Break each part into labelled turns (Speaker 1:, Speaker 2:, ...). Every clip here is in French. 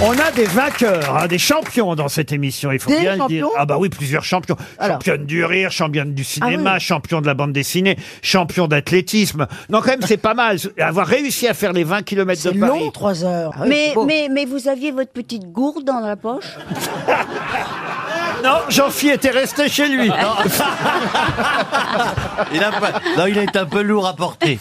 Speaker 1: On a des vainqueurs, hein, des champions dans cette émission, il faut
Speaker 2: Des
Speaker 1: bien le dire.
Speaker 2: champions
Speaker 1: Ah bah oui, plusieurs champions.
Speaker 2: Alors.
Speaker 1: Championne du rire, championne du cinéma,
Speaker 2: Ah oui.
Speaker 1: champion de la bande dessinée, champion d'athlétisme. Non, quand même, c'est pas mal. Avoir réussi à faire les 20 km de
Speaker 2: C'est
Speaker 1: Paris.
Speaker 2: long, trois heures. Ah oui,
Speaker 3: Mais,
Speaker 2: c'est beau.
Speaker 3: mais, mais vous aviez votre petite gourde dans la poche
Speaker 1: Non, Jean-Phi était resté chez lui.
Speaker 4: Il a pas- Non, il est un peu lourd à porter.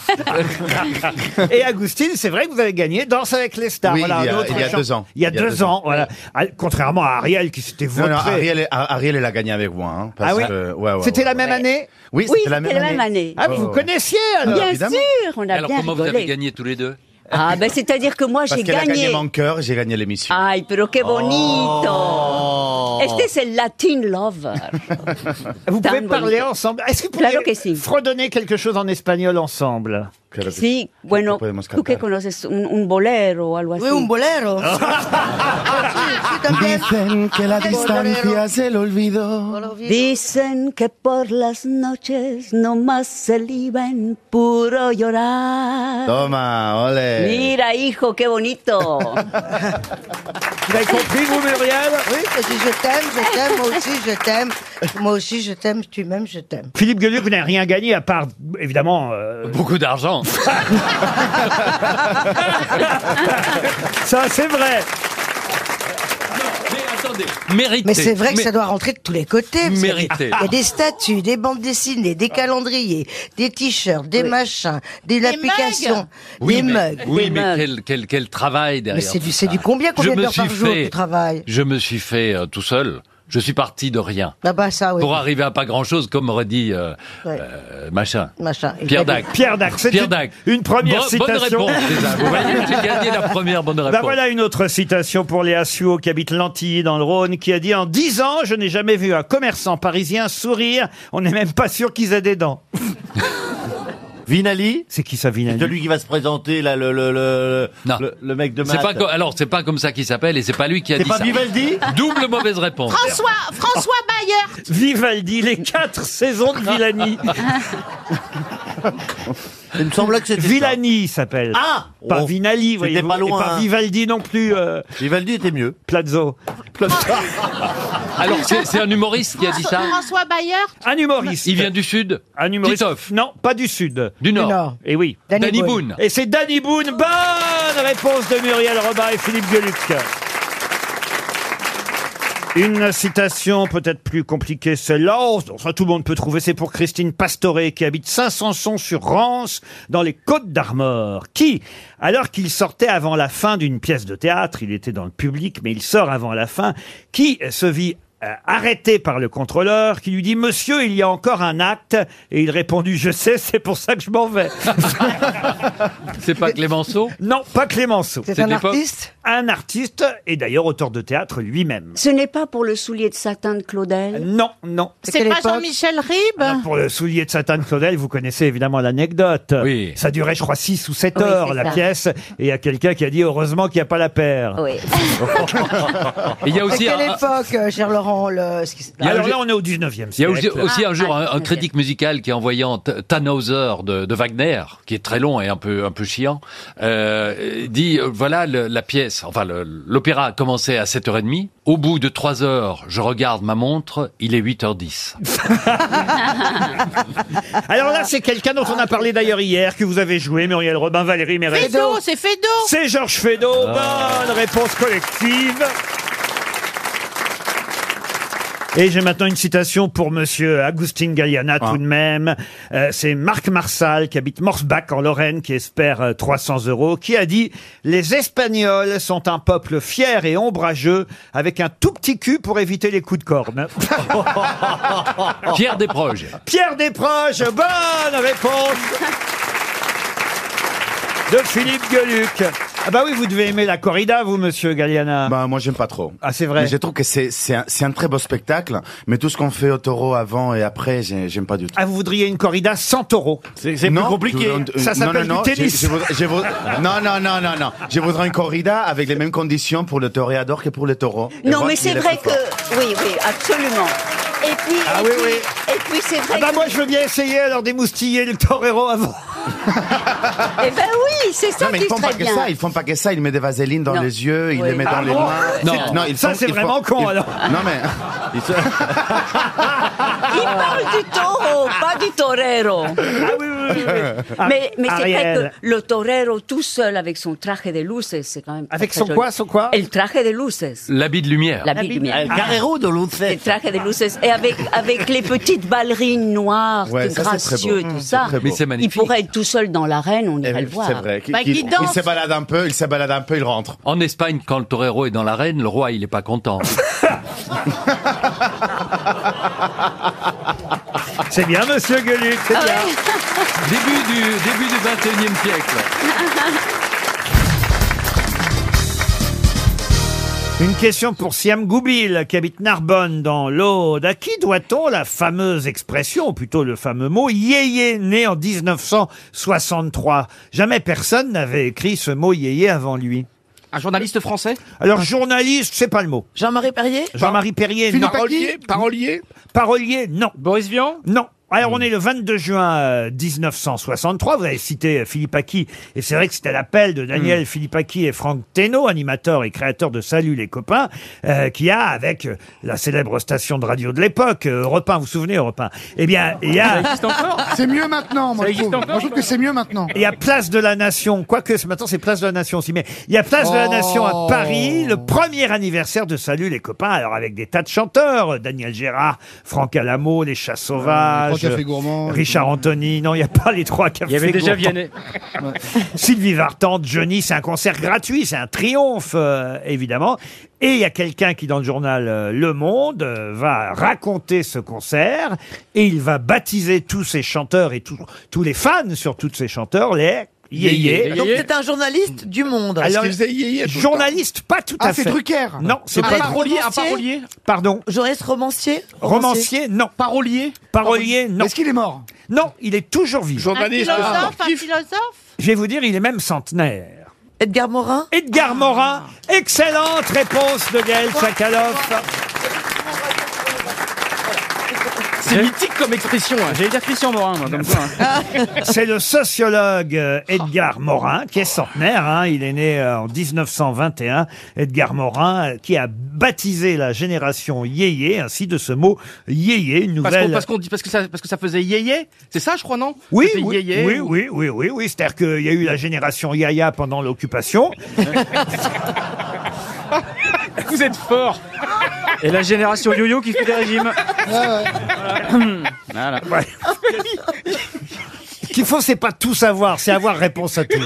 Speaker 1: Et Agustine, c'est vrai que vous avez gagné Danse avec les stars.
Speaker 5: Oui,
Speaker 1: voilà,
Speaker 5: il y a-
Speaker 1: un autre
Speaker 5: il y a
Speaker 1: champ-
Speaker 5: deux ans.
Speaker 1: Il y a deux ans, voilà. Ah, Contrairement à Ariel qui s'était
Speaker 5: Non,
Speaker 1: vautré.
Speaker 5: non, Ariel, Ar- Ariel, elle a gagné avec moi. hein, parce
Speaker 1: Ah oui
Speaker 5: que- ouais, ouais,
Speaker 1: C'était
Speaker 5: ouais.
Speaker 1: la même année
Speaker 5: Oui,
Speaker 3: Oui,
Speaker 5: c'était la même année.
Speaker 1: Ah, vous
Speaker 5: ouais.
Speaker 1: connaissiez alors
Speaker 3: Bien
Speaker 5: évidemment.
Speaker 3: sûr, on a
Speaker 6: Oh. Alors
Speaker 3: bien
Speaker 6: comment vous
Speaker 3: rigolé.
Speaker 6: avez gagné tous les deux
Speaker 3: Ah ben c'est-à-dire que moi
Speaker 5: Parce
Speaker 3: j'ai
Speaker 5: qu'elle a gagné
Speaker 3: gagné.
Speaker 5: mon cœur, j'ai gagné l'émission.
Speaker 3: Ay, pero qué bonito.
Speaker 4: Oh.
Speaker 3: Este es el Latin lover.
Speaker 1: Vous pouvez
Speaker 3: Tan
Speaker 1: parler
Speaker 3: bonito.
Speaker 1: ensemble. Est-ce que vous
Speaker 3: Claro
Speaker 1: pouvez
Speaker 3: que si.
Speaker 1: fredonner quelque chose en espagnol ensemble
Speaker 5: Que-
Speaker 3: Sí, bueno,
Speaker 5: podemos
Speaker 3: tú que
Speaker 5: cantar.
Speaker 3: conoces un, un bolero o algo así.
Speaker 2: Oui, un bolero.
Speaker 4: Dicen que la distancia c'est l'olvido.
Speaker 3: Dicen que por las noches nomás se liba en puro llorar.
Speaker 5: Toma, olé.
Speaker 3: Mira, hijo, qué bonito.
Speaker 1: Vous avez compris, vous, Muriel
Speaker 2: Oui, parce que je t'aime, je t'aime, moi aussi je t'aime, moi aussi je t'aime, tu m'aimes, je t'aime.
Speaker 1: Philippe Gueluc, vous n'avez rien gagné à part, évidemment, euh, Bah
Speaker 6: Beaucoup d'argent.
Speaker 1: ça c'est vrai.
Speaker 6: Mais attendez, mérité.
Speaker 2: Mais c'est vrai que ça doit rentrer de tous les côtés. parce qu'il y a des-
Speaker 6: Mérité.
Speaker 2: Il y a des statues, des bandes dessinées, des calendriers, des t-shirts, des machins, des, applications, des
Speaker 6: mais,
Speaker 2: mugs.
Speaker 6: oui,
Speaker 3: Des
Speaker 6: mais
Speaker 3: mugs.
Speaker 6: quel, quel, quel travail derrière.
Speaker 2: Mais c'est du-
Speaker 6: tout
Speaker 2: c'est
Speaker 6: ça.
Speaker 2: du combien, combien
Speaker 6: Je
Speaker 2: de
Speaker 6: me
Speaker 2: heures par
Speaker 6: suis
Speaker 2: jour
Speaker 6: fait-
Speaker 2: tu travailles
Speaker 6: Je me suis fait euh, tout seul. Je suis parti de rien.
Speaker 2: Ah bah ça, oui.
Speaker 6: Pour arriver à pas grand chose, comme aurait dit euh,
Speaker 2: Ouais.
Speaker 6: euh, machin.
Speaker 2: Machin. Il
Speaker 6: Pierre
Speaker 2: y a des-
Speaker 6: Dac.
Speaker 1: Pierre Dac, c'est
Speaker 6: Pierre
Speaker 1: une-
Speaker 6: Dac.
Speaker 1: une première
Speaker 6: Bon-
Speaker 1: citation.
Speaker 6: Bonne réponse, déjà. Vous voyez, j'ai gagné la première bonne réponse.
Speaker 1: Ben voilà une autre citation pour Léa Suot qui habite Lantilly dans le Rhône qui a dit en dix ans je n'ai jamais vu un commerçant parisien sourire on n'est même pas sûr qu'ils aient des dents
Speaker 4: Vinali
Speaker 1: c'est qui ça Vinali
Speaker 4: Celui qui va se présenter, là, le, le, le,
Speaker 6: Non.
Speaker 4: le, le mec de
Speaker 6: C'est
Speaker 4: maths.
Speaker 6: pas co- alors, c'est pas comme ça qu'il s'appelle et c'est pas lui qui a
Speaker 4: C'est
Speaker 6: dit
Speaker 4: pas
Speaker 6: ça.
Speaker 4: Vivaldi
Speaker 6: Double mauvaise réponse.
Speaker 7: François, François Bayer.
Speaker 1: Vivaldi les quatre saisons de Villani
Speaker 4: Il me semblait que c'était ça.
Speaker 1: Villani s'appelle
Speaker 4: Ah
Speaker 1: pas
Speaker 4: Oh.
Speaker 1: Vinali voyez
Speaker 4: pas loin,
Speaker 1: et pas
Speaker 4: hein.
Speaker 1: Vivaldi non plus euh,
Speaker 4: Vivaldi était mieux.
Speaker 1: Plazo
Speaker 6: Alors, c'est c'est un humoriste qui a dit ça
Speaker 7: François Bayer.
Speaker 1: un humoriste
Speaker 6: Il vient du Sud
Speaker 1: un humoriste
Speaker 6: Titoff.
Speaker 1: non pas du sud
Speaker 6: Du Nord.
Speaker 2: Nord.
Speaker 1: et oui
Speaker 2: Danny
Speaker 6: Danny
Speaker 2: Boone.
Speaker 6: Boone.
Speaker 1: et c'est Danny Boone bonne réponse de Muriel Robin et Philippe Gueluc Une citation peut-être plus compliquée, celle-là. Oh, enfin, tout le monde peut trouver. C'est pour Christine Pastoré, qui habite Saint-Sanson-sur-Rance, dans les Côtes-d'Armor. Qui, alors qu'il sortait avant la fin d'une pièce de théâtre, il était dans le public, mais il sort avant la fin, qui se vit euh, arrêté par le contrôleur, qui lui dit, monsieur, il y a encore un acte. Et il répondit, je sais, c'est pour ça que je m'en vais.
Speaker 6: C'est pas Clémenceau
Speaker 1: non, pas Clémenceau.
Speaker 2: C'est
Speaker 6: C'est
Speaker 2: un
Speaker 6: de l'époque.
Speaker 2: artiste
Speaker 1: Un artiste, et d'ailleurs auteur de théâtre lui-même.
Speaker 3: Ce n'est pas pour le soulier de satin de Claudel.
Speaker 1: Euh, Non, non.
Speaker 2: quelle
Speaker 7: C'est pas
Speaker 2: époque
Speaker 7: Jean-Michel Ribes
Speaker 1: Alors, pour le soulier de Satan Claudel, vous connaissez évidemment l'anecdote.
Speaker 6: Oui.
Speaker 1: Ça durait, je crois, 6 ou 7
Speaker 3: Oui,
Speaker 1: heures,
Speaker 3: c'est
Speaker 1: la
Speaker 3: ça.
Speaker 1: pièce. Et il y a quelqu'un qui a dit, heureusement qu'il n'y a pas la paire.
Speaker 3: Oui.
Speaker 6: Et Il y a
Speaker 2: À
Speaker 6: aussi
Speaker 2: quelle
Speaker 6: un,
Speaker 2: époque, euh, cher Laurent le... ce qui-
Speaker 6: Il y a
Speaker 1: Alors
Speaker 6: aussi-
Speaker 1: là, on est au 19e siècle.
Speaker 6: il y a aussi, aussi un jour
Speaker 3: Ah,
Speaker 6: un, un
Speaker 3: ok.
Speaker 6: critique musical qui est envoyant T- Tannhauser de, de Wagner, qui est très long et un peu un peu chiant, euh, dit euh, voilà le- la pièce, enfin le- l'opéra a commencé à 7h30. Au bout de 3 heures, je regarde ma montre, il est 8h10.
Speaker 1: Ah. Alors là, c'est quelqu'un dont on a parlé d'ailleurs hier, que vous avez joué, Muriel Robin, Valérie Mérez.
Speaker 7: Fédo, c'est Fédo.
Speaker 1: C'est Georges Feydeau.
Speaker 6: Ah.
Speaker 1: Bonne réponse collective. Et j'ai maintenant une citation pour monsieur Agustin Galliana
Speaker 5: Ah.
Speaker 1: tout de même. Euh, c'est Marc Marsal qui habite Morsbach en Lorraine qui espère euh, 300 euros qui a dit les Espagnols sont un peuple fier et ombrageux avec un tout petit cul pour éviter les coups de corne.
Speaker 6: Pierre Desproges.
Speaker 1: Pierre Desproges, bonne réponse de Philippe Gueluc. Ah bah oui, vous devez aimer la corrida, vous, monsieur Galliana.
Speaker 5: Bah, moi, j'aime pas trop.
Speaker 1: Ah, c'est vrai.
Speaker 5: Mais je trouve que c'est c'est un, c'est un très beau spectacle, mais tout ce qu'on fait au taureau avant et après, j'ai- j'aime pas du tout.
Speaker 1: Ah, vous voudriez une corrida sans taureau.
Speaker 4: C'est plus
Speaker 5: Non,
Speaker 4: compliqué.
Speaker 5: tout- euh,
Speaker 1: Ça
Speaker 5: non,
Speaker 1: s'appelle
Speaker 5: non, non,
Speaker 1: du tennis.
Speaker 5: je- je voudrais- je voudrais- non, non, non, non, non. Je voudrais une corrida avec les mêmes conditions pour le toréador que pour le taureau. Et
Speaker 3: Non,
Speaker 5: voir
Speaker 3: mais
Speaker 5: qui
Speaker 3: c'est
Speaker 5: est le
Speaker 3: vrai
Speaker 5: plus fort.
Speaker 3: que. Oui, oui, absolument. Et puis,
Speaker 1: Ah
Speaker 3: et
Speaker 1: oui,
Speaker 3: puis,
Speaker 1: oui.
Speaker 3: et puis c'est vrai
Speaker 1: Ah bah
Speaker 3: que-
Speaker 1: moi, je veux bien essayer alors d'émoustiller le torero avant.
Speaker 3: Eh ben oui, c'est ça
Speaker 5: Non, mais
Speaker 3: qui
Speaker 5: ils
Speaker 3: est
Speaker 5: font pas
Speaker 3: très
Speaker 5: que
Speaker 3: bien.
Speaker 5: ça. Ils font pas que ça. Ils mettent des vaselines dans
Speaker 3: Non.
Speaker 5: les yeux, ils
Speaker 3: Oui.
Speaker 5: les mettent
Speaker 1: Ah
Speaker 5: dans les
Speaker 1: bon
Speaker 5: mains.
Speaker 6: Non.
Speaker 5: ils
Speaker 1: Ça,
Speaker 5: font-
Speaker 1: c'est
Speaker 5: ils font-
Speaker 1: vraiment con,
Speaker 5: ils- hein.
Speaker 1: alors.
Speaker 5: Non, mais.
Speaker 3: Il parle du taureau, pas du torero.
Speaker 1: Ah oui, oui, oui, oui. Ah,
Speaker 3: mais mais c'est vrai
Speaker 1: Ariel.
Speaker 3: que le torero tout seul avec son traje de luces, c'est quand même. pas
Speaker 1: Avec
Speaker 3: très
Speaker 1: son
Speaker 3: joli.
Speaker 1: quoi, son quoi
Speaker 3: El traje de luces.
Speaker 6: L'habit de lumière.
Speaker 3: La bille
Speaker 8: El carrero de
Speaker 3: Le
Speaker 8: luces.
Speaker 3: traje de luces. Et avec, avec les petites ballerines noires,
Speaker 5: Ouais,
Speaker 3: tout
Speaker 5: ça, c'est très
Speaker 3: gracieux,
Speaker 5: beau.
Speaker 3: tout
Speaker 5: Mmh, c'est
Speaker 3: ça.
Speaker 5: très beau. Eh
Speaker 6: Mais c'est
Speaker 3: Il
Speaker 6: magnifique.
Speaker 3: pourrait être tout seul dans l'arène, on irait le voir.
Speaker 5: C'est vrai.
Speaker 9: Bah, qui
Speaker 5: Qu'il- qu'il- Il
Speaker 9: danse.
Speaker 5: se balade un peu, il se balade un peu, il rentre.
Speaker 6: En Espagne, quand le torero est dans l'arène, le roi, il est pas content.
Speaker 1: C'est bien, monsieur Gueluc, c'est
Speaker 3: Ah
Speaker 1: bien.
Speaker 6: début du, début du 21e siècle.
Speaker 1: Une question pour Siam Goubil, qui habite Narbonne, dans l'Aude. À qui doit-on la fameuse expression, ou plutôt le fameux mot, yéyé, né en 1963 Jamais personne n'avait écrit ce mot yéyé avant lui.
Speaker 10: Un journaliste français
Speaker 1: Alors, journaliste, c'est pas le mot.
Speaker 10: Jean-Marie Perrier
Speaker 1: Jean-Marie Perrier, non.
Speaker 11: Parolier Parolier
Speaker 1: Parolier, non.
Speaker 10: Boris Vian Hmm.
Speaker 1: Non. Alors, on est le 22 juin euh, 1963. Vous avez cité euh, Philippe Aki. Et c'est vrai que c'était l'appel de Daniel
Speaker 10: Hmm.
Speaker 1: Philippe Aki et Franck Thénault, animateur et créateur de Salut les copains, euh, qui a, avec euh, la célèbre station de radio de l'époque, euh, Europe 1, vous vous souvenez, Europe 1 Eh bien, il y a,
Speaker 11: C'est mieux maintenant, moi
Speaker 10: Ça
Speaker 11: je trouve.
Speaker 10: existe encore,
Speaker 11: Moi, je trouve que c'est mieux maintenant.
Speaker 1: il y a Place de la Nation. Quoique, ce matin, c'est Place de la Nation aussi. Mais il y a Place de la Nation à Paris, le premier anniversaire de Salut les copains. Alors, avec des tas de chanteurs. euh, Daniel Gérard, Franck Alamo, Les Chats Sauvages.
Speaker 11: Trois cafés gourmands.
Speaker 1: Richard Anthony, non, il n'y a pas les trois cafés.
Speaker 10: Il y avait déjà
Speaker 1: Gourmands.
Speaker 10: Vianney.
Speaker 1: Sylvie Vartan, Johnny, c'est un concert gratuit, c'est un triomphe, euh, évidemment. Et il y a quelqu'un qui, dans le journal euh, Le Monde, euh, va raconter ce concert et il va baptiser tous ces chanteurs et tous- tous les fans sur tous ces chanteurs, les yéyés.
Speaker 10: Donc, c'est
Speaker 9: un journaliste du monde.
Speaker 1: Alors,
Speaker 11: qu'il faisait yéyé tout le
Speaker 1: journaliste, pas tout à
Speaker 11: Ah,
Speaker 1: fait.
Speaker 11: c'est Drucker
Speaker 1: Non, c'est
Speaker 5: Ah,
Speaker 1: pas Drucker.
Speaker 10: parolier, un parolier
Speaker 1: Pardon.
Speaker 9: Journaliste romancier
Speaker 1: Romancier, non.
Speaker 10: Parolier
Speaker 1: Parolier, non.
Speaker 11: Est-ce qu'il est mort
Speaker 1: Non, il est toujours vivant.
Speaker 9: Un philosophe Un philosophe
Speaker 1: Je vais vous dire, il est même centenaire.
Speaker 9: Edgar Morin Ah.
Speaker 1: Edgar Morin. Excellente réponse de Gaël Chakaloff.
Speaker 10: C'est mythique comme expression. hein. J'allais dire Christian Morin, moi, comme quoi. hein.
Speaker 9: Ah.
Speaker 1: C'est le sociologue euh, Edgar Morin qui est centenaire. hein. Il est né euh, en 1921. Edgar Morin euh, qui a baptisé la génération yéyé ainsi de ce mot yéyé, une
Speaker 10: Parce qu'on
Speaker 1: nouvelle.
Speaker 10: parce qu'on dit parce que ça parce que ça faisait yéyé. C'est ça, je crois, non
Speaker 1: Oui,
Speaker 10: C'était
Speaker 1: oui,
Speaker 10: yéyé
Speaker 1: oui,
Speaker 10: ou-
Speaker 1: oui, oui, oui, oui. C'est-à-dire qu'il y a eu la génération Yaya pendant l'occupation.
Speaker 10: Vous êtes fort. Et la génération yo-yo qui fait des régimes.
Speaker 1: Ah,
Speaker 10: Voilà.
Speaker 1: Ce qu'il faut, c'est pas tout savoir, c'est avoir réponse à tout.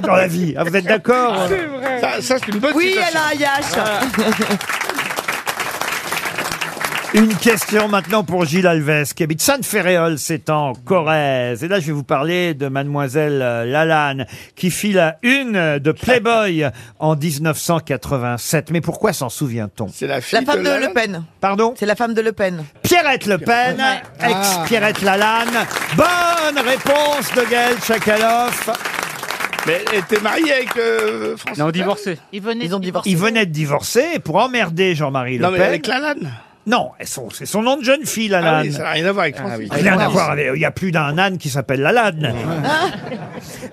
Speaker 1: Dans la vie. Ah, vous êtes d'accord
Speaker 11: Ça, ça, c'est une bonne
Speaker 9: Oui,
Speaker 11: citation.
Speaker 9: elle a un IH.
Speaker 1: Une question maintenant pour Gilles Alves, qui habite Sainte-Féréole, c'est en Corrèze. Et là, je vais vous parler de mademoiselle euh, Lalanne, qui fit la une de Playboy en 1987. Mais pourquoi s'en souvient-on
Speaker 11: C'est la fille
Speaker 9: La femme de
Speaker 11: Lalanne.
Speaker 9: Le Pen.
Speaker 1: Pardon
Speaker 9: C'est la femme de Le Pen.
Speaker 1: Pierrette Le Pen, ex-Pierrette Lalanne. Bonne réponse de Gaël Chakaloff.
Speaker 11: Mais elle était mariée avec euh, François.
Speaker 10: Non, divorcé.
Speaker 9: Ils, ont divorcé.
Speaker 1: Ils venaient de divorcer et pour emmerder Jean-Marie
Speaker 11: Non,
Speaker 1: Le
Speaker 11: mais
Speaker 1: Pen.
Speaker 11: avec Lalanne.
Speaker 1: Non, elles sont- c'est son nom de jeune fille, Lalanne.
Speaker 11: Ah oui, ça n'a rien à voir avec François.
Speaker 1: Rien à voir avec- Il y a plus d'un âne qui s'appelle Lalanne.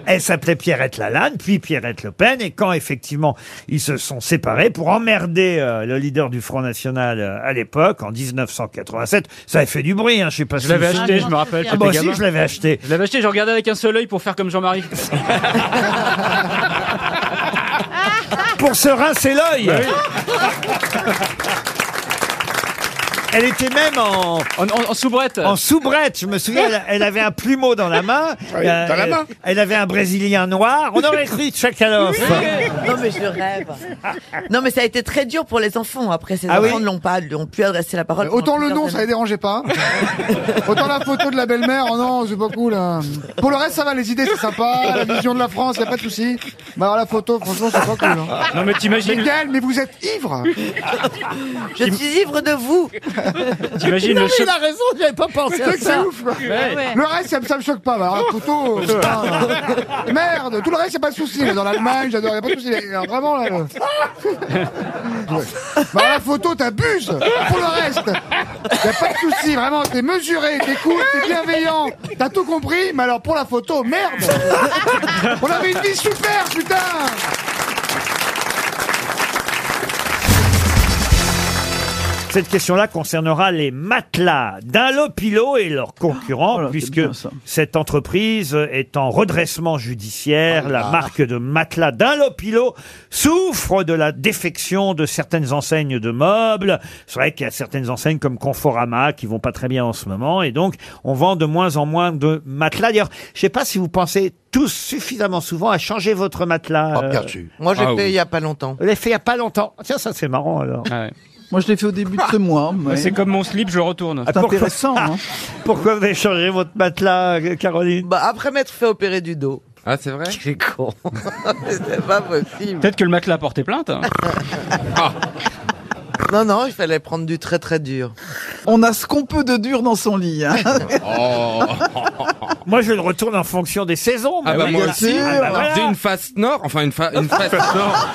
Speaker 1: Elle s'appelait Pierrette Lalanne, puis Pierrette Le Pen. Et quand effectivement ils se sont séparés pour emmerder euh, le leader du Front National euh, à l'époque, en 1987, ça avait fait du bruit. Hein, je sais pas
Speaker 10: Je
Speaker 1: si
Speaker 10: l'avais
Speaker 1: vous-
Speaker 10: acheté, je me rappelle.
Speaker 1: Ah,
Speaker 10: j'étais
Speaker 1: moi aussi,
Speaker 10: gamin.
Speaker 1: je l'avais acheté.
Speaker 10: Je l'avais acheté, je regardais avec un seul œil pour faire comme Jean-Marie.
Speaker 1: Pour se rincer l'œil.
Speaker 10: Bah
Speaker 1: Elle était même en,
Speaker 10: En, en- en soubrette.
Speaker 1: en soubrette. Je me souviens, elle, elle avait un plumeau dans la main.
Speaker 11: oui, dans la
Speaker 1: elle,
Speaker 11: main.
Speaker 1: elle avait un Brésilien noir. On aurait cru Tchakaloff.
Speaker 9: Non, mais je rêve. Non, mais ça a été très dur pour les enfants. Après, ces
Speaker 1: Ah oui.
Speaker 9: enfants ne l'ont pas, n'ont plus adressé la parole.
Speaker 11: Euh, Autant
Speaker 9: pendant
Speaker 11: le nom,
Speaker 9: plusieurs
Speaker 11: ça les dérangeait pas. Autant la photo de la belle-mère, oh non, c'est pas cool. hein. Pour le reste, ça va, les idées, c'est sympa. La vision de la France, y a pas de souci. Mais alors la photo, franchement, c'est pas cool. hein.
Speaker 10: Non mais
Speaker 11: Mais
Speaker 10: t'imagines.
Speaker 11: Gaël, mais vous êtes ivre
Speaker 9: années. Je suis ivre de vous.
Speaker 10: T'imagines
Speaker 5: Non,
Speaker 10: le
Speaker 5: mais
Speaker 10: choc-
Speaker 5: il a raison, j'avais pas pensé
Speaker 11: C'est
Speaker 5: à
Speaker 11: vrai que c'est
Speaker 5: ça.
Speaker 11: ouf. quoi.
Speaker 5: Ouais. Ouais.
Speaker 11: Le reste, ça, me- ça me choque pas. mais Alors, un couteau, euh, putain. merde. Tout le reste, c'est pas de souci. mais Dans l'Allemagne, j'adore. Y a pas de souci. mais, alors, Vraiment là. le- Bah, la photo, t'abuses. Pour le reste, y a pas de souci. Vraiment, t'es mesuré, t'es cool, t'es bienveillant. T'as tout compris. Mais alors, pour la photo, merde. On avait une vie super, putain.
Speaker 1: Cette question-là concernera les matelas d'Alopilo et leurs concurrents, puisque cette entreprise est en redressement judiciaire. La marque de matelas d'Alopilo souffre de la défection de certaines enseignes de meubles. C'est vrai qu'il y a certaines enseignes comme Conforama qui vont pas très bien en ce moment, et donc on vend de moins en moins de matelas. D'ailleurs, je sais pas si vous pensez tous suffisamment souvent à changer votre matelas. euh,
Speaker 2: Oh, Moi, j'ai fait il y a pas longtemps.
Speaker 1: Vous l'avez fait il y a pas longtemps. Tiens, ça c'est marrant alors.
Speaker 2: Moi, je l'ai fait au début de ce mois.
Speaker 1: Ah.
Speaker 10: Ouais, C'est comme mon slip, je le retourne.
Speaker 2: C'est intéressant. hein.
Speaker 1: Pourquoi vous avez changé votre matelas, euh, Caroline
Speaker 9: Bah, après m'être fait opérer du dos.
Speaker 10: Ah, c'est vrai
Speaker 9: C'est con. C'était pas possible.
Speaker 10: Peut-être que le matelas a porté plainte. Ah.
Speaker 9: Non, non, il fallait prendre du très très dur.
Speaker 2: On a ce qu'on peut de dur dans son lit. hein.
Speaker 10: Oh.
Speaker 1: Moi, je le retourne en fonction des saisons.
Speaker 12: Ah
Speaker 1: mais
Speaker 12: bah
Speaker 1: oui,
Speaker 12: moi
Speaker 1: là-
Speaker 12: aussi,
Speaker 1: Ah bah voilà.
Speaker 12: j'ai une face nord, enfin une, fa- une face nord.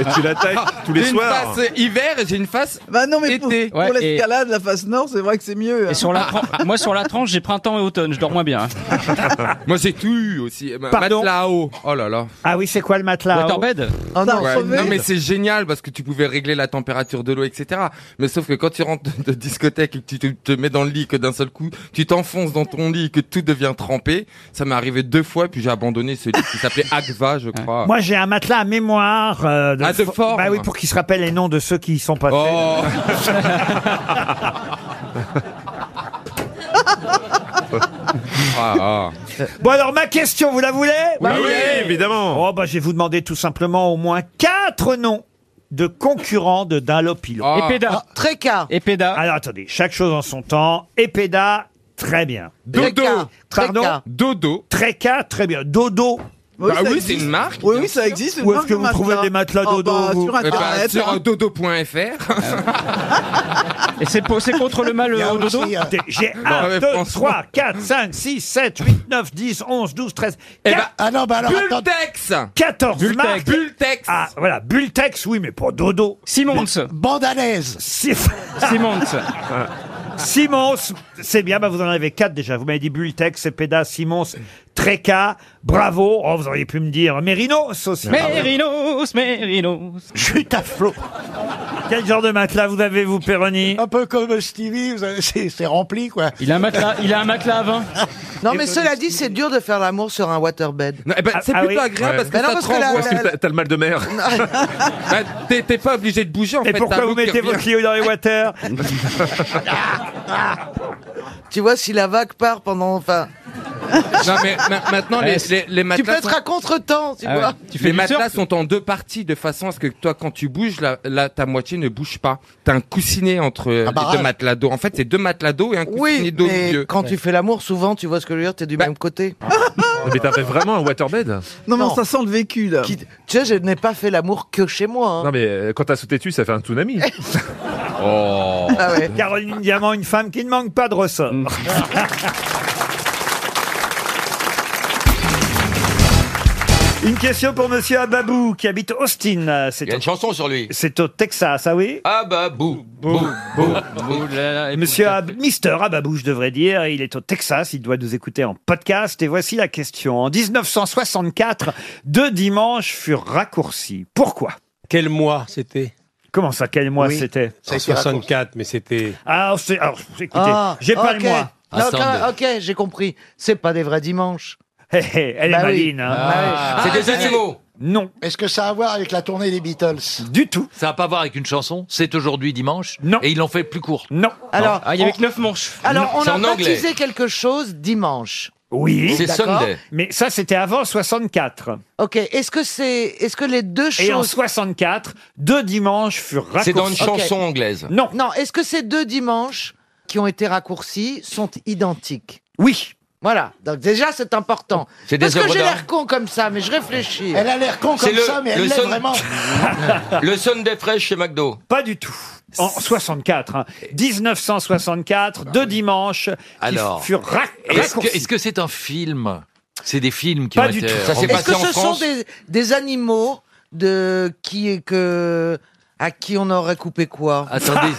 Speaker 13: Et tu l'attaques tous les
Speaker 12: J'ai
Speaker 13: soirs.
Speaker 12: Une face hiver et j'ai une face
Speaker 2: Bah non, mais pour,
Speaker 12: été.
Speaker 2: pour l'escalade, la face nord, c'est vrai que c'est mieux. hein.
Speaker 10: Et sur la tran- moi, sur la tranche, j'ai printemps et automne, je dors moins bien. hein.
Speaker 12: Moi j'ai tout eu aussi. Ma-
Speaker 10: Pardon
Speaker 12: matelas à eau. Oh là là.
Speaker 1: Ah oui, c'est quoi le matelas
Speaker 12: Waterbed
Speaker 2: Oh non,
Speaker 12: Ouais,
Speaker 2: sauvé.
Speaker 12: Non mais c'est génial parce que tu pouvais régler la température de l'eau, etc. Mais sauf que quand tu rentres de discothèque et que tu te, te mets dans le lit, que d'un seul coup tu t'enfonces dans ton lit, que tout devient trempé, ça m'est arrivé deux fois puis j'ai abandonné ce lit qui s'appelait Agva, je crois.
Speaker 1: Moi, j'ai un matelas à mémoire. euh, de
Speaker 12: Ah, de
Speaker 1: fo-
Speaker 12: forme.
Speaker 1: Bah oui, pour qu'ils se rappellent les noms de ceux qui y sont passés.
Speaker 12: Oh. Ah, ah.
Speaker 1: Bon, alors, ma question, vous la voulez
Speaker 13: Bah oui, oui,
Speaker 1: évidemment. Oh, bah, je vais vous demander tout simplement au moins quatre noms de concurrents de Dunlopilo.
Speaker 10: Ah. Épéda. Ah,
Speaker 1: Tréca.
Speaker 10: Épéda.
Speaker 1: Alors, attendez, chaque chose en son temps. Épéda, très bien.
Speaker 12: Dodo. Tréca.
Speaker 1: Pardon
Speaker 12: Tréca. Dodo.
Speaker 1: Tréca, très bien. Dodo.
Speaker 12: Bah oui, c'est une marque.
Speaker 2: Oui, oui, ça existe. une
Speaker 1: Où est-ce
Speaker 2: marque
Speaker 1: que
Speaker 2: de
Speaker 1: vous trouvez des matelas Ah
Speaker 2: Oh,
Speaker 1: dodo,
Speaker 2: bah,
Speaker 1: vous
Speaker 2: Sur
Speaker 12: Eh ben,
Speaker 2: Internet.
Speaker 12: sur
Speaker 2: hein.
Speaker 12: dodo.fr.
Speaker 10: Et c'est pour- c'est contre le mal euh, au dodo
Speaker 2: hein.
Speaker 1: Écoutez, J'ai
Speaker 12: Non,
Speaker 1: 1,
Speaker 12: mais
Speaker 1: 2,
Speaker 12: franchement.
Speaker 1: 3, 4, 5, 6, 7, 8, 9, 10, 11, 12, 13,
Speaker 12: Eh
Speaker 1: 14,
Speaker 2: Ah
Speaker 12: ben,
Speaker 2: bah
Speaker 12: Bultex.
Speaker 1: 14
Speaker 12: Bultex.
Speaker 1: marques.
Speaker 12: Bultex.
Speaker 1: Ah, voilà, Bultex, oui, mais pour Dodo.
Speaker 10: Simons.
Speaker 1: Bandalaise.
Speaker 10: Simons.
Speaker 1: Simons, c'est bien, bah vous en avez 4 déjà. Vous m'avez dit Bultex, Cepeda, Simons, Treca, bravo. Oh, vous auriez pu me dire Mérinos aussi.
Speaker 10: Mérinos, Mérinos.
Speaker 5: Chute à flot.
Speaker 1: Quel genre de matelas vous avez, vous, Péroni
Speaker 5: Un peu comme Stevie, vous savez, c'est c'est rempli, quoi.
Speaker 10: Il a un matelas, il a un matelas à 20.
Speaker 9: Non, mais cela dit, c'est dur de faire l'amour sur un waterbed.
Speaker 12: Non, eh ben, c'est
Speaker 1: Ah, ah
Speaker 12: plutôt
Speaker 1: oui.
Speaker 12: agréable parce que
Speaker 9: Mais non,
Speaker 12: ça
Speaker 9: parce
Speaker 12: te
Speaker 9: que la-
Speaker 12: renvoie-
Speaker 13: Parce que t'as- t'as le mal de mer.
Speaker 12: Bah, t'es- T'es pas obligé de bouger en
Speaker 1: Et
Speaker 12: fait.
Speaker 1: pourquoi
Speaker 12: t'as
Speaker 1: vous
Speaker 12: l'eau qui
Speaker 1: mettez vos
Speaker 12: revient.
Speaker 1: clients dans les water
Speaker 9: Tu vois, si la vague part pendant. Enfin,
Speaker 12: Non mais ma- maintenant les, les, les
Speaker 9: tu peux
Speaker 12: matelas.
Speaker 9: être
Speaker 12: sont-
Speaker 9: à contre-temps, tu
Speaker 10: Ah ouais.
Speaker 9: vois.
Speaker 10: Tu fais
Speaker 12: Les
Speaker 10: du
Speaker 12: matelas
Speaker 10: surf
Speaker 12: sont en deux parties de façon à ce que toi quand tu bouges la, la- ta moitié ne bouge pas. T'as un coussinet entre euh, les
Speaker 5: barrage.
Speaker 12: deux matelas d'eau. En fait c'est deux matelas d'eau et un coussinet
Speaker 9: Oui,
Speaker 12: d'eau au
Speaker 9: mais
Speaker 12: milieu.
Speaker 9: quand tu fais l'amour, souvent, tu vois ce que je veux dire, t'es du
Speaker 12: Bah.
Speaker 9: même côté.
Speaker 1: Ah,
Speaker 13: Mais t'as fait vraiment un waterbed
Speaker 2: Non, mais
Speaker 9: Non.
Speaker 2: ça sent le vécu, là.
Speaker 9: Qui- Tu sais, je n'ai pas fait l'amour que chez moi. hein.
Speaker 13: Non mais euh, quand t'as sauté dessus, ça fait un tsunami. oh.
Speaker 9: Ah ouais.
Speaker 1: Caroline Diamant, une femme qui ne manque pas de ressort. Une question pour Monsieur Ababou qui habite Austin. euh, C'est au,
Speaker 14: chanson sur lui.
Speaker 1: c'est au Texas, ah oui
Speaker 14: Ah bah bou, bou, bou, bou.
Speaker 1: Monsieur Ab- Mister Ababou, je devrais dire, il est au Texas, il doit nous écouter en podcast. Et voici la question. En 1964, deux dimanches furent raccourcis. Pourquoi
Speaker 14: Quel mois c'était
Speaker 1: Comment ça, quel mois
Speaker 14: Oui.
Speaker 1: c'était
Speaker 14: En 64, mais c'était...
Speaker 1: Ah, c'est- alors, écoutez,
Speaker 9: Ah,
Speaker 1: j'ai pas
Speaker 9: ok.
Speaker 1: le mois.
Speaker 9: Non,
Speaker 14: Ensemble.
Speaker 9: quand- ok, j'ai compris. C'est pas des vrais dimanches.
Speaker 1: Hé, hé, elle
Speaker 9: Bah
Speaker 1: est
Speaker 9: oui.
Speaker 1: maline. hein.
Speaker 9: Ah,
Speaker 14: C'est des animaux
Speaker 1: Non,
Speaker 5: Est-ce que ça a à voir avec la tournée des Beatles
Speaker 1: du tout.
Speaker 6: Ça n'a pas à voir avec une chanson. C'est aujourd'hui dimanche.
Speaker 1: Non.
Speaker 6: Et ils l'ont fait plus court.
Speaker 1: Non.
Speaker 9: Alors,
Speaker 10: Ah, il y avait que 9 manches.
Speaker 9: alors on
Speaker 14: c'est
Speaker 9: a
Speaker 14: en anglais.
Speaker 9: baptisé quelque chose dimanche.
Speaker 1: Oui.
Speaker 14: C'est
Speaker 9: D'accord.
Speaker 14: Sunday.
Speaker 1: Mais ça, c'était avant 64.
Speaker 9: Ok, est-ce que c'est, est-ce que les deux
Speaker 1: Et en
Speaker 9: choses,
Speaker 1: 64, deux dimanches furent raccourcis.
Speaker 14: C'est dans une chanson anglaise.
Speaker 1: Non.
Speaker 9: non, est-ce que ces deux dimanches qui ont été raccourcis sont identiques
Speaker 1: Oui.
Speaker 9: Voilà, donc déjà c'est important.
Speaker 10: C'est des
Speaker 9: Parce que
Speaker 10: œuvres
Speaker 9: j'ai
Speaker 10: d'art.
Speaker 9: l'air con comme ça, mais je réfléchis.
Speaker 5: Elle a l'air con comme
Speaker 10: C'est le-
Speaker 5: ça, mais
Speaker 10: le
Speaker 5: elle l'est
Speaker 10: son-
Speaker 5: vraiment.
Speaker 10: Le Sunday Fresh chez McDo.
Speaker 1: Pas du tout. En 64, hein. 1964, deux dimanches
Speaker 6: Ah Alors,
Speaker 1: qui furent ra-
Speaker 6: est-ce que
Speaker 1: raccourcis.
Speaker 6: est-ce que c'est un film C'est des films qui
Speaker 1: Pas
Speaker 6: ont
Speaker 1: du
Speaker 6: été
Speaker 1: tout. Ça s'est
Speaker 6: remplacés.
Speaker 9: Est-ce que ce sont des, des animaux de qui que à qui on aurait coupé quoi Ah,
Speaker 6: Attendez.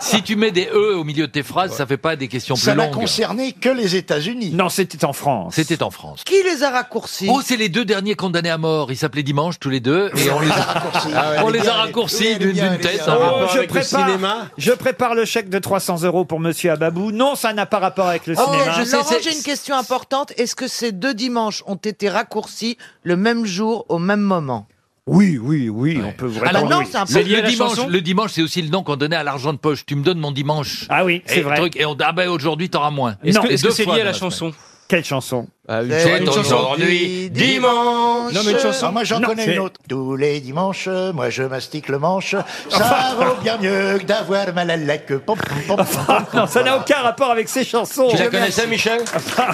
Speaker 6: Si tu mets des E au milieu de tes phrases, ça fait pas des questions plus
Speaker 5: Ça n'a
Speaker 6: longues.
Speaker 5: concerné que les États-Unis.
Speaker 1: Non, c'était en France.
Speaker 6: C'était en France.
Speaker 9: Qui les a raccourcis
Speaker 6: Oh, c'est les deux derniers condamnés à mort. Ils s'appelaient Dimanche tous les deux et on les
Speaker 1: Ah,
Speaker 6: a raccourcis, on Ah les a raccourcis d'une d'une tête. hein. en
Speaker 1: Oh,
Speaker 6: rapport
Speaker 1: je,
Speaker 6: avec le
Speaker 1: prépare,
Speaker 6: cinéma.
Speaker 1: je prépare le chèque de 300 euros pour Monsieur Ababou. Non, ça n'a pas rapport avec le
Speaker 9: Ok,
Speaker 1: cinéma.
Speaker 9: Oh, je- Laurent, j'ai une question importante. Est-ce que ces deux dimanches ont été raccourcis le même jour, au même moment
Speaker 1: Oui, oui, oui, on peut vraiment.
Speaker 9: Alors non,
Speaker 1: oui.
Speaker 9: c'est un peu-
Speaker 6: Le,
Speaker 9: lié à
Speaker 6: le
Speaker 9: la
Speaker 6: dimanche,
Speaker 9: chanson
Speaker 6: le dimanche, c'est aussi le nom qu'on donnait à l'argent de poche. Tu me donnes mon dimanche.
Speaker 1: Ah oui,
Speaker 6: Et truc, et on ah ben aujourd'hui t'auras moins.
Speaker 1: Est-ce que-
Speaker 6: Et
Speaker 1: est-ce que
Speaker 6: deux
Speaker 1: c'est
Speaker 6: fois
Speaker 1: lié à
Speaker 6: dans
Speaker 1: la
Speaker 6: semaine.
Speaker 1: chanson Quelle chanson
Speaker 6: C'est une chanson. aujourd'hui, dimanche.
Speaker 5: Non, mais une
Speaker 15: Ah,
Speaker 5: chanson. moi, j'en
Speaker 1: Non,
Speaker 5: connais
Speaker 1: c'est-
Speaker 5: une autre. Tous les dimanches, moi, je mastique le manche. Ça vaut bien mieux que d'avoir mal à la queue. Pom, pom, pom, pom, pom.
Speaker 1: Ah, Non, ça n'a aucun rapport avec ces chansons.
Speaker 5: Tu la connaissais,
Speaker 1: Michel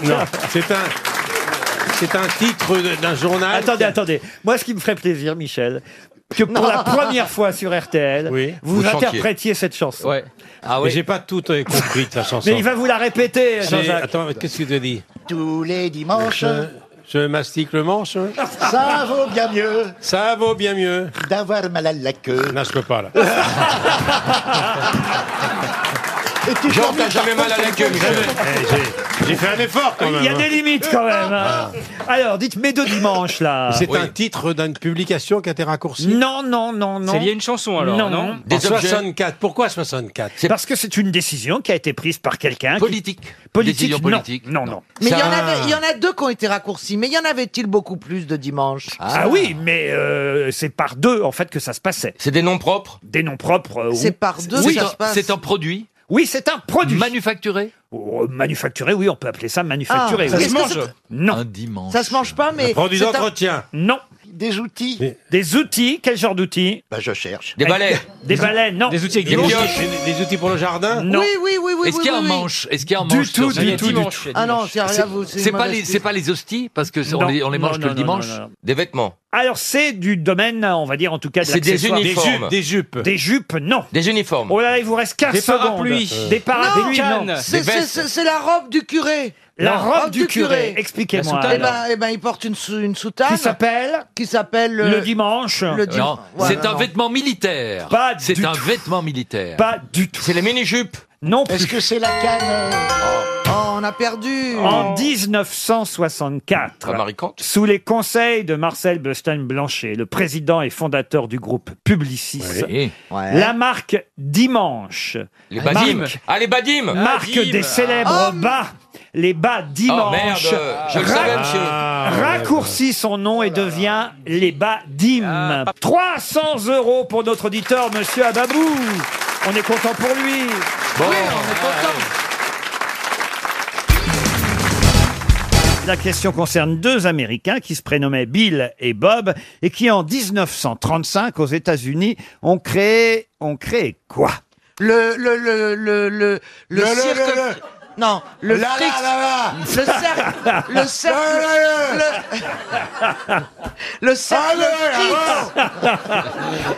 Speaker 10: Non, c'est un. C'est un titre d'un journal.
Speaker 1: Attendez, attendez. Moi, ce qui me ferait plaisir, Michel, que pour la première fois sur RTL, vous,
Speaker 10: Vous chantiez.
Speaker 1: interprétiez cette chanson.
Speaker 10: Ah
Speaker 1: oui.
Speaker 10: J'ai pas tout euh, compris de ta chanson.
Speaker 1: Mais il va vous la répéter,
Speaker 10: J'ai-
Speaker 1: Jean-Jacques.
Speaker 10: Attends, mais qu'est-ce que tu dit
Speaker 5: Tous les dimanches,
Speaker 10: je, je mastique le manche. hein.
Speaker 5: ça vaut bien mieux
Speaker 10: Ça vaut bien mieux.
Speaker 5: d'avoir mal à la queue.
Speaker 10: Non, je peux pas là.
Speaker 5: Et tu
Speaker 10: Jean,
Speaker 5: chantes,
Speaker 10: t'as jamais
Speaker 5: par
Speaker 10: mal à
Speaker 5: contre,
Speaker 10: la queue,
Speaker 5: c'est
Speaker 10: jamais. J'ai fait un effort quand
Speaker 1: Eh, Il y a des limites quand même. hein. Alors, dites mes deux dimanches là.
Speaker 10: C'est un titre d'une publication qui a été raccourcie.
Speaker 1: Non, non, non, non.
Speaker 16: C'est lié à une chanson alors
Speaker 1: Non.
Speaker 16: Non.
Speaker 10: Des
Speaker 1: Des objets.
Speaker 10: 64. Pourquoi 64
Speaker 1: C'est parce que c'est une décision qui a été prise par quelqu'un. qui-
Speaker 6: Politique.
Speaker 1: Politique,
Speaker 6: Décision
Speaker 1: non.
Speaker 6: politique.
Speaker 1: Non, non.
Speaker 9: Mais il y, en
Speaker 1: Ça-
Speaker 9: avait- il y en a deux qui ont été raccourcis, mais il y en avait-il beaucoup plus de dimanches
Speaker 1: Ah, oui, mais euh, c'est par deux en fait que ça se passait.
Speaker 10: C'est des noms propres
Speaker 1: Des noms propres. euh,
Speaker 9: C'est
Speaker 1: oui.
Speaker 9: par deux
Speaker 1: Oui,
Speaker 9: que ça se passe.
Speaker 6: C'est un produit.
Speaker 1: Oui, c'est un produit.
Speaker 6: Manufacturé
Speaker 1: Oh, manufacturé, oui, on peut appeler ça manufacturé.
Speaker 9: Ah, ça
Speaker 1: oui.
Speaker 9: se mange
Speaker 1: Non.
Speaker 6: Un dimanche.
Speaker 9: Ça se mange pas, Ah, mais. c'est un-
Speaker 1: Non.
Speaker 5: Des outils.
Speaker 1: Des outils, quel genre d'outils
Speaker 5: Bah, je cherche.
Speaker 6: Des balais.
Speaker 1: Des balais, non.
Speaker 10: Des outils avec
Speaker 6: Des
Speaker 10: des
Speaker 6: pioches.
Speaker 10: outils, des- des outils pour le jardin
Speaker 1: Non.
Speaker 9: Oui, oui, oui, oui.
Speaker 6: Est-ce
Speaker 9: oui,
Speaker 6: qu'il y a
Speaker 9: oui,
Speaker 6: un
Speaker 9: oui.
Speaker 6: manche Est-ce qu'il y a un
Speaker 1: Du
Speaker 6: manche
Speaker 1: tout,
Speaker 6: sur-
Speaker 1: du
Speaker 6: Il y a
Speaker 1: tout, du
Speaker 6: dimanche,
Speaker 1: tout.
Speaker 6: il y a
Speaker 9: Ah
Speaker 6: dimanche.
Speaker 9: non, c'est rien, vous.
Speaker 6: C'est
Speaker 9: une
Speaker 6: pas
Speaker 9: mauvaise
Speaker 6: les c'est
Speaker 9: piste.
Speaker 6: pas les hosties parce que c'est- on
Speaker 1: Non.
Speaker 6: les on les
Speaker 1: Non,
Speaker 6: mange
Speaker 1: non,
Speaker 6: que le
Speaker 1: non, non,
Speaker 6: dimanche.
Speaker 1: non, non.
Speaker 10: Des vêtements.
Speaker 1: Alors c'est du domaine, on va dire en tout cas de
Speaker 10: C'est des
Speaker 1: l'accessoire.
Speaker 10: Des jupes.
Speaker 1: jupes.
Speaker 10: Des jupes.
Speaker 1: Des jupes, non.
Speaker 10: Des uniformes.
Speaker 1: Oh là là, il vous reste 15
Speaker 10: Des
Speaker 1: secondes.
Speaker 10: parapluies.
Speaker 1: Des parapluies,
Speaker 16: Des
Speaker 1: non.
Speaker 16: cannes.
Speaker 9: C'est- c'est-
Speaker 10: vestes.
Speaker 9: C'est c'est la robe du curé.
Speaker 1: La
Speaker 9: Non,
Speaker 1: robe du curé. Expliquez-moi.
Speaker 9: Eh
Speaker 1: alors.
Speaker 9: ben, eh ben, il porte une, sou- une soutane.
Speaker 1: Qui s'appelle
Speaker 9: Qui s'appelle. euh,
Speaker 1: Le dimanche.
Speaker 9: le di-
Speaker 6: Non,
Speaker 9: Voilà,
Speaker 6: c'est un
Speaker 9: non.
Speaker 6: vêtement militaire.
Speaker 1: Pas du
Speaker 6: C'est un
Speaker 1: tout.
Speaker 6: vêtement militaire.
Speaker 1: Pas du tout.
Speaker 10: C'est les mini-jupes.
Speaker 1: Non plus.
Speaker 5: Est-ce que c'est la canne euh,
Speaker 9: Oh, on a perdu.
Speaker 1: En 1964,
Speaker 10: La maricante.
Speaker 1: sous les conseils de Marcel Bustin-Blanchet, le président et fondateur du groupe Publicis,
Speaker 6: Oui.
Speaker 1: la marque Dimanche,
Speaker 10: Les
Speaker 1: badim.
Speaker 10: Ah, les badim
Speaker 1: marque
Speaker 16: Dim.
Speaker 1: des célèbres
Speaker 9: Ah.
Speaker 1: bas, les bas Dimanche,
Speaker 10: Je le savais, monsieur. Ah,
Speaker 1: raccourcit son nom
Speaker 10: Oh
Speaker 1: et devient les bas Dim.
Speaker 10: Ah,
Speaker 1: 300 euros pour notre auditeur, monsieur Ababou. On est content pour lui.
Speaker 6: Bon.
Speaker 9: Oui, on est content.
Speaker 1: La question concerne deux Américains qui se prénommaient Bill et Bob et qui en 1935 aux États-Unis ont créé ont créé quoi
Speaker 9: Le, le, le, le, le, le
Speaker 5: Le- le-
Speaker 9: cirque.
Speaker 5: le- le-
Speaker 9: Non, le
Speaker 5: Là,
Speaker 9: fric-
Speaker 5: là, là,
Speaker 9: Le cercle. Le cercle.
Speaker 5: là,
Speaker 9: Le, le
Speaker 5: Ah,
Speaker 9: cercle. fric.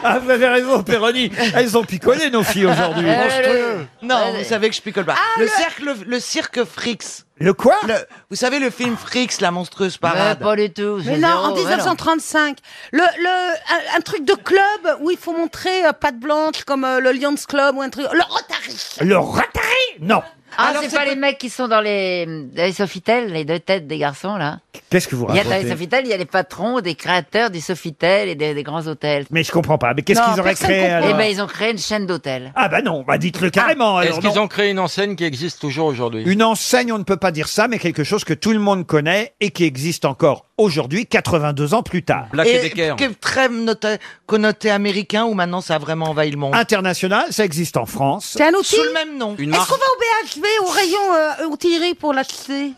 Speaker 1: Ah vous avez raison Péroni, elles ont picolé nos filles aujourd'hui.
Speaker 9: Euh, Non, vous savez que je picole pas.
Speaker 4: Ah,
Speaker 9: le, cercle, le cirque Frix.
Speaker 1: Le quoi
Speaker 9: Le- vous savez le film Frix, la monstrueuse parade.
Speaker 4: pas du tout.
Speaker 2: Mais non,
Speaker 17: Oh,
Speaker 2: en 1935, le, le, un, un truc de club où il faut montrer euh, patte blanche comme euh, le Lions Club ou un truc. Le Rotary
Speaker 1: Le Rotary Non.
Speaker 17: Ah,
Speaker 9: Alors,
Speaker 17: c'est
Speaker 9: c'est
Speaker 17: pas
Speaker 9: pas-
Speaker 17: les mecs qui sont dans les, dans les Sofitel, les deux têtes des garçons, là
Speaker 1: Qu'est-ce que vous
Speaker 17: Il y a dans les
Speaker 1: racontez
Speaker 17: Sofitel, il y a les patrons des créateurs du Sofitel et des, des grands hôtels.
Speaker 1: Mais je comprends pas. Mais qu'est-ce
Speaker 2: Non,
Speaker 1: qu'ils auraient
Speaker 2: personne
Speaker 1: créé
Speaker 2: comprend.
Speaker 1: alors
Speaker 17: Eh ben, ils ont créé une chaîne d'hôtels.
Speaker 1: Ah bah non, bah dites-le carrément.
Speaker 2: Ah,
Speaker 1: alors,
Speaker 10: Est-ce qu'ils
Speaker 1: non.
Speaker 10: ont créé une enseigne qui existe toujours aujourd'hui
Speaker 1: Une enseigne, on ne peut pas dire ça, mais quelque chose que tout le monde connaît et qui existe encore aujourd'hui, 82 ans plus tard.
Speaker 10: Black
Speaker 9: Et qui est très nota- connoté américain où maintenant ça a vraiment envahi le monde.
Speaker 1: International, ça existe en France.
Speaker 2: C'est un outil
Speaker 9: Sous le même nom.
Speaker 10: Une
Speaker 2: Est-ce qu'on va au BHV, au rayon euh, outillerie pour l'acheter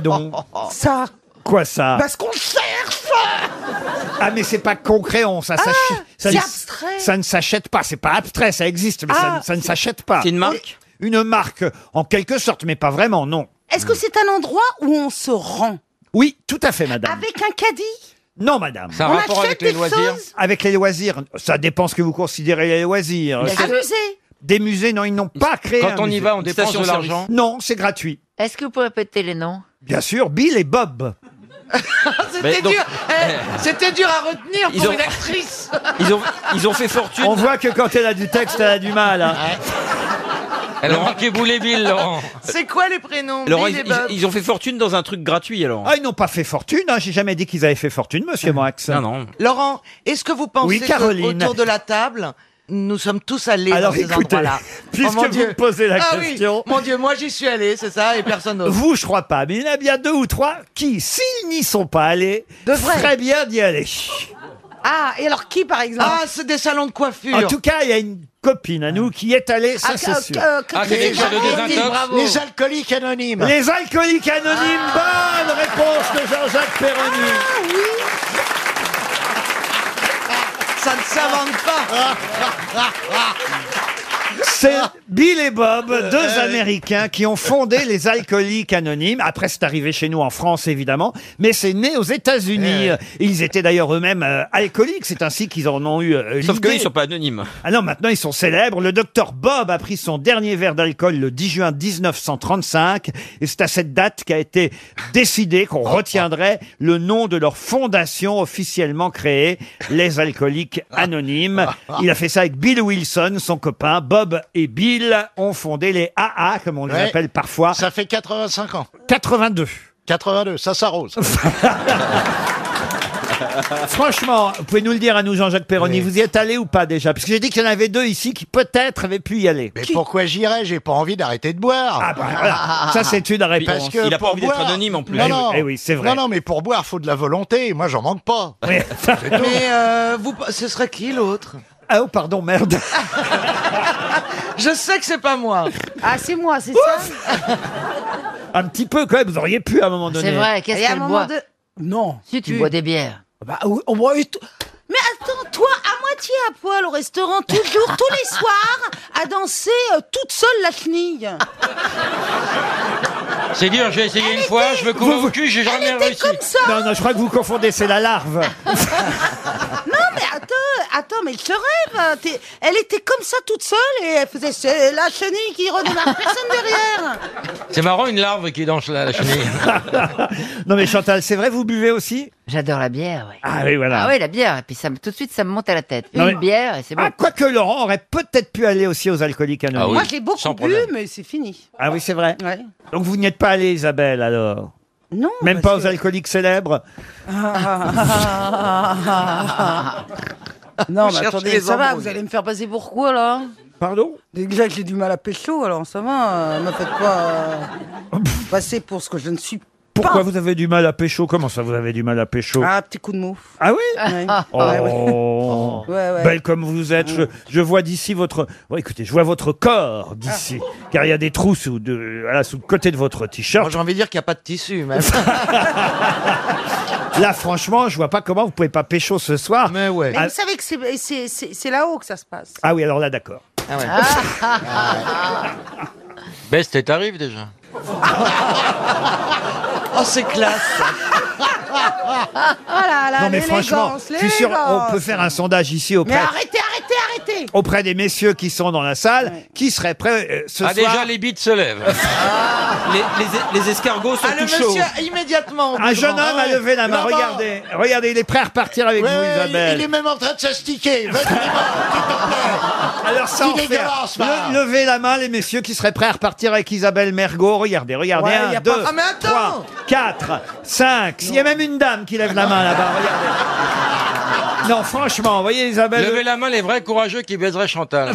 Speaker 1: donc
Speaker 2: Ça.
Speaker 1: Quoi
Speaker 17: Ah.
Speaker 1: ça
Speaker 2: Parce qu'on cherche
Speaker 1: Ah mais c'est pas concret, on ça s'achète. ça
Speaker 2: Ah, c'est
Speaker 1: ne-
Speaker 2: abstrait.
Speaker 1: Ça ne s'achète pas, c'est pas abstrait, ça existe, mais ça
Speaker 2: Ah.
Speaker 1: ne- ça, ne s'achète pas.
Speaker 10: marque
Speaker 1: Une marque, en quelque sorte, mais pas vraiment, non.
Speaker 2: Est-ce que c'est un endroit où on se rend
Speaker 1: Oui, tout à fait, madame.
Speaker 2: Avec un caddie
Speaker 1: Non, madame.
Speaker 2: Ça a On rapport achète avec les des loisirs choses
Speaker 1: Avec les loisirs. Ça dépend ce que vous considérez les loisirs.
Speaker 2: Est-ce
Speaker 1: C'est-
Speaker 2: que- Un musée
Speaker 1: Des musées, non, ils n'ont pas créé.
Speaker 10: Quand
Speaker 1: un
Speaker 10: on y
Speaker 1: musée.
Speaker 10: va, on dépense de l'argent
Speaker 1: Non, c'est gratuit.
Speaker 17: Est-ce que vous pouvez répéter les noms
Speaker 1: Bien sûr, Bill et Bob.
Speaker 10: Mais
Speaker 18: C'était
Speaker 10: donc-
Speaker 18: dur. eh, C'était dur à retenir
Speaker 10: Ils
Speaker 18: pour
Speaker 10: ont-
Speaker 18: une actrice.
Speaker 10: Ils ont, ils ont fait fortune.
Speaker 1: On voit que quand elle a du texte, elle a du mal. hein.
Speaker 10: Laurent Keboulébile, Laurent.
Speaker 18: C'est quoi les prénoms
Speaker 10: Laurent,
Speaker 18: Bill
Speaker 10: ils,
Speaker 18: et Bob.
Speaker 10: ils- ils ont fait fortune dans un truc gratuit, alors.
Speaker 1: Ah, ils n'ont pas fait fortune. Hein. J'ai jamais dit qu'ils avaient fait fortune, monsieur Moax. Non,
Speaker 10: non.
Speaker 9: Laurent, est-ce que vous pensez
Speaker 1: Oui,
Speaker 9: que
Speaker 1: Caroline.
Speaker 9: autour de la table, nous sommes tous allés
Speaker 1: Alors,
Speaker 9: dans ces
Speaker 1: écoutez,
Speaker 9: endroits-là Oh,
Speaker 1: puisque
Speaker 9: mon
Speaker 1: vous
Speaker 9: Dieu.
Speaker 1: me posez la
Speaker 9: Ah oui,
Speaker 1: question.
Speaker 9: mon Dieu, moi j'y suis allé, c'est ça, et personne d'autre.
Speaker 1: Vous, je crois pas, mais il y en a bien deux ou trois qui, s'ils n'y sont pas allés,
Speaker 9: vrai.
Speaker 1: très bien d'y aller.
Speaker 2: Ah, et alors qui par exemple
Speaker 9: Ah, c'est des salons de coiffure.
Speaker 1: En tout cas, il y a une copine à nous qui y est allée, ça
Speaker 2: Ah,
Speaker 1: c'est
Speaker 2: euh,
Speaker 1: sûr.
Speaker 2: euh, que- Ah, que-
Speaker 5: Les,
Speaker 1: désintox.
Speaker 5: bravo. Les alcooliques anonymes.
Speaker 1: Les alcooliques anonymes,
Speaker 9: Ah.
Speaker 1: bonne réponse de Jean-Jacques Perroni.
Speaker 9: Ça ne s'invente pas.
Speaker 1: C'est Bill et Bob,
Speaker 10: Euh,
Speaker 1: deux Américains qui ont fondé les Alcooliques Anonymes. Après, c'est arrivé chez nous en France, évidemment, mais c'est né aux États-Unis.
Speaker 10: Euh.
Speaker 1: Ils étaient d'ailleurs eux-mêmes euh, alcooliques. C'est ainsi qu'ils en ont eu euh,
Speaker 10: Sauf
Speaker 1: l'idée.
Speaker 10: qu'ils sont pas anonymes.
Speaker 1: Ah non, maintenant ils sont célèbres. Le docteur Bob a pris son dernier verre d'alcool le 10 juin 1935 et c'est à cette date qu'a été décidé qu'on
Speaker 10: Oh.
Speaker 1: retiendrait le nom de leur fondation officiellement créée, les alcooliques
Speaker 10: Ah.
Speaker 1: anonymes. Il a fait ça avec Bill Wilson, son copain. Bob et Bill ont fondé les AA, comme on les
Speaker 5: Ouais.
Speaker 1: appelle parfois.
Speaker 5: Ça fait 85 ans.
Speaker 1: 82.
Speaker 5: 82, ça s'arrose.
Speaker 1: Franchement, vous pouvez nous le dire à nous, Jean-Jacques Perroni, vous y êtes allé ou pas déjà Parce que j'ai dit qu'il y en avait deux ici qui peut-être avaient pu y aller.
Speaker 5: Mais pourquoi j'irais J'ai pas envie d'arrêter de boire.
Speaker 1: Ah bah voilà. Ça, c'est une réponse.
Speaker 5: Parce que
Speaker 10: Il a pas
Speaker 5: pour
Speaker 10: envie d'être
Speaker 5: boire-
Speaker 10: anonyme, en plus.
Speaker 5: Non,
Speaker 10: Eh oui,
Speaker 5: non.
Speaker 1: eh oui, c'est vrai.
Speaker 5: Non, non, mais pour boire, faut de la volonté. Moi, j'en manque pas.
Speaker 1: Oui.
Speaker 9: Mais euh, vous, ce serait qui l'autre
Speaker 1: Ah oh, pardon, merde.
Speaker 9: Je sais que c'est pas moi.
Speaker 2: Ah, c'est moi, c'est ça
Speaker 1: Un petit peu quand même, vous auriez pu à un moment donné.
Speaker 17: C'est vrai, qu'est-ce
Speaker 2: Et à un
Speaker 17: qu'elle
Speaker 2: moment
Speaker 17: boit
Speaker 2: de... Non.
Speaker 17: Si tu bois des bières.
Speaker 2: Bah, oui, on boit et tout. Mais attends, toi, à moitié à poil au restaurant, toujours, tous les soirs, à danser euh, toute seule la chenille.
Speaker 10: C'est dur, j'ai essayé une fois, je me coupe au cul, j'ai jamais
Speaker 2: Elle était
Speaker 10: réussi.
Speaker 2: comme ça.
Speaker 1: Non, non, je crois que vous confondez, c'est la larve.
Speaker 2: Non, mais attends, attends, mais je rêve. hein, t'es- Elle était comme ça toute seule et elle faisait c'est la chenille qui redémarre. Personne derrière.
Speaker 10: C'est marrant, une larve qui danse la, la chenille.
Speaker 1: non mais Chantal, c'est vrai, vous buvez aussi
Speaker 17: J'adore la bière, oui.
Speaker 1: Ah oui, voilà.
Speaker 17: Ah oui, la bière. Et puis ça, me- tout de suite, ça me monte à la tête. Une
Speaker 1: Non, mais-
Speaker 17: bière, et c'est bon.
Speaker 1: Ah, quoique Laurent aurait peut-être pu aller aussi aux alcooliques anonymes.
Speaker 2: Ah Moi, j'ai beaucoup
Speaker 10: sans
Speaker 2: bu,
Speaker 10: problème.
Speaker 2: mais c'est fini.
Speaker 1: Ah oui, c'est vrai.
Speaker 2: Ouais.
Speaker 1: Donc vous n'y êtes pas allée, Isabelle, alors
Speaker 2: Non.
Speaker 1: Même pas
Speaker 2: parce
Speaker 1: aux alcooliques célèbres
Speaker 2: que- Non,
Speaker 9: Vous
Speaker 2: mais
Speaker 9: cherchez
Speaker 2: attendez,
Speaker 9: les
Speaker 2: ça va,
Speaker 9: embrouilles.
Speaker 2: vous allez me faire passer pour quoi, là
Speaker 1: Pardon
Speaker 2: Déjà que j'ai du mal à pécho, alors ça va, euh, me faites pas euh, passer pour ce que je ne suis
Speaker 1: Oh, Pourquoi
Speaker 2: pas.
Speaker 1: vous avez du mal à pécho Comment ça, vous avez du mal à pécho
Speaker 2: Ah, petit coup de mou.
Speaker 1: Ah oui
Speaker 2: Ouais.
Speaker 1: Oh,
Speaker 2: Ah Ouais, ouais. Ouais, ouais.
Speaker 1: Belle comme vous êtes, je, je vois d'ici votre. Bon, écoutez, je vois votre corps d'ici,
Speaker 2: Ah.
Speaker 1: car il y a des trous sous, de, voilà, sous le côté de votre
Speaker 9: Bon,
Speaker 1: t-shirt.
Speaker 9: J'ai envie de dire qu'il n'y a pas de tissu, même.
Speaker 1: Là, franchement, je vois pas comment vous pouvez pas pécho ce soir.
Speaker 9: Mais ouais.
Speaker 2: Mais vous savez que c'est- c'est- c'est c'est là-haut que ça se passe.
Speaker 1: Ah oui, alors là, d'accord.
Speaker 9: Ah ouais.
Speaker 10: Best est arrive déjà.
Speaker 1: Ah
Speaker 9: Oh, c'est classe.
Speaker 2: Ah Oh là là,
Speaker 1: non, mais franchement,
Speaker 2: l'élégance,
Speaker 1: je suis sûr, on peut
Speaker 2: l'élégance.
Speaker 1: faire un sondage ici
Speaker 2: Mais
Speaker 1: auprès,
Speaker 2: arrêtez, arrêtez, arrêtez
Speaker 1: auprès des messieurs qui sont dans la salle, qui seraient prêts euh, ce
Speaker 10: Ah,
Speaker 1: soir.
Speaker 10: déjà, les bites se lèvent. les, escargots sont
Speaker 9: Ah, le monsieur, immédiatement. au
Speaker 1: Un jeune homme
Speaker 9: courant.
Speaker 1: a levé la main.
Speaker 5: Non, non.
Speaker 1: Regardez, regardez, il est prêt à repartir avec vous,
Speaker 5: Ouais, il,
Speaker 1: Isabelle.
Speaker 5: il est même en train de s'astiquer. Vas-y, dis-moi,
Speaker 1: Alors ça,
Speaker 5: C'est
Speaker 1: on fait-
Speaker 5: dégueulasse, va.
Speaker 1: Le- levez la main les messieurs qui seraient prêts à repartir avec Isabelle Mergot. Regardez, regardez.
Speaker 9: Ouais,
Speaker 1: un,
Speaker 9: y a
Speaker 1: deux,
Speaker 9: pas- Ah, mais attends
Speaker 1: trois, quatre, cinq. Il y a même une dame qui lève la main là-bas. Regardez. Non, franchement, vous voyez Isabelle.
Speaker 10: Levez la main les vrais courageux qui baiseraient Chantal.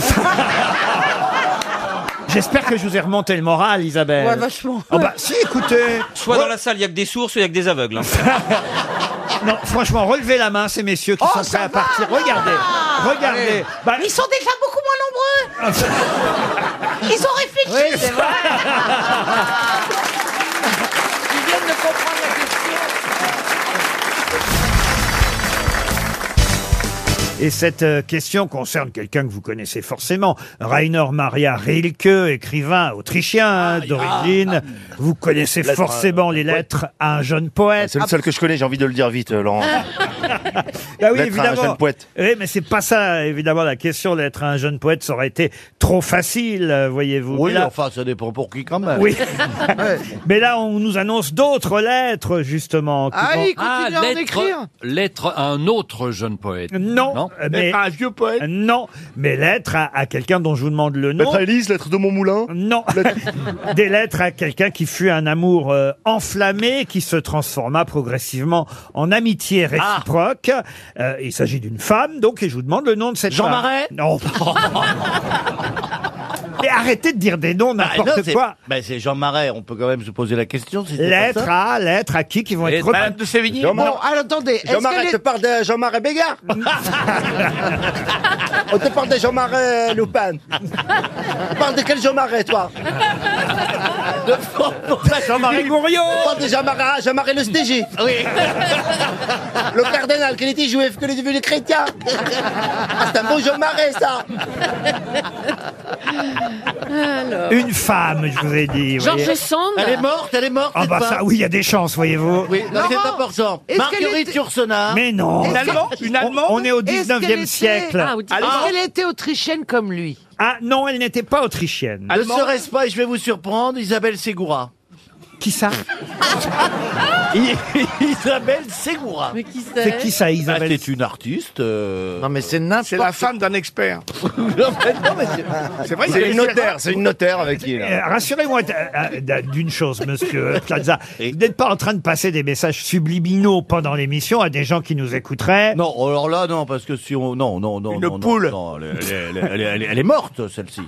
Speaker 1: J'espère que je vous ai remonté le moral, Isabelle.
Speaker 2: Ouais, vachement.
Speaker 1: Oh, bah si, écoutez.
Speaker 10: Soit dans la salle, il y a que des sourds, soit il y a que des aveugles.
Speaker 1: Non, franchement, relevez la main ces messieurs
Speaker 2: Oh,
Speaker 1: qui sont prêts à partir. Regardez, regardez. Bah,
Speaker 2: Ils sont déjà beaucoup moins
Speaker 1: Ah.
Speaker 2: nombreux Ils ont réfléchi c'est vrai.
Speaker 9: Ils viennent de comprendre la question.
Speaker 1: Et cette euh, question concerne quelqu'un que vous connaissez forcément, Rainer Maria Rilke, écrivain autrichien hein, d'origine.
Speaker 5: ah.
Speaker 1: Vous connaissez
Speaker 19: Lettres,
Speaker 1: forcément les lettres à un jeune poète. Ah,
Speaker 19: C'est le seul que je connais, j'ai envie de le dire vite, euh, Laurent.
Speaker 1: Bah oui,
Speaker 19: Lettre à un
Speaker 1: évidemment.
Speaker 19: jeune poète.
Speaker 1: Oui, mais c'est pas ça, évidemment, la question. L'être un jeune poète, ça aurait été trop facile, euh, voyez-vous.
Speaker 5: Oui,
Speaker 1: Mais là-
Speaker 5: enfin, ça dépend pour qui quand même.
Speaker 1: Oui. mais là, on nous annonce d'autres lettres, justement. qui vont-
Speaker 5: Ah,
Speaker 6: lettre, lettre à un autre jeune poète.
Speaker 1: Non. euh, Mais, à un vieux poète Non, mais lettres à, à quelqu'un dont je vous demande le nom.
Speaker 6: Lettre à
Speaker 1: Élise, lettre de Montmoulin Non. Des lettres à quelqu'un qui fut un amour euh, enflammé, qui se transforma progressivement en amitié
Speaker 5: Ah.
Speaker 1: réciproque. Euh, il s'agit d'une femme, donc, et je vous demande le nom de cette
Speaker 20: Jean
Speaker 1: femme.
Speaker 20: Marais
Speaker 1: Non. mais arrêtez de dire des noms,
Speaker 5: Bah, non,
Speaker 1: n'importe
Speaker 5: c'est-
Speaker 1: quoi.
Speaker 5: bah, c'est Jean Marais, on peut quand même se poser la question. si c'est pas
Speaker 1: Lettre
Speaker 5: ça.
Speaker 1: à, lettre à qui qui vont être...
Speaker 5: Madame de Sévigné
Speaker 11: Bon, alors Ah, attendez. est-ce
Speaker 5: Jean Marais,
Speaker 11: qu'elle
Speaker 5: te
Speaker 11: est-
Speaker 5: parle de Jean Marais Bégard On te parle de Jean Marais Lupin. Tu parles de quel Jean Marais, toi
Speaker 1: Jean Marais Gouriot
Speaker 5: On parle de Jean Marais, ah, Jean Marais le STG. Oui. Le cardinal, qu'il était juif, que les devenus chrétiens. Ah, c'est un beau Jean Marais, ça.
Speaker 1: Une femme, je vous ai dit. vous voyez.
Speaker 5: Elle est morte, elle est morte.
Speaker 1: Ah
Speaker 5: cette
Speaker 1: bah
Speaker 5: femme.
Speaker 1: ça, oui, il y a des chances, voyez-vous.
Speaker 5: Oui, non, c'est
Speaker 1: Laurent,
Speaker 5: important.
Speaker 1: est-ce qu'elle
Speaker 5: Marguerite
Speaker 1: était-
Speaker 5: Yourcenar.
Speaker 1: Mais non. Une Allemande Une Allemande On- on est au
Speaker 5: Est-ce qu'elle
Speaker 1: 19e
Speaker 5: était-
Speaker 1: siècle.
Speaker 5: Ah, au 19e.
Speaker 1: Ah.
Speaker 5: Est-ce qu'elle était autrichienne comme lui
Speaker 1: Ah non, elle n'était pas autrichienne.
Speaker 5: Ne serait-ce pas, et je vais vous surprendre, Isabelle Segura.
Speaker 1: Qui ça
Speaker 5: Isabelle Segura. Mais qui
Speaker 1: C'est qui ça, Isabelle
Speaker 5: Ah, C'est une artiste. euh, Non, mais c'est
Speaker 11: C'est
Speaker 5: n'importe
Speaker 11: la femme d'un expert.
Speaker 5: C'est vrai,
Speaker 11: c'est
Speaker 5: une notaire, c'est une notaire avec qui.
Speaker 1: Euh, Rassurez-moi d- euh, d'une chose, monsieur Plaza. Vous n'êtes pas en train de passer des messages subliminaux pendant l'émission à des gens qui nous écouteraient.
Speaker 5: Non, Oh, alors là, non, parce que si on. Non, non, non.
Speaker 1: Une
Speaker 5: non, non,
Speaker 1: poule.
Speaker 5: non, Oh, elle, est- elle est- elle est- elle est- elle est morte, celle-ci.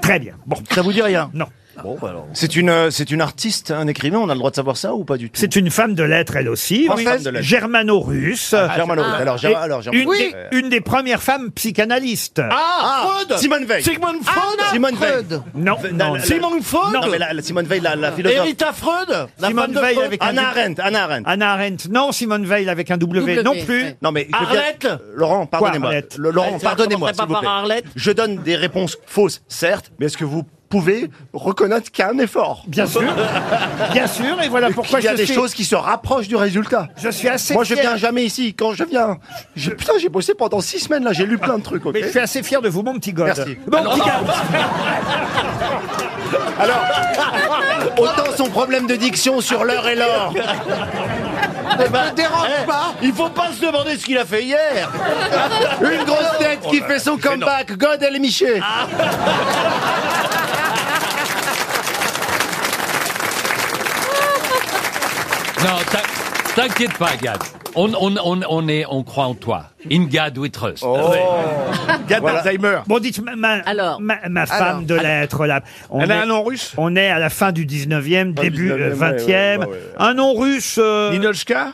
Speaker 1: Très bien. Bon.
Speaker 5: Ça vous dit rien
Speaker 1: Non.
Speaker 5: Bon, bah alors.
Speaker 19: C'est une, euh, c'est une artiste, un écrivain, on a le droit de savoir ça ou pas du tout
Speaker 1: C'est une femme de lettres, elle aussi.
Speaker 19: Française
Speaker 1: Femme de lettres. Germano-russe.
Speaker 19: Ah, germano-russe. Alors, Germa-
Speaker 1: Et
Speaker 19: alors, germano-
Speaker 1: une, des,
Speaker 19: Euh,
Speaker 1: une des premières femmes psychanalyste.
Speaker 19: Freud Ah, Simone Veil
Speaker 5: Ah,
Speaker 19: Ah,
Speaker 5: Sigmund Freud
Speaker 19: Simone Veil
Speaker 1: Non, non,
Speaker 19: Simone Freud Non, mais la, la Simone Veil, la, la philosophe.
Speaker 5: Erita Freud La
Speaker 1: Simone
Speaker 5: femme de
Speaker 1: Veil
Speaker 5: Freud.
Speaker 1: avec un
Speaker 19: Anna
Speaker 1: double-
Speaker 19: Arendt, Anna Arendt.
Speaker 1: Anna Arendt, non. Simone Veil avec un W,
Speaker 5: W,
Speaker 1: non plus.
Speaker 5: ouais.
Speaker 19: Non mais je veux dire-
Speaker 5: Arlette
Speaker 19: Laurent, pardonnez-moi.
Speaker 1: Quoi, Arlette
Speaker 19: Le- Laurent,
Speaker 5: Elle se
Speaker 19: pardonnez-moi
Speaker 5: commencerait
Speaker 19: s'il vous
Speaker 5: pas
Speaker 19: plaît.
Speaker 5: par Arlette
Speaker 19: Je donne des réponses fausses, certes, mais est-ce que vous pouvez reconnaître qu'il y a un effort
Speaker 1: Bien sûr. Bien sûr, et voilà pourquoi
Speaker 19: Il y a
Speaker 1: je
Speaker 19: des
Speaker 1: suis-
Speaker 19: choses qui se rapprochent du résultat.
Speaker 1: Je suis assez
Speaker 19: Moi, je
Speaker 1: fier.
Speaker 19: viens jamais ici. Quand je viens, je- putain, j'ai bossé pendant six semaines là. J'ai lu plein de trucs. ok
Speaker 1: Mais je suis assez fier de vous, mon petit gars.
Speaker 19: Merci.
Speaker 1: Bon, petit gars.
Speaker 19: Alors, autant son problème de diction sur l'heure et l'or. Eh,
Speaker 5: Ne Eh ben, dérange pas Il faut pas se demander ce qu'il a fait hier
Speaker 19: Une grosse tête qui fait
Speaker 5: Oh,
Speaker 19: son comeback. God El Miché.
Speaker 5: Ah,
Speaker 6: Non, t'in- t'inquiète pas, Gad. On, on, on, on, est, on croit en toi. In God we trust.
Speaker 1: Oh. Bon, dites ma, ma- ma- ma femme
Speaker 6: Alors.
Speaker 1: de lettres, là.
Speaker 6: Elle a un
Speaker 1: nom russe On est à la fin du 19e, début euh,
Speaker 6: 19e,
Speaker 1: 20e.
Speaker 6: ouais, ouais, ouais.
Speaker 1: Un nom russe. Euh...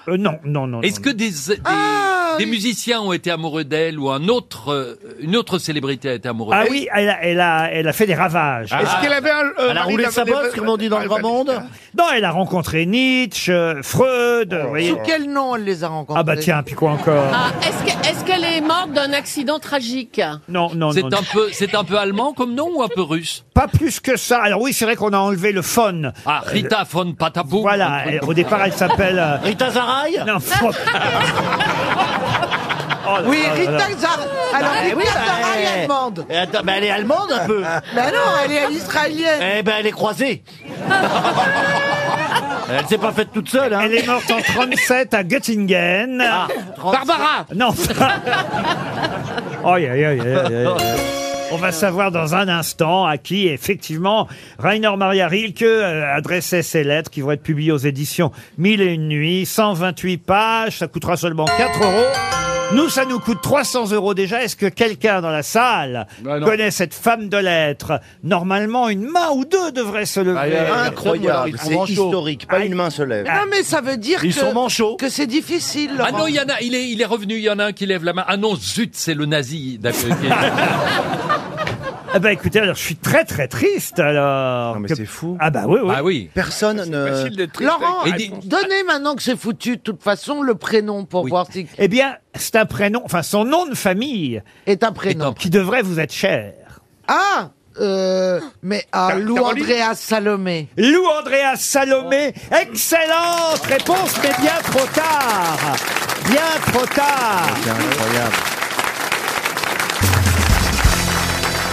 Speaker 1: Euh, Non, non, non.
Speaker 6: Est-ce que des, des,
Speaker 1: Ah,
Speaker 6: des musiciens ont été amoureux d'elle ou un autre, euh, une autre célébrité a été amoureuse
Speaker 1: Ah
Speaker 6: d'elle
Speaker 1: oui, elle a, elle a, elle a fait des ravages.
Speaker 6: Est-ce Ah. qu'elle avait
Speaker 5: un, euh, Elle a mari roulé sa d'Ava- bosse, comme on dit dans le grand monde
Speaker 1: Non, elle a rencontré Nietzsche, euh, Freud,
Speaker 6: Oh.
Speaker 1: vous voyez.
Speaker 9: Sous quel nom elle les a rencontrés
Speaker 1: Ah bah tiens, puis quoi encore
Speaker 7: Ah, est-ce que- est-ce qu'elle est morte d'un accident tragique
Speaker 1: Non, non,
Speaker 6: C'est
Speaker 1: non.
Speaker 6: un peu, c'est un peu allemand comme nom ou un peu russe
Speaker 1: Pas plus que ça. Alors oui, c'est vrai qu'on a enlevé le phone.
Speaker 6: Ah, Rita von Patapou.
Speaker 1: Voilà, elle- au départ, elle s'appelle... euh,
Speaker 5: Rita Zaraï
Speaker 1: Non, faut-
Speaker 5: Oh là
Speaker 9: Oui,
Speaker 5: là là
Speaker 9: Rita
Speaker 5: là.
Speaker 9: Zara.
Speaker 2: Ah,
Speaker 9: Alors,
Speaker 5: Eh
Speaker 9: Rita
Speaker 5: oui, bah,
Speaker 9: Zara
Speaker 5: eh,
Speaker 9: est allemande.
Speaker 5: eh, attends, bah, elle est allemande un peu.
Speaker 9: Bah non, elle est israélienne.
Speaker 5: Eh ben, elle est croisée. elle s'est pas faite toute seule. Hein. Ah,
Speaker 1: Elle est morte en 37 à Göttingen.
Speaker 5: Barbara
Speaker 1: Non. Aïe, aïe, aïe, aïe, aïe, aïe. On va savoir dans un instant à qui, effectivement, Rainer Maria Rilke euh, adressait ses lettres qui vont être publiées aux éditions Mille et une nuits, 128 pages, ça coûtera seulement 4 euros. Nous, ça nous coûte 300 euros déjà. Est-ce que quelqu'un dans la salle
Speaker 10: Bah non.
Speaker 1: connaît cette femme de lettres Normalement, une main ou deux devrait se lever. Ah,
Speaker 19: Incroyable, c'est historique. Pas une main se lève.
Speaker 9: Non, mais ça veut dire
Speaker 19: Ils
Speaker 9: que,
Speaker 19: sont
Speaker 9: que c'est difficile.
Speaker 6: Ah
Speaker 9: Laurent.
Speaker 6: non, il y en a, il est, euh, Ah, il est revenu, il y en a un qui lève la main. Ah non, zut, c'est le nazi. d'accord, ok.
Speaker 1: Ah bah écoutez, alors je suis très très triste alors. Non mais c'est fou. Ah bah oui oui. Ah oui.
Speaker 5: Personne ne. Laurent,
Speaker 6: Ah,
Speaker 5: donnez maintenant que c'est foutu de toute façon le prénom pour voir si.
Speaker 1: Eh bien, c'est un prénom, enfin son nom de famille
Speaker 5: est un prénom
Speaker 1: qui devrait vous être cher.
Speaker 9: Ah euh, Mais à
Speaker 1: Car-
Speaker 9: Lou
Speaker 1: Caroline
Speaker 9: Andrea Salomé.
Speaker 1: Lou Andrea Salomé, excellente réponse, mais bien trop tard. Bien trop tard.
Speaker 19: C'est incroyable.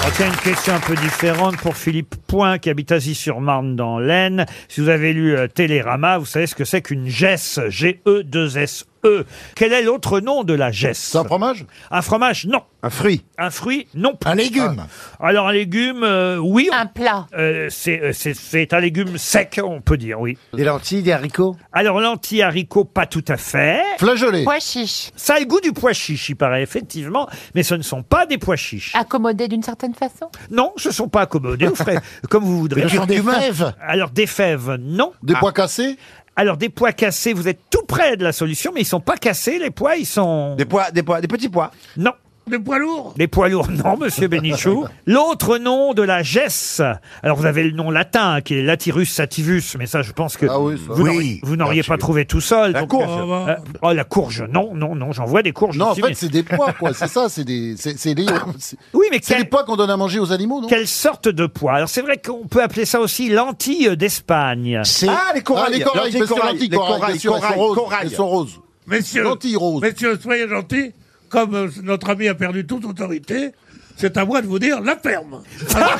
Speaker 1: On tient Oh, une question un peu différente pour Philippe Point, qui habite Asie-sur-Marne dans l'Aisne. Si vous avez lu euh, Télérama, vous savez ce que c'est qu'une E gesse. G-E-2-S-E. E. Quel est l'autre nom de la gesse C'est un fromage E? Un fromage, non. Un fruit Un fruit, non. Un légume Alors, un légume, euh, oui. Un plat C'est euh, c'est- c'est un légume sec, on peut dire, oui. Des lentilles, des haricots Alors, lentilles, haricots, pas tout à fait.
Speaker 20: Flageolets. Pois
Speaker 1: chiche. Ça a le goût du pois chiche, il paraît, effectivement, mais ce ne sont pas des pois chiches.
Speaker 20: Accommodé d'une certaine façon.
Speaker 1: Non, ce ne sont pas accommodés. Vous ferez comme vous voudrez.
Speaker 20: Mais ce sont des fèves
Speaker 1: Alors, des fèves, non. Des pois cassés Alors, des pois cassés, vous êtes tout près de la solution, mais ils sont pas cassés, les pois, ils sont... Des pois, des pois, des petits pois Non. Des poids lourds Des poids lourds, non, monsieur Bénichou. L'autre nom de la gesse. Alors, vous avez le nom latin, hein, qui est Latirus sativus, mais ça, je pense que vous n'auriez-
Speaker 20: Oui,
Speaker 1: vous n'auriez pas trouvé tout seul.
Speaker 20: La
Speaker 1: donc,
Speaker 20: courge.
Speaker 1: euh, euh, oh, la courge, non, non, non, j'en vois des courges.
Speaker 20: Non, en
Speaker 1: ici,
Speaker 20: fait,
Speaker 1: mais-
Speaker 20: c'est des pois, quoi. C'est ça, c'est des. C'est c'est des. c'est-
Speaker 1: Oui, mais
Speaker 20: C'est des pois qu'on donne à manger aux animaux, non
Speaker 1: Quelle sorte de pois Alors c'est vrai qu'on peut appeler ça aussi lentille d'Espagne.
Speaker 20: Ah, les corails, les corails,
Speaker 1: Lentilles
Speaker 20: monsieur,
Speaker 1: corail,
Speaker 20: lentilles,
Speaker 1: les
Speaker 20: corails,
Speaker 1: corails,
Speaker 20: bien sûr, elles sont
Speaker 1: corails,
Speaker 20: roses,
Speaker 1: corails.
Speaker 20: elles sont roses.
Speaker 14: Messieurs,
Speaker 20: Lentilles roses.
Speaker 14: messieurs, soyez gentils. Comme euh, notre ami a perdu toute autorité, c'est à moi de vous dire la ferme. Alors,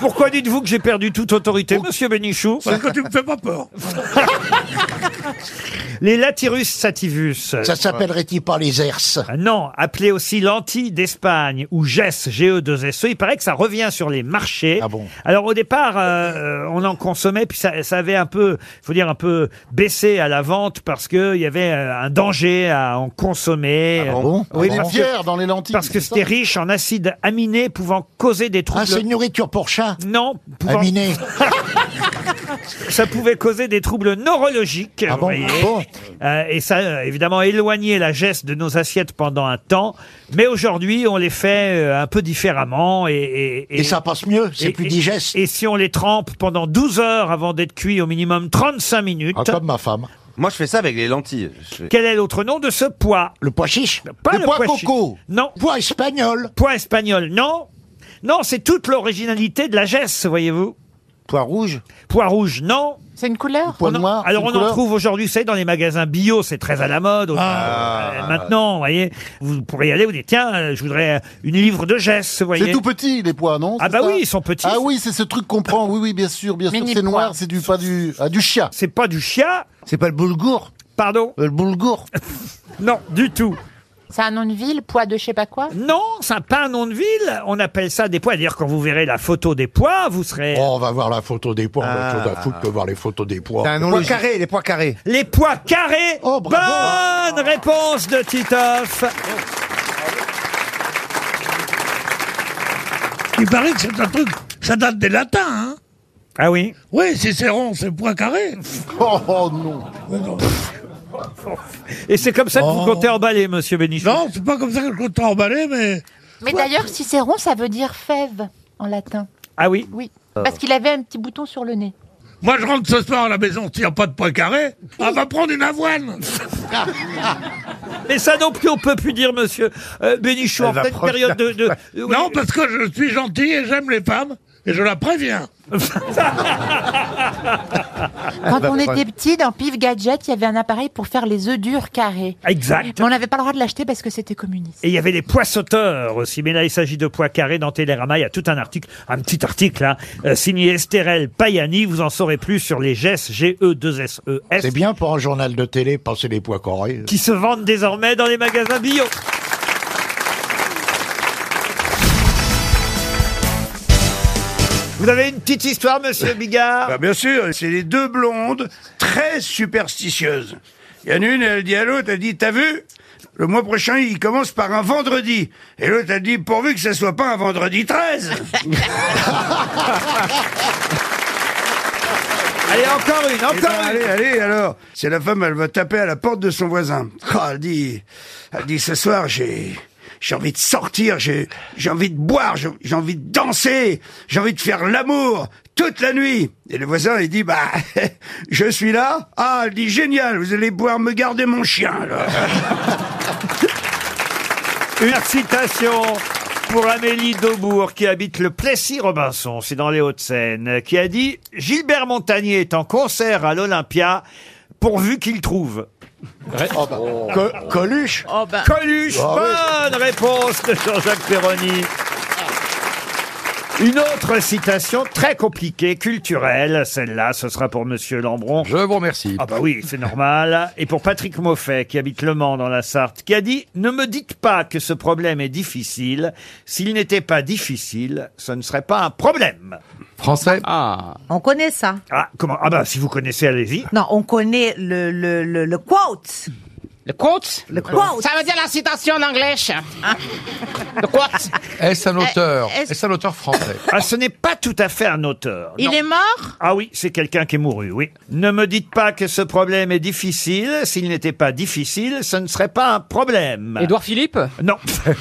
Speaker 1: Pourquoi dites-vous que j'ai perdu toute autorité, monsieur Bénichou
Speaker 14: Parce que tu me fais pas peur.
Speaker 1: Les Latirus sativus. Ça
Speaker 20: s'appellerait-il
Speaker 1: pas les herses Non, appelé aussi lentilles d'Espagne ou E gesse, GE2SE. Il paraît que ça revient sur les marchés.
Speaker 20: Ah
Speaker 1: Alors au départ, euh, euh, on en consommait, puis ça, ça avait un peu, faut dire un peu baissé à la vente parce que il y avait euh, un danger à en consommer.
Speaker 20: Ah bon
Speaker 1: oui,
Speaker 20: Des
Speaker 1: parce que-
Speaker 20: pierres dans les lentilles,
Speaker 1: Parce que
Speaker 20: c'est
Speaker 1: c'était
Speaker 20: ça
Speaker 1: riche en acides aminés pouvant causer des troubles.
Speaker 20: c'est une
Speaker 1: nourriture pour chat Non. pouvant-
Speaker 20: Aminés.
Speaker 1: ça pouvait causer des troubles neurologiques. vous voyez. Euh, et ça, euh, évidemment, éloignait la geste de nos assiettes pendant un temps. Mais aujourd'hui, on les fait euh, un peu différemment. Et,
Speaker 20: Et ça passe mieux, c'est
Speaker 1: et-
Speaker 20: plus
Speaker 1: et-
Speaker 20: digeste.
Speaker 1: Et, si on les trempe pendant 12 heures avant d'être cuits, au minimum 35 minutes. comme ma femme.
Speaker 21: Moi, je fais ça avec les lentilles. Je-
Speaker 1: Quel est l'autre nom de ce pois Le pois chiche Pas
Speaker 20: Le
Speaker 1: le,
Speaker 20: pois
Speaker 1: chiche. Non. Pois espagnol Pois espagnol, non. Non, c'est toute l'originalité de la geste, voyez-vous. Pois rouge Pois rouge, non. C'est une couleur
Speaker 20: pois noir,
Speaker 1: Alors
Speaker 20: c'est
Speaker 1: on
Speaker 20: une
Speaker 1: en
Speaker 20: couleur
Speaker 1: trouve aujourd'hui, c'est dans les magasins bio, c'est très à la mode.
Speaker 20: Ah.
Speaker 1: Euh, maintenant, vous voyez, vous pourrez y aller, vous dites, tiens, euh, je voudrais une livre de geste, vous voyez.
Speaker 20: C'est tout petit, les pois, non
Speaker 1: Ah
Speaker 20: C'est
Speaker 1: bah
Speaker 20: ça
Speaker 1: oui, ils sont petits.
Speaker 20: Ah oui, c'est ce truc qu'on prend. Oui, oui, bien sûr, bien sûr.
Speaker 1: Mini
Speaker 20: C'est
Speaker 1: pois.
Speaker 20: noir, c'est du pas du ah, du chia.
Speaker 1: C'est pas du chia.
Speaker 20: C'est pas le boulgour.
Speaker 1: Pardon.
Speaker 20: Le boulgour.
Speaker 1: non, du tout.
Speaker 20: C'est un nom de ville, pois de je sais pas quoi.
Speaker 1: Non, c'est pas un nom de ville. On appelle ça des pois. D'ailleurs, quand vous verrez la photo des pois, vous serez.
Speaker 20: Oh,
Speaker 1: Ah.
Speaker 22: on va voir la photo des pois, on
Speaker 20: Ah.
Speaker 22: a autre chose à foutre que voir les photos des pois.
Speaker 1: les pois carrés. Les pois carrés.
Speaker 22: Oh,
Speaker 1: Bonne réponse de Titoff.
Speaker 14: Il paraît que c'est un truc, ça date des latins, hein
Speaker 1: Ah oui
Speaker 14: Oui, Cicéron, c'est point carré.
Speaker 20: Oh, non.
Speaker 1: Et c'est comme ça que
Speaker 22: Oh.
Speaker 1: vous comptez emballer, monsieur Bénichou
Speaker 14: Non, c'est pas comme ça que je compte emballer, mais.
Speaker 20: Mais
Speaker 14: d'ailleurs,
Speaker 20: Cicéron, ça veut dire fève en latin.
Speaker 1: Ah oui
Speaker 20: Oui.
Speaker 14: Parce
Speaker 20: qu'il avait un petit bouton sur le nez.
Speaker 14: Euh. Moi, je rentre ce soir à la maison, s'il n'y a pas de point carré, on va prendre une avoine.
Speaker 1: Mais ça non plus, on peut plus dire, monsieur euh, Bénichou, en pleine période de... de-
Speaker 14: Non, parce que je suis gentil et j'aime les femmes, et je la préviens.
Speaker 20: Ah,
Speaker 23: Quand
Speaker 20: bah,
Speaker 23: on
Speaker 20: ouais.
Speaker 23: était petit, dans Pif Gadget, il y avait un appareil pour faire les œufs durs carrés.
Speaker 1: Exact.
Speaker 23: Mais on n'avait pas le droit de l'acheter parce que c'était communiste.
Speaker 1: Et il y avait les pois sauteurs aussi, mais là il s'agit de pois carrés dans Télérama. Il y a tout un article, un petit article là, euh, signé Estherel Payani. Vous en saurez plus sur les gestes G-E-2-S-E-S.
Speaker 22: C'est bien pour un journal de télé, passer les pois carrés.
Speaker 1: qui se vendent désormais dans les magasins bio. Vous avez une petite histoire, monsieur Bigard
Speaker 14: Euh, bah, Bien sûr, c'est les deux blondes très superstitieuses. Il y en a une, elle dit à l'autre, elle dit, t'as vu Le mois prochain, il commence par un vendredi. Et l'autre, elle dit, pourvu que ce soit pas un vendredi 13
Speaker 1: Allez, encore
Speaker 5: Eh ben,
Speaker 1: une, encore
Speaker 14: une. Allez, allez, alors.
Speaker 5: Oh,
Speaker 14: C'est la femme, elle va taper à la porte de son voisin. Ah, elle dit, elle dit, ce soir, j'ai,
Speaker 5: j'ai envie de sortir, j'ai j'ai envie de boire, j'ai j'ai envie de danser, j'ai envie de faire l'amour toute la nuit. Et le voisin, il dit, bah, je suis là. Ah, il dit, génial, vous allez pouvoir me garder mon chien.
Speaker 1: Une citation pour Amélie Daubourg, qui habite le Plessis-Robinson, c'est dans les Hauts-de-Seine, qui a dit « Gilbert Montagnier est en concert à l'Olympia, pourvu qu'il trouve.
Speaker 5: Oh.
Speaker 24: Co- Coluche
Speaker 1: Oh, bah. Coluche,
Speaker 5: Ah
Speaker 1: bonne réponse de Jean-Jacques Perroni. Une autre citation très compliquée, culturelle. Celle-là, ce sera pour Monsieur Lambron. Je vous remercie. Ah bah oui, c'est normal. Et pour Patrick Moffet, qui habite Le Mans dans la Sarthe, qui a dit « Ne me dites pas que ce problème est difficile. S'il n'était pas difficile, ce ne serait pas un problème. » Français Ah.
Speaker 2: On connaît ça.
Speaker 1: Ah, comment Ah bah, si vous connaissez, allez-y.
Speaker 2: Non, on connaît le, le, le, le quote.
Speaker 7: Le quote
Speaker 2: Le quote.
Speaker 7: Ça veut dire la citation en anglais.
Speaker 15: Ah,
Speaker 7: Le quote.
Speaker 1: Est-ce un
Speaker 7: auteur Euh, est-ce-
Speaker 1: Est-ce un auteur français Ah, ce n'est pas tout à fait un auteur.
Speaker 7: Il est mort
Speaker 1: Ah oui, c'est quelqu'un qui est mouru, oui. Ne me dites pas que ce problème est difficile. S'il n'était pas difficile, ce ne serait pas un problème. Édouard Philippe Non.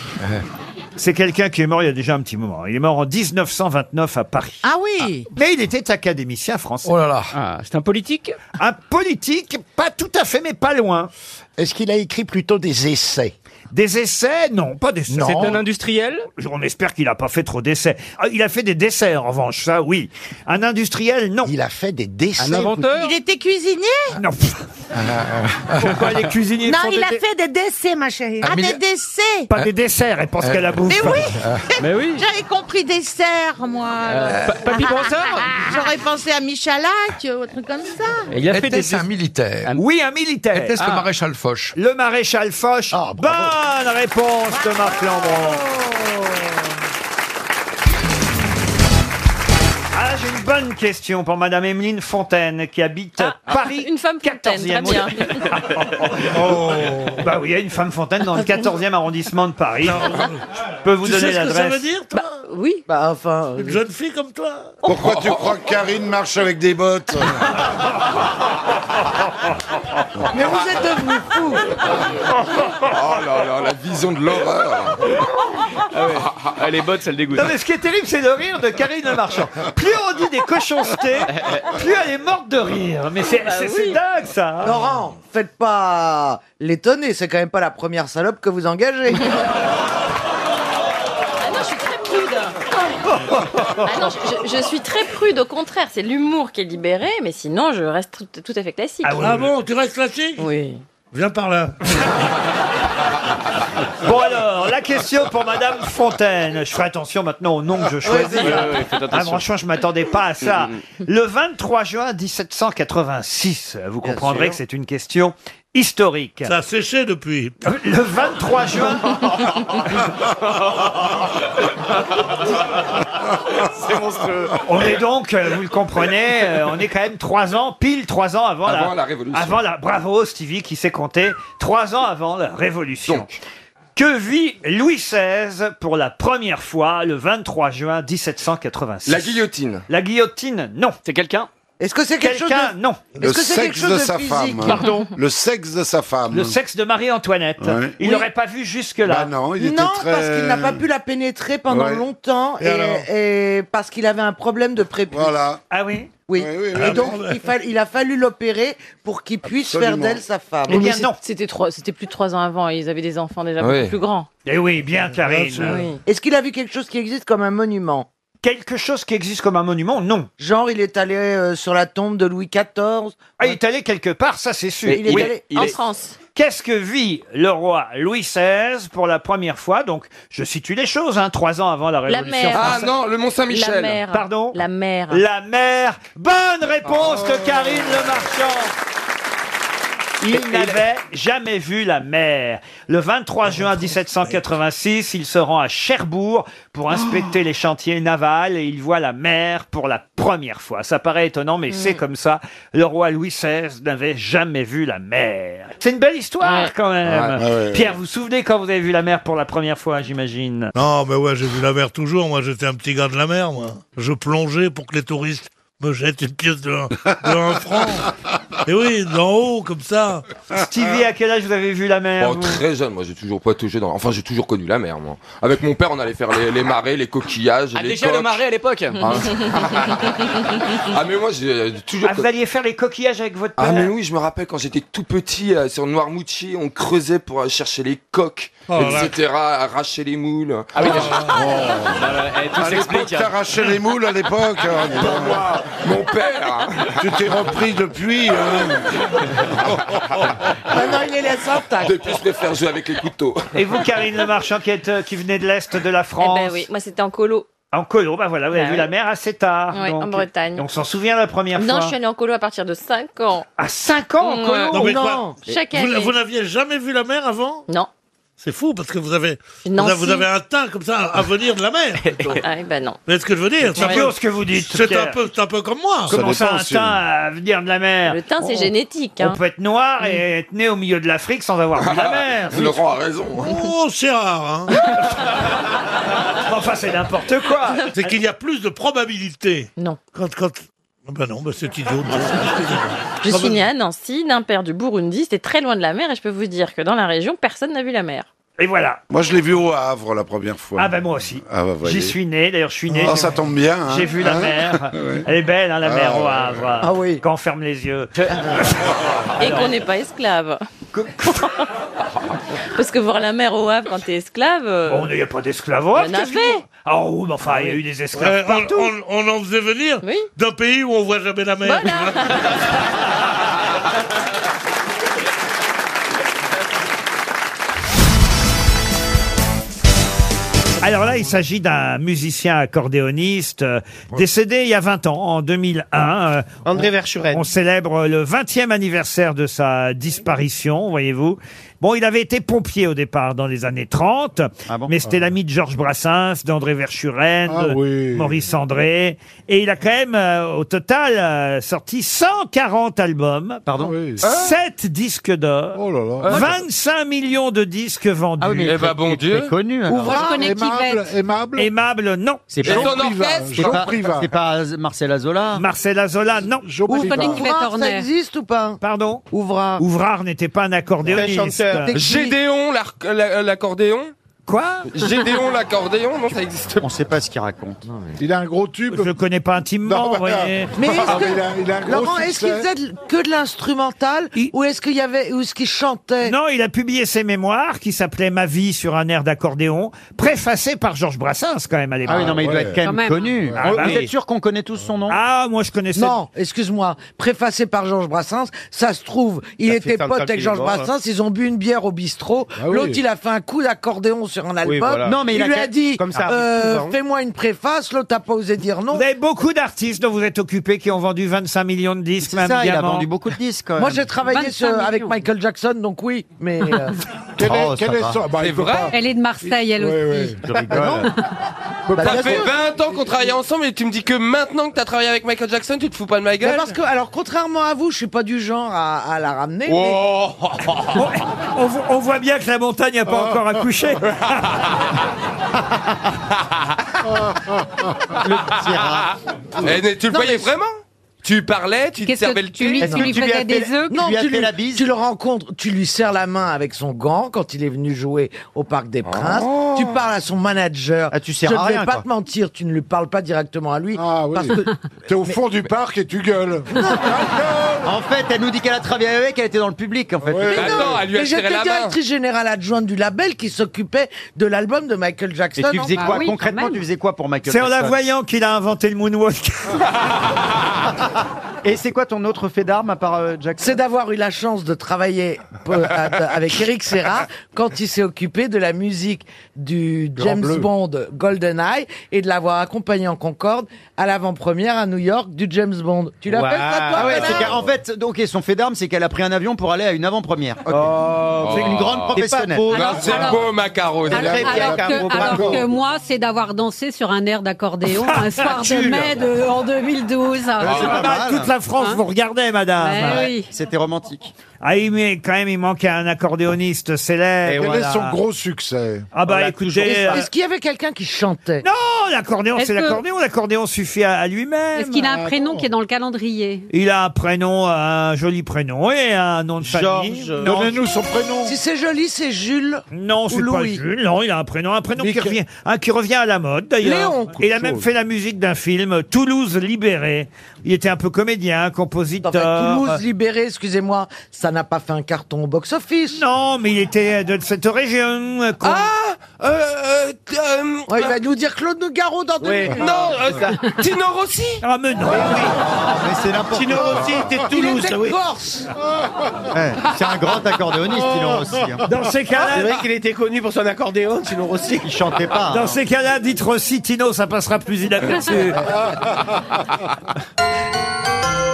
Speaker 1: c'est quelqu'un qui est mort il y a déjà un petit moment. Il est mort en 1929 à Paris.
Speaker 2: Ah oui
Speaker 1: Mais il était académicien français. Oh là là C'est un politique Un politique, pas tout à fait, mais pas loin. Est-ce qu'il a écrit plutôt des essais des essais Non, pas des essais.
Speaker 10: C'est un
Speaker 1: industriel On espère qu'il n'a pas fait trop d'essais. Ah, Il a fait des desserts, en revanche, ça, oui. Un industriel, non. Il a fait des desserts.
Speaker 2: Il était cuisinier
Speaker 1: Ah, Non. Pourquoi les cuisiniers
Speaker 2: Non,
Speaker 1: font
Speaker 2: il
Speaker 1: des
Speaker 2: a
Speaker 1: dé-
Speaker 2: fait des décès, ma chérie.
Speaker 1: Un
Speaker 2: Ah,
Speaker 1: mille-
Speaker 2: des décès
Speaker 1: Pas des desserts, elle pense qu'elle a bouffé.
Speaker 2: Mais oui J'avais compris dessert, moi.
Speaker 1: Euh, Pa- Papy Brossard
Speaker 2: J'aurais pensé à Michalak ou un truc comme ça.
Speaker 1: Il a fait
Speaker 25: Était-ce
Speaker 1: des-
Speaker 25: un militaire
Speaker 1: Oui, un militaire.
Speaker 25: Était-ce le
Speaker 1: Ah.
Speaker 25: maréchal Foch
Speaker 1: Le maréchal Foch. Bonne réponse de Marc Lambron. Ah, j'ai une bonne question pour Madame Emeline Fontaine qui habite Paris.
Speaker 26: Une femme fontaine, très
Speaker 1: 14e.
Speaker 26: bien.
Speaker 1: Oh, bah oui, il y a une femme fontaine dans le 14e arrondissement de Paris. Je peux vous
Speaker 14: Tu sais
Speaker 1: donner
Speaker 14: ce que ça
Speaker 1: l'adresse.
Speaker 14: veut dire, toi
Speaker 2: Oui.
Speaker 14: Bah enfin.
Speaker 9: euh,
Speaker 14: Une jeune fille comme toi.
Speaker 12: Pourquoi tu crois que Karine marche avec des bottes
Speaker 1: Euh,
Speaker 14: Mais vous êtes devenus fous.
Speaker 12: Oh là là, la vision de l'horreur
Speaker 1: Ah Elle est bonne, ça le dégoûte. Non, mais ce qui est terrible, c'est le rire de Karine Le Marchand. Plus on dit des cochoncetés, plus elle est morte de rire. Mais c'est
Speaker 9: Bah
Speaker 1: c'est-
Speaker 9: oui.
Speaker 1: c'est dingue, ça. hein.
Speaker 9: Laurent, faites pas l'étonner, c'est quand même pas la première salope que vous engagez.
Speaker 26: Ah non, je suis très prude. Ah non, je, je- je suis très prude, au contraire. C'est l'humour qui est libéré, mais sinon, je reste tout, tout à fait classique.
Speaker 14: Ah, bon, tu restes classique
Speaker 26: Oui.
Speaker 14: Viens par là.
Speaker 1: Bon alors, la question pour Madame Fontaine. Je ferai attention maintenant au nom que je choisis.
Speaker 14: Ouais, ouais, ouais, faites
Speaker 1: ah,
Speaker 14: attention.
Speaker 1: franchement, je m'attendais pas à ça.
Speaker 14: Mm,
Speaker 1: Le 23 juin 1786, vous
Speaker 14: Bien
Speaker 1: comprendrez
Speaker 14: sûr.
Speaker 1: que c'est une question historique.
Speaker 14: Ça a séché depuis.
Speaker 1: Le 23 juin.
Speaker 14: C'est monstrueux.
Speaker 1: On est donc, euh, vous le comprenez, euh, on est quand même trois ans, pile trois ans avant,
Speaker 14: Avant la Révolution.
Speaker 1: Avant la, bravo Stevie qui s'est compté, trois ans avant la Révolution. Que vit Louis XVI pour la première fois le 23 juin 1786
Speaker 15: La guillotine.
Speaker 1: La guillotine, non. C'est quelqu'un Est-ce que c'est
Speaker 15: quelque chose
Speaker 1: quelqu'un
Speaker 15: de-
Speaker 1: Non.
Speaker 15: Le sexe de, sa femme.
Speaker 1: Pardon
Speaker 15: Le sexe de sa femme.
Speaker 1: Le sexe de Marie-Antoinette.
Speaker 15: Ouais.
Speaker 1: Il
Speaker 15: Oui.
Speaker 1: n'aurait pas vu jusque-là.
Speaker 15: Bah non, il était
Speaker 9: non,
Speaker 15: très-
Speaker 9: parce qu'il n'a pas pu la pénétrer pendant
Speaker 15: Ouais.
Speaker 9: longtemps
Speaker 15: Et
Speaker 9: et,
Speaker 15: alors
Speaker 9: et parce qu'il avait un problème de prépuce.
Speaker 15: Voilà.
Speaker 1: Ah oui
Speaker 9: Oui.
Speaker 14: oui.
Speaker 9: Et donc,
Speaker 14: Ah bon
Speaker 9: il, fa- il a fallu l'opérer pour qu'il puisse
Speaker 14: Absolument.
Speaker 9: faire d'elle sa femme.
Speaker 14: Eh bien,
Speaker 26: non. C'était trois- c'était plus de trois ans avant. Ils avaient des enfants déjà
Speaker 9: Oui.
Speaker 26: beaucoup plus Ah, grands.
Speaker 1: Et Eh oui, bien Karine.
Speaker 9: Est-ce qu'il a vu quelque chose qui existe comme un monument
Speaker 1: Quelque chose qui existe comme un monument Non.
Speaker 9: Genre, il est allé euh, sur la tombe de Louis XIV.
Speaker 1: Ah, il est allé quelque part, ça c'est sûr.
Speaker 9: Il est allé en France.
Speaker 1: Qu'est-ce que vit le roi Louis XVI pour la première fois Donc, je situe les choses, hein, trois ans avant la
Speaker 26: La
Speaker 1: Révolution
Speaker 9: Ah,
Speaker 26: mer.
Speaker 5: Ah
Speaker 1: française.
Speaker 26: La mer.
Speaker 1: Pardon
Speaker 26: La mer.
Speaker 1: La mer. Bonne réponse de Karine Le Marchand. Il n'avait jamais vu la mer. Le 23 juin 1786, il se rend à Cherbourg pour inspecter les chantiers navals et il voit la mer pour la première fois. Ça paraît étonnant, mais c'est comme ça. Le roi Louis XVI n'avait jamais vu la mer. C'est une belle histoire
Speaker 14: Ouais.
Speaker 1: quand même.
Speaker 14: Ouais, ouais, ouais.
Speaker 1: Pierre, vous vous souvenez quand vous avez vu la mer pour la première fois, j'imagine
Speaker 14: Non, mais ouais, j'ai vu la mer toujours. Moi, j'étais un petit gars de la mer, moi. Je plongeais pour que les touristes me jette une pièce de un, de un franc. Et oui, d'en haut, comme ça.
Speaker 1: Stevie, à quel âge vous avez vu la mer
Speaker 12: Oh, très jeune, moi j'ai toujours pas touché dans. Enfin, j'ai toujours connu la mer, moi. Avec mon père, on allait faire les, les marais, les coquillages.
Speaker 10: Ah,
Speaker 12: les
Speaker 10: déjà le
Speaker 12: coques.
Speaker 10: marais à l'époque
Speaker 12: Ah. Ah, mais moi j'ai toujours.
Speaker 1: Ah, vous alliez faire les coquillages avec votre père
Speaker 12: Ah, mais oui, je me rappelle quand j'étais tout petit, euh, sur Noirmoutier, on creusait pour aller chercher les coques,
Speaker 14: Oh, là.
Speaker 12: etc., arracher les moules. Oh.
Speaker 14: Ah oui,
Speaker 1: bah, eh,
Speaker 12: tout
Speaker 15: Oh. À l'époque,
Speaker 12: s'explique, hein.
Speaker 15: t'arrachais les moules à l'époque. hein, dis donc.
Speaker 12: Mon père
Speaker 15: Tu t'es repris depuis. hein.
Speaker 1: Maintenant, Ah il est la
Speaker 26: Eh
Speaker 12: Depuis, je préfère jouer avec les couteaux.
Speaker 1: Et vous, Karine Le Marchand, qui, êtes, euh, qui venez de l'Est de la France
Speaker 26: Eh ben oui, moi c'était en colo.
Speaker 1: En colo, bah voilà, vous avez
Speaker 26: Bah
Speaker 1: vu
Speaker 26: oui.
Speaker 1: la mer assez tard.
Speaker 26: Ouais,
Speaker 1: donc.
Speaker 26: en Bretagne.
Speaker 1: Et on s'en souvient la première fois.
Speaker 26: Non, je suis allée en colo à partir de 5 ans.
Speaker 1: À 5 ans, en colo
Speaker 14: Non, mais quoi
Speaker 26: Oh Chaque
Speaker 14: Vous-
Speaker 26: année.
Speaker 14: Vous, n'aviez jamais vu la mer avant
Speaker 26: Non.
Speaker 14: C'est fou, parce que vous avez, vous
Speaker 26: Nancy.
Speaker 14: avez, vous avez un teint comme ça à venir de la mer. plutôt.
Speaker 26: Ah, eh ben non.
Speaker 14: Vous voyez ce que je veux dire
Speaker 1: C'est curieux ce que vous dites,
Speaker 14: C'est un
Speaker 1: Pierre.
Speaker 14: peu, c'est un peu comme moi.
Speaker 1: Comment ça, un teint à venir de la mer Le
Speaker 26: teint, c'est génétique, hein.
Speaker 1: On peut être noir et être né au milieu de l'Afrique sans avoir vu la mer.
Speaker 12: Laurent a raison.
Speaker 14: Oh, c'est rare, hein.
Speaker 1: euh, enfin, c'est n'importe quoi.
Speaker 14: C'est qu'il y a plus de probabilités.
Speaker 26: Non. Ah,
Speaker 14: Quand, quand... Ah Ben non, ben c'est idiot.
Speaker 26: Je
Speaker 14: Ah
Speaker 26: suis
Speaker 1: bah,
Speaker 14: ben-
Speaker 26: née à Nancy, d'un père du Burundi, c'était très loin de la mer et je peux vous dire que dans la région, personne n'a vu la mer.
Speaker 1: Et voilà.
Speaker 15: Moi, je l'ai vu au Havre la première fois.
Speaker 1: Ah, bah moi aussi.
Speaker 15: Ah, bah, voyez.
Speaker 1: J'y suis né, d'ailleurs, je suis né.
Speaker 15: Oh, ça tombe bien. hein.
Speaker 1: J'ai vu la
Speaker 15: Hein
Speaker 1: mer.
Speaker 15: Ouais.
Speaker 1: Elle est belle, hein, la
Speaker 15: Ah,
Speaker 1: mer au
Speaker 15: ouais,
Speaker 1: Havre.
Speaker 15: ouais.
Speaker 1: oui. Quand on ferme les yeux.
Speaker 26: Et qu'on n'est pas esclave. Parce que voir la mer au Havre quand t'es esclave. euh,
Speaker 1: Bon, Oh, il n'y a pas d'esclaves. au Havre,
Speaker 26: Il y en
Speaker 1: qu'est-ce que
Speaker 26: avait.
Speaker 1: vous- Ah oui, mais enfin, il y a eu des esclaves
Speaker 14: Ouais,
Speaker 1: partout.
Speaker 14: Euh, on, on- on en faisait venir d'un pays où on voit jamais la mer.
Speaker 1: Alors là, il s'agit d'un musicien accordéoniste euh, décédé il y a 20 ans, en 2001. André Verschuren. euh, On célèbre le 20e anniversaire de sa disparition, voyez-vous. Bon, il avait été pompier au départ dans les années 30, mais c'était l'ami de Georges Brassens, d'André Verschuren,
Speaker 27: Ah
Speaker 1: de
Speaker 27: oui.
Speaker 1: Maurice André. Et il a quand même, euh, au total, euh, sorti 140 albums. Pardon 7 disques d'or.
Speaker 27: Oh
Speaker 1: 25 millions de disques vendus.
Speaker 27: Euh, Ah oui, mais Eh il est ben, très- bon il est Dieu. très connu, alors. Ouvrage,
Speaker 1: Ouvrage,
Speaker 27: connais
Speaker 1: aimable,
Speaker 27: Kivette.
Speaker 1: aimable. Aimable, non.
Speaker 27: C'est pas- Et ton Jean Privat, orchestre Jean
Speaker 1: Jean
Speaker 27: pas-
Speaker 1: Privat.
Speaker 27: c'est
Speaker 1: pas
Speaker 5: euh,
Speaker 1: Marcel Azola. Marcel Azola, non.
Speaker 9: Ouvrard, ça existe ou pas
Speaker 1: Pardon
Speaker 9: Ouvrard.
Speaker 1: Ouvrard n'était pas un accordéoniste.
Speaker 12: Gédéon, l'arc- la- l'accordéon
Speaker 1: Quoi
Speaker 12: Gédéon, l'accordéon Non, ça existe
Speaker 5: On sait pas ce qu'il raconte. Non, mais-
Speaker 1: Il a un gros tube. Je le connais pas intimement,
Speaker 5: Non,
Speaker 1: vous
Speaker 5: voilà.
Speaker 1: voyez.
Speaker 9: Mais est-ce que,
Speaker 1: gros
Speaker 9: Laurent, est-ce qu'il
Speaker 1: succès.
Speaker 9: faisait de- que de l'instrumental ou est-ce qu'il y avait ou est-ce qu'il chantait
Speaker 1: Non, il a publié ses mémoires qui s'appelaient Ma vie sur un air d'accordéon, préfacé par Georges Brassens quand même à l'époque.
Speaker 5: Ah oui, non, mais il doit être quand même, connu.
Speaker 1: Ah,
Speaker 5: Vous
Speaker 1: bah oui.
Speaker 5: êtes sûr qu'on connaît tous son nom
Speaker 1: Ah, moi je connaissais.
Speaker 9: Non, excuse-moi, préfacé par Georges Brassens, ça se trouve, il
Speaker 5: Ça fait
Speaker 9: était
Speaker 5: tant de
Speaker 9: pote
Speaker 5: temps
Speaker 9: avec
Speaker 5: qu'il est
Speaker 9: Georges
Speaker 5: mort, hein.
Speaker 9: Brassens, ils ont bu une bière au bistrot,
Speaker 5: Ah oui.
Speaker 9: l'autre il a fait un coup d'accordéon sur un album,
Speaker 5: voilà. Non, mais il
Speaker 9: il,
Speaker 5: a
Speaker 9: lui
Speaker 5: qu'à-
Speaker 9: a dit,
Speaker 5: comme ça arrive
Speaker 9: euh,
Speaker 5: souvent.
Speaker 9: fais-moi une préface, l'autre a pas osé dire non.
Speaker 1: Vous avez beaucoup d'artistes dont vous êtes occupés qui ont vendu 25 millions de disques, même
Speaker 9: ça, il a
Speaker 1: diamants.
Speaker 9: vendu
Speaker 5: beaucoup de disques.
Speaker 9: Moi j'ai travaillé
Speaker 17: 25
Speaker 9: sur- avec
Speaker 17: millions.
Speaker 9: Michael Jackson, donc oui, mais... euh,
Speaker 17: Quel
Speaker 1: Oh,
Speaker 17: est- quel est son- bah, il peut pas. Elle est de Marseille, elle aussi.
Speaker 9: Bah,
Speaker 12: ça
Speaker 9: bien
Speaker 12: fait
Speaker 9: sûr.
Speaker 12: 20 ans qu'on travaille ensemble et tu me dis que maintenant que t'as travaillé avec Michael Jackson, tu te fous pas de ma
Speaker 9: Mais
Speaker 12: gueule
Speaker 9: parce que, alors, contrairement à vous, je suis pas du genre à, à la
Speaker 1: Oh.
Speaker 9: ramener.
Speaker 12: Wow.
Speaker 1: eh, on, vo- on voit bien que la montagne n'a
Speaker 9: Oh.
Speaker 1: pas encore accouché. Ah,
Speaker 12: Eh, mais tu le
Speaker 9: Non,
Speaker 12: voyais
Speaker 9: mais-
Speaker 12: vraiment Tu parlais, tu te servais le thé
Speaker 9: Est-ce que as fait- Non, tu, lui, tu le rencontres, tu lui serres la main avec son gant quand il est venu jouer au Parc des Princes. Tu parles à son manager.
Speaker 5: Oh. Ah, tu sers
Speaker 9: Je
Speaker 5: à
Speaker 9: ne vais
Speaker 5: rien,
Speaker 9: pas
Speaker 5: quoi.
Speaker 9: te mentir, tu ne lui parles pas directement à lui. parce que...
Speaker 5: T'es au fond du parc et tu gueules. en fait, elle nous dit qu'elle a travaillé avec, elle était dans le public, en fait.
Speaker 12: Mais Attends, elle lui a
Speaker 9: Mais
Speaker 12: serré
Speaker 9: j'étais
Speaker 12: la main.
Speaker 9: directrice générale adjointe du label qui s'occupait de l'album de Michael
Speaker 5: Et
Speaker 9: Jackson. hein. Ah
Speaker 5: tu faisais quoi Concrètement, tu faisais quoi pour Michael
Speaker 1: C'est en la
Speaker 5: Jackson
Speaker 1: voyant qu'il a inventé le moonwalk.
Speaker 5: Et c'est quoi ton autre fait d'arme à part euh, Jackson
Speaker 9: c'est d'avoir eu la chance de travailler peu- à- avec Eric Serra quand il s'est occupé de la musique du
Speaker 5: Grand
Speaker 9: James
Speaker 5: Bleu.
Speaker 9: Bond GoldenEye et de l'avoir accompagné en Concorde à l'avant-première à New York du James Bond. Tu l'as
Speaker 5: Waouh.
Speaker 9: fait ça toi
Speaker 5: Ah ouais,
Speaker 9: Bernard
Speaker 5: c'est qu'en- en fait, donc, et son fait d'arme, c'est qu'elle a pris un avion pour aller à une avant-première. Oh, c'est une grande professionnelle.
Speaker 12: Non, C'est beau, Macaro.
Speaker 5: Alors-
Speaker 12: c'est bien.
Speaker 5: alors-
Speaker 17: Que- alors
Speaker 5: Bravo.
Speaker 17: que moi, c'est d'avoir dansé sur un air d'accordéon un soir de
Speaker 5: Tue.
Speaker 17: mai de- en 2012.
Speaker 1: Toute la France vous regardait, madame.
Speaker 17: Ouais, oui.
Speaker 18: Ben
Speaker 5: C'était romantique.
Speaker 1: Ah, il- mais quand même, il manquait un accordéoniste célèbre.
Speaker 22: Quel est son gros succès
Speaker 1: Ah bah écoutez, euh,
Speaker 9: Est-ce qu'il y avait quelqu'un qui chantait
Speaker 1: Non, l'accordéon,
Speaker 18: Est-ce
Speaker 1: c'est
Speaker 18: que-
Speaker 1: l'accordéon. L'accordéon suffit à, à lui-même.
Speaker 18: Est-ce qu'il
Speaker 9: Ah,
Speaker 18: a un
Speaker 17: Ah,
Speaker 18: prénom qui est dans le calendrier
Speaker 1: Il a un prénom, un joli prénom et un nom de famille.
Speaker 18: Georges.
Speaker 1: Non,
Speaker 18: Donnez-nous
Speaker 1: son prénom.
Speaker 9: Si c'est joli, c'est Jules.
Speaker 1: Non, c'est pas Jules. Non, il a un prénom, un prénom qui
Speaker 9: Mickey.
Speaker 1: revient, un qui revient à la mode d'ailleurs.
Speaker 9: Léon.
Speaker 1: Il a même fait la musique d'un film, Toulouse libérée. Il était un peu comédien, compositeur.
Speaker 9: Toulouse libérée, excusez-moi, ça n'a pas fait un carton au box-office.
Speaker 1: Non, mais il
Speaker 9: euh,
Speaker 1: était de cette région.
Speaker 9: Ah
Speaker 4: Euh,
Speaker 9: Ouais, Il va nous dire Claude Nougaro dans deux
Speaker 4: Oui.
Speaker 9: minutes.
Speaker 4: euh, Non, euh,
Speaker 9: Tino
Speaker 4: Rossi
Speaker 1: Ah, mais non
Speaker 4: Mais c'est n'importe
Speaker 9: Tino
Speaker 4: quoi.
Speaker 9: Rossi était de Toulouse,
Speaker 4: Il était
Speaker 9: oui.
Speaker 4: Corse
Speaker 19: c'est un grand accordéoniste, Tino Rossi. hein.
Speaker 1: Dans ces cas-là-
Speaker 4: C'est vrai qu'il était connu pour son accordéon, Tino Rossi.
Speaker 19: Il chantait pas.
Speaker 4: hein.
Speaker 1: Dans ces cas-là, dites Rossi, Tino, ça passera plus inaperçu.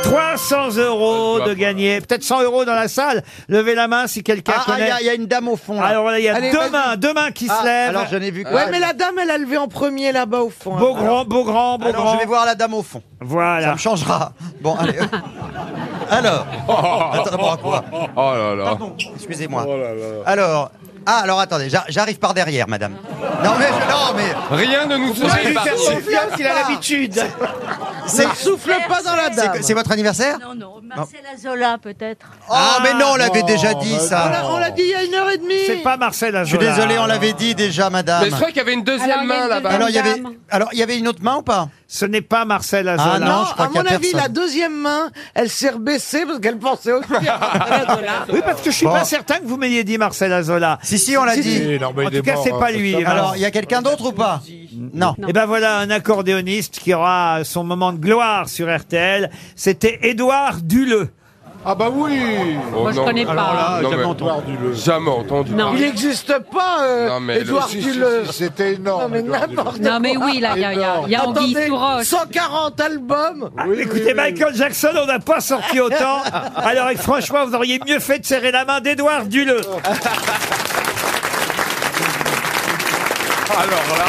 Speaker 1: 300 euros de gagner, peut-être 100 euros dans la salle. Levez la main si quelqu'un
Speaker 4: Ah, ah,
Speaker 1: connaît.
Speaker 4: il y a- il y a une dame au fond, là.
Speaker 1: Alors voilà, il y a
Speaker 4: Allez,
Speaker 1: deux
Speaker 4: vas-y.
Speaker 1: mains, deux mains qui se
Speaker 4: Ah,
Speaker 1: lèvent.
Speaker 4: alors je n'ai vu que-
Speaker 9: Ouais, mais la dame, elle a levé en premier là-bas au fond. hein.
Speaker 1: Beau grand, beau grand, beau
Speaker 4: Alors,
Speaker 1: grand.
Speaker 4: je vais voir la dame au fond.
Speaker 1: Voilà.
Speaker 4: Ça me changera. Bon, allez. alors. Attends, bon, quoi
Speaker 25: Oh là Oh là.
Speaker 4: Pardon, excusez-moi. Alors. Ah, alors attendez, j'a- j'arrive par derrière, madame. Non, mais. je- Non, mais.
Speaker 25: Rien ne nous
Speaker 4: faisait
Speaker 5: il
Speaker 4: partir.
Speaker 5: souffle pas, il a l'habitude. Ne souffle pas dans la dame.
Speaker 4: C'est- C'est votre anniversaire
Speaker 11: Non, non, Marcella Zola peut-être.
Speaker 4: Oh, mais non, on l'avait déjà dit, ça.
Speaker 9: Ah, On l'a dit il y a une heure et demie.
Speaker 1: C'est pas Marcel
Speaker 4: Je suis désolé, on l'avait dit déjà, madame.
Speaker 25: Mais c'est vrai qu'il y avait une deuxième
Speaker 9: Alors, il y a
Speaker 25: main
Speaker 9: une
Speaker 25: là-bas.
Speaker 9: deuxième
Speaker 4: Alors, il y avait,
Speaker 9: dame.
Speaker 4: alors, il y avait une autre main ou pas
Speaker 1: Ce n'est pas Marcel
Speaker 4: Ah
Speaker 1: Azola.
Speaker 4: non, je crois
Speaker 9: à
Speaker 4: qu'il y a
Speaker 9: mon avis,
Speaker 4: personne.
Speaker 9: la deuxième main, elle s'est rebaissée parce qu'elle pensait aussi à
Speaker 1: Oui, parce que je suis
Speaker 4: Bon.
Speaker 1: pas certain que vous m'ayez dit Marcel Azola.
Speaker 4: Si, si, on l'a dit.
Speaker 1: en tout cas, c'est pas lui.
Speaker 4: Alors, il y a quelqu'un d'autre ou pas Non.
Speaker 1: Et ben voilà un accordéoniste qui aura son moment de gloire sur RTL. C'était Édouard Duleux.
Speaker 22: Ah bah oui
Speaker 25: Oh, non, mais- alors là, non, mais- Jamais entendu.
Speaker 9: Il
Speaker 25: parler.
Speaker 9: n'existe pas, euh,
Speaker 25: Non, mais le-
Speaker 9: Édouard euh,
Speaker 25: si,
Speaker 9: Duleux.
Speaker 22: C'était énorme.
Speaker 9: Non, mais
Speaker 22: Édouard Duleux.
Speaker 9: n'importe
Speaker 18: Non, mais
Speaker 9: quoi.
Speaker 18: oui, là, il y a- il y a- il y a
Speaker 9: Attendez,
Speaker 18: Anguille sous roche.
Speaker 9: 140 albums
Speaker 1: Écoutez, Michael Jackson, on n'a pas sorti autant. Alors, et franchement, vous auriez mieux fait de serrer la main d'Édouard Duleux.
Speaker 25: Alors là.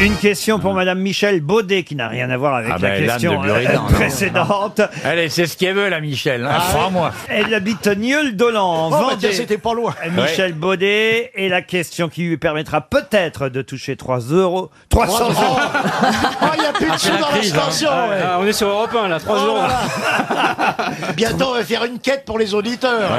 Speaker 1: Une question pour Madame Michel Baudet, qui n'a rien à voir avec
Speaker 3: Ah
Speaker 1: la
Speaker 3: ben, l'âne
Speaker 1: question
Speaker 3: de Buridan,
Speaker 1: euh,
Speaker 3: non.
Speaker 1: précédente.
Speaker 3: Allez, c'est ce qu'elle veut, la Michel.
Speaker 5: Ah
Speaker 3: Hein, moi
Speaker 1: Elle habite Nieul-Dolan, en
Speaker 3: Oh, bah
Speaker 1: Vendée. Euh,
Speaker 3: tiens, c'était pas loin.
Speaker 1: Michel Baudet, et la question qui lui permettra peut-être de toucher 3 euros. 300 euros
Speaker 5: Oh, il n'y a
Speaker 3: Ah,
Speaker 5: plus de sous dans l'extension. ouais.
Speaker 16: Ah, on est sur Europe 1, là, 3
Speaker 5: Oh
Speaker 16: jours.
Speaker 5: là là. Bientôt, on va faire une quête pour les auditeurs.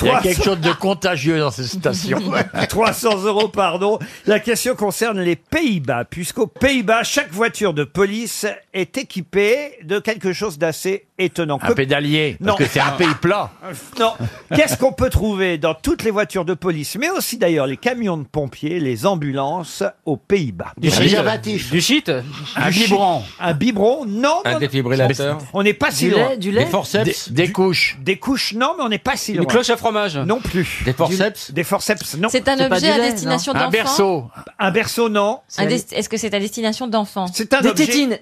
Speaker 3: Il y a quelque chose de contagieux dans cette station.
Speaker 1: 300 euros, pardon. La question concerne les Pays-Bas, puisqu'aux Pays-Bas, chaque voiture de police est équipée de quelque chose d'assez étonnant.
Speaker 3: Un
Speaker 1: Que-
Speaker 3: pédalier, parce
Speaker 1: Non.
Speaker 3: que c'est un pays plat.
Speaker 1: Non. Qu'est-ce qu'on peut trouver dans toutes les voitures de police, mais aussi d'ailleurs les camions de pompiers, les ambulances aux Pays-Bas
Speaker 3: Bah, Du shit. Préservatif.
Speaker 1: Du shit
Speaker 3: Un biberon.
Speaker 1: Un biberon Non.
Speaker 3: Un
Speaker 1: non, non.
Speaker 3: défibrillateur.
Speaker 1: On n'est pas si
Speaker 3: Du
Speaker 1: loin.
Speaker 3: lait, du lait. Des forceps. Des- des couches.
Speaker 1: Des couches, non, mais on n'est pas si loin.
Speaker 3: Une cloche
Speaker 1: à fromage Non plus. Des
Speaker 3: forceps
Speaker 1: Des forceps, non.
Speaker 26: C'est un C'est pas objet du à lait, destination non. d'enfants
Speaker 1: Un berceau. Un berceau, non.
Speaker 26: Un dest- Est-ce que c'est à destination d'enfants
Speaker 1: C'est un objet-